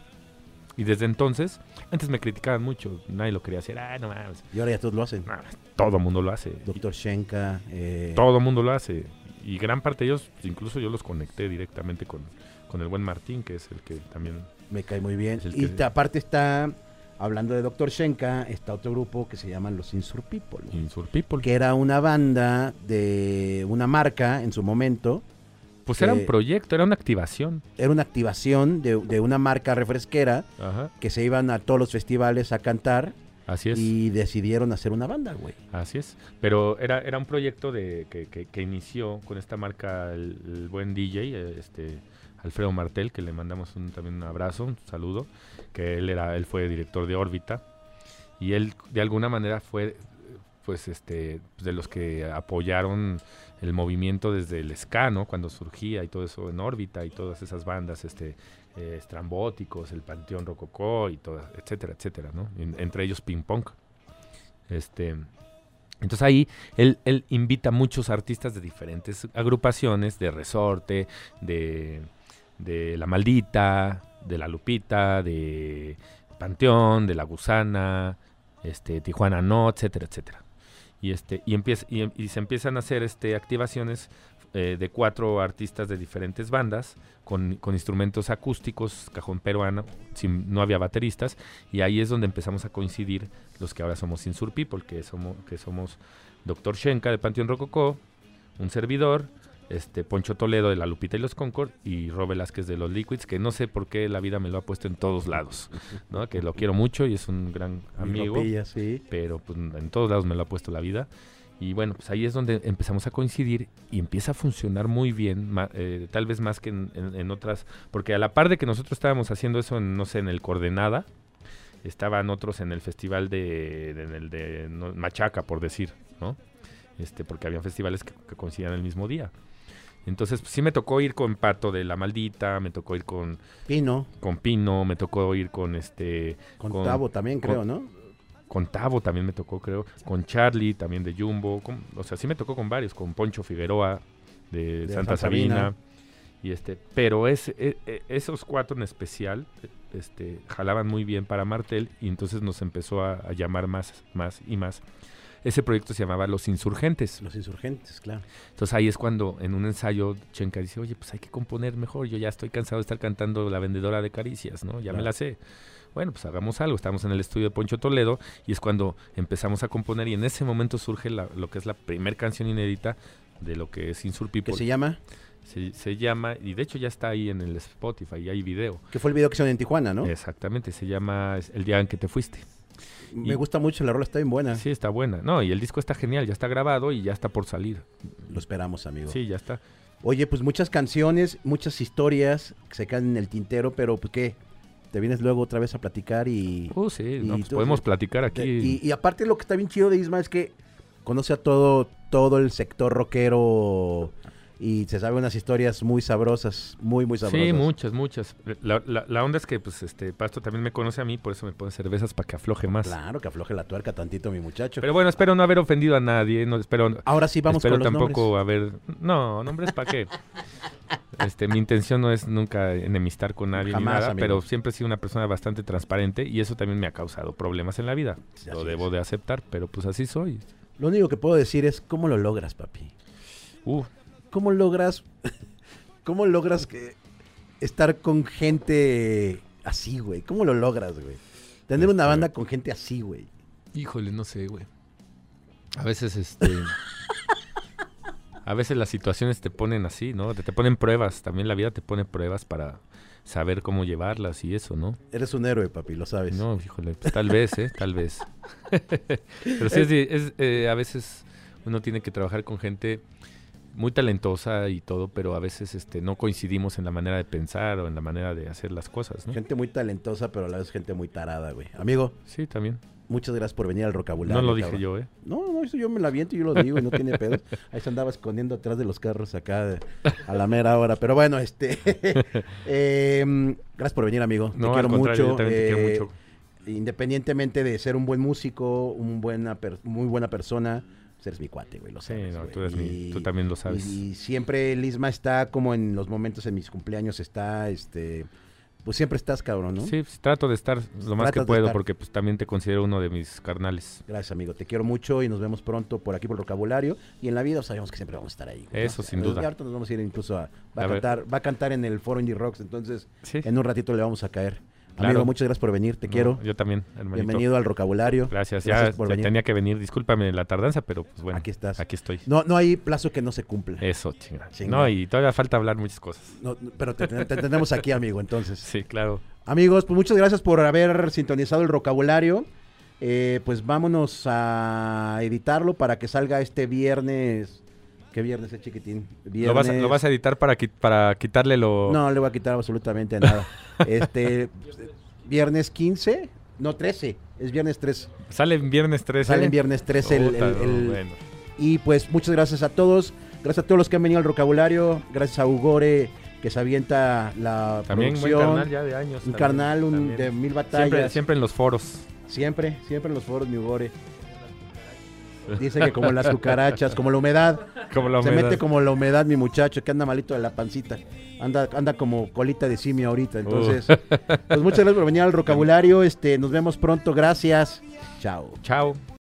B: Y desde entonces, antes me criticaban mucho, nadie lo quería hacer, ah, no mames,
A: Y ahora ya todos lo hacen.
B: no, todo mundo lo hace. Y
A: Doctor Shenka, eh,
B: Todo mundo lo hace. Y gran parte de ellos, pues, incluso yo los conecté directamente con, con el buen Martín, que es el que también...
A: Me cae muy bien.
B: Es el
A: Y
B: que-
A: te- aparte está, hablando de Doctor Shenka, está otro grupo que se llaman los Insur People,
B: Insur People.
A: que era una banda de una marca en su momento.
B: Pues era
A: que-
B: un proyecto, era una activación.
A: Era una activación de, de una marca refresquera
B: Ajá,
A: que se iban a todos los festivales a cantar
B: así es.
A: y decidieron hacer una banda, güey.
B: Así es. Pero era, era un proyecto de, que, que- que inició con esta marca el, el buen DJ, eh, este Alfredo Martel, que le mandamos un- también un abrazo, un saludo, que él era, él fue director de órbita. Y él de alguna manera fue eh, pues este de los que apoyaron el movimiento desde el ska, ¿no? Cuando surgía y todo eso en órbita y todas esas bandas, este, eh, estrambóticos, el Panteón Rococó y todas, etcétera, etcétera, ¿no? En- entre ellos Ping Pong. Este, entonces ahí él, él invita a muchos artistas de diferentes agrupaciones, de Resorte, de, de La Maldita, de La Lupita, de Panteón, de La Gusana, este, Tijuana No, etcétera, etcétera. Y, este, y, empieza, y, em- y se empiezan a hacer este, activaciones eh, de cuatro artistas de diferentes bandas con, con instrumentos acústicos, cajón peruano, sin, no había bateristas, y ahí es donde empezamos a coincidir los que ahora somos Insur People, que somos, que somos Doctor Shenka de Panteón Rococó, un servidor, este Poncho Toledo de La Lupita y los Concord y Rob Velázquez de los Liquids, que no sé por qué la vida me lo ha puesto en todos lados, ¿no? que lo quiero mucho y es un gran amigo
A: Ropilla, sí.
B: pero pues, en todos lados me lo ha puesto la vida. Y bueno, pues ahí es donde empezamos a coincidir y empieza a funcionar muy bien, ma- eh, tal vez más que en, en- en otras, porque a la par de que nosotros estábamos haciendo eso, en, no sé, en el Coordenada, estaban otros en el festival de, de- en el de no, Machaca, por decir, ¿no? Este, porque había festivales que, que coincidían el mismo día. Entonces, pues, sí me tocó ir con Pato de la Maldita, me tocó ir con,
A: Pino,
B: con Pino, me tocó ir con este
A: con,
B: Con-
A: Tavo también,
B: con-
A: creo, ¿no?
B: con Tavo también me tocó, creo, con Charlie también de Jumbo, con- o sea, sí me tocó con varios, con Poncho Figueroa de,
A: De
B: Santa
A: Santa Sabina.
B: Sabina. y este, pero ese- e- e- esos cuatro en especial eh, este, jalaban muy bien para Martel y entonces nos empezó a, a llamar más, más y más. Ese proyecto se llamaba Los Insurgentes.
A: Los insurgentes, claro.
B: Entonces ahí es cuando en un ensayo Chenka dice, oye, pues hay que componer mejor, yo ya estoy cansado de estar cantando La Vendedora de Caricias, ¿no? Ya
A: Claro.
B: me la sé. Bueno, pues hagamos algo. Estamos en el estudio de Poncho Toledo y es cuando empezamos a componer y en ese momento surge la- lo que es la primer canción inédita de lo que es Insur
A: ¿Qué
B: People.
A: se llama?
B: Se, se llama, y de hecho ya está ahí en el Spotify, y hay video.
A: Que fue el video que hicieron en Tijuana, ¿no?
B: Exactamente, se llama El día en que te fuiste.
A: Me
B: y-
A: gusta mucho, la rola está bien buena.
B: Sí, está buena. No, y el disco está genial, ya está grabado y ya está por salir.
A: Lo esperamos, amigo.
B: Sí, ya está.
A: Oye, pues muchas canciones, muchas historias que se quedan en el tintero, pero pues qué, te vienes luego otra vez a platicar y...
B: Uh, sí,
A: y
B: no, pues
A: tú-
B: podemos platicar aquí.
A: te- y, y aparte lo que está bien chido de Isma es que conoce a todo, todo el sector rockero y se sabe unas historias muy sabrosas, muy, muy sabrosas.
B: Sí, muchas, muchas. La, la- la onda es que, pues, este, Pasto también me conoce a mí, por eso me pone cervezas para que afloje más.
A: Claro, que afloje la tuerca tantito mi muchacho.
B: Pero bueno, espero no haber ofendido a nadie, no, espero,
A: Ahora sí Ah, vamos
B: espero
A: con los
B: tampoco
A: nombres.
B: haber... No, nombres para qué. Este, mi intención no es nunca enemistar con nadie
A: Jamás,
B: ni nada,
A: amigo.
B: pero siempre he sido una persona bastante transparente y eso también me ha causado problemas en la vida.
A: Sí,
B: Lo
A: así
B: debo
A: es.
B: de aceptar, pero pues así soy.
A: Lo único que puedo decir es cómo lo logras, papi.
B: Uh,
A: ¿Cómo logras cómo logras que estar con gente así, güey? ¿Cómo lo logras, güey? Tener una
B: Este-
A: banda con gente así, güey.
B: Híjole, no sé, güey. A veces, este. a veces las situaciones te ponen así, ¿no? Te, te ponen pruebas. También la vida te pone pruebas para saber cómo llevarlas y eso, ¿no?
A: Eres un héroe, papi, lo sabes.
B: No, híjole, pues tal vez, ¿eh? Tal vez. Pero sí, es, di- es, eh, a veces uno tiene que trabajar con gente muy talentosa y todo, pero a veces este, no coincidimos en la manera de pensar o en la manera de hacer las cosas, ¿no?
A: Gente muy talentosa, pero a la vez gente muy tarada, güey. Amigo,
B: Sí, también.
A: muchas gracias por venir al rocabulario.
B: No lo dije
A: cabrón.
B: yo, ¿eh?
A: No, no, eso yo me la viento y yo lo digo y no tiene pedos. Ahí se andaba escondiendo atrás de los carros acá de- a la mera hora. Pero bueno, este. em, gracias por venir, amigo. Te
B: No, al
A: quiero
B: contrario,
A: mucho.
B: yo también te
A: eh,
B: quiero mucho.
A: Independientemente de ser un buen músico, un buena per- muy buena persona, pues eres mi cuate, güey, lo
B: Sí,
A: sabes.
B: no,
A: güey.
B: tú, eres mi-
A: Y-
B: tú también lo sabes.
A: Y siempre Lisma está como en los momentos en mis cumpleaños, está, este, pues siempre estás, cabrón, ¿no?
B: Sí, pues, trato de estar lo más
A: Tratas de
B: que puedo
A: estar.
B: porque pues también te considero uno de mis carnales.
A: Gracias, amigo. Te quiero mucho y nos vemos pronto por aquí por el vocabulario. Y en la vida sabemos que siempre vamos a estar ahí. güey,
B: Eso, sin
A: Entonces,
B: duda.
A: ya ahorita nos vamos a ir incluso a. Va a,
B: A ver.
A: cantar, va a cantar en el foro Indie Rocks, entonces
B: Sí.
A: en un ratito le vamos a caer.
B: Claro.
A: Amigo, muchas gracias por venir. Te
B: No,
A: quiero.
B: Yo también, hermanito.
A: Bienvenido al vocabulario.
B: Gracias,
A: Gracias
B: ya,
A: por
B: ya
A: venir.
B: tenía que venir. Discúlpame la tardanza, pero pues bueno.
A: Aquí estás.
B: Aquí Eh. estoy.
A: No, no hay plazo que no se cumpla.
B: Eso, chinga.
A: Chinga.
B: No, y todavía falta hablar muchas cosas.
A: No, no, pero te, te- te tenemos aquí, amigo, entonces.
B: Sí, claro.
A: Amigos, pues muchas gracias por haber sintonizado el vocabulario. Eh, pues vámonos a editarlo para que salga este viernes. ¿Qué viernes es, chiquitín? Viernes.
B: ¿Lo vas, a- lo vas a editar para, qui- para quitarle lo...
A: No, le voy a quitar absolutamente nada. este, viernes 15, no 13, es viernes 3.
B: Sale en viernes 13.
A: Sale en viernes 13 el-
B: Puta,
A: el-
B: no,
A: el-
B: bueno.
A: Y pues muchas gracias a todos. Gracias a todos los que han venido al vocabulario. Gracias a Ugore que se avienta la
B: También buen
A: producción.
B: carnal ya de años.
A: un
B: también,
A: carnal un-
B: también.
A: de mil batallas.
B: Siempre, siempre en los foros.
A: Siempre, siempre en los foros, mi Ugore. Dice que como las cucarachas, como la humedad.
B: Como la
A: Se
B: humedad.
A: mete como la humedad, mi muchacho, que anda malito de la pancita. Anda, anda como colita de simio ahorita. Entonces,
B: Uh.
A: pues muchas gracias por venir al vocabulario. Este, nos vemos pronto. Gracias. Chao.
B: Chao.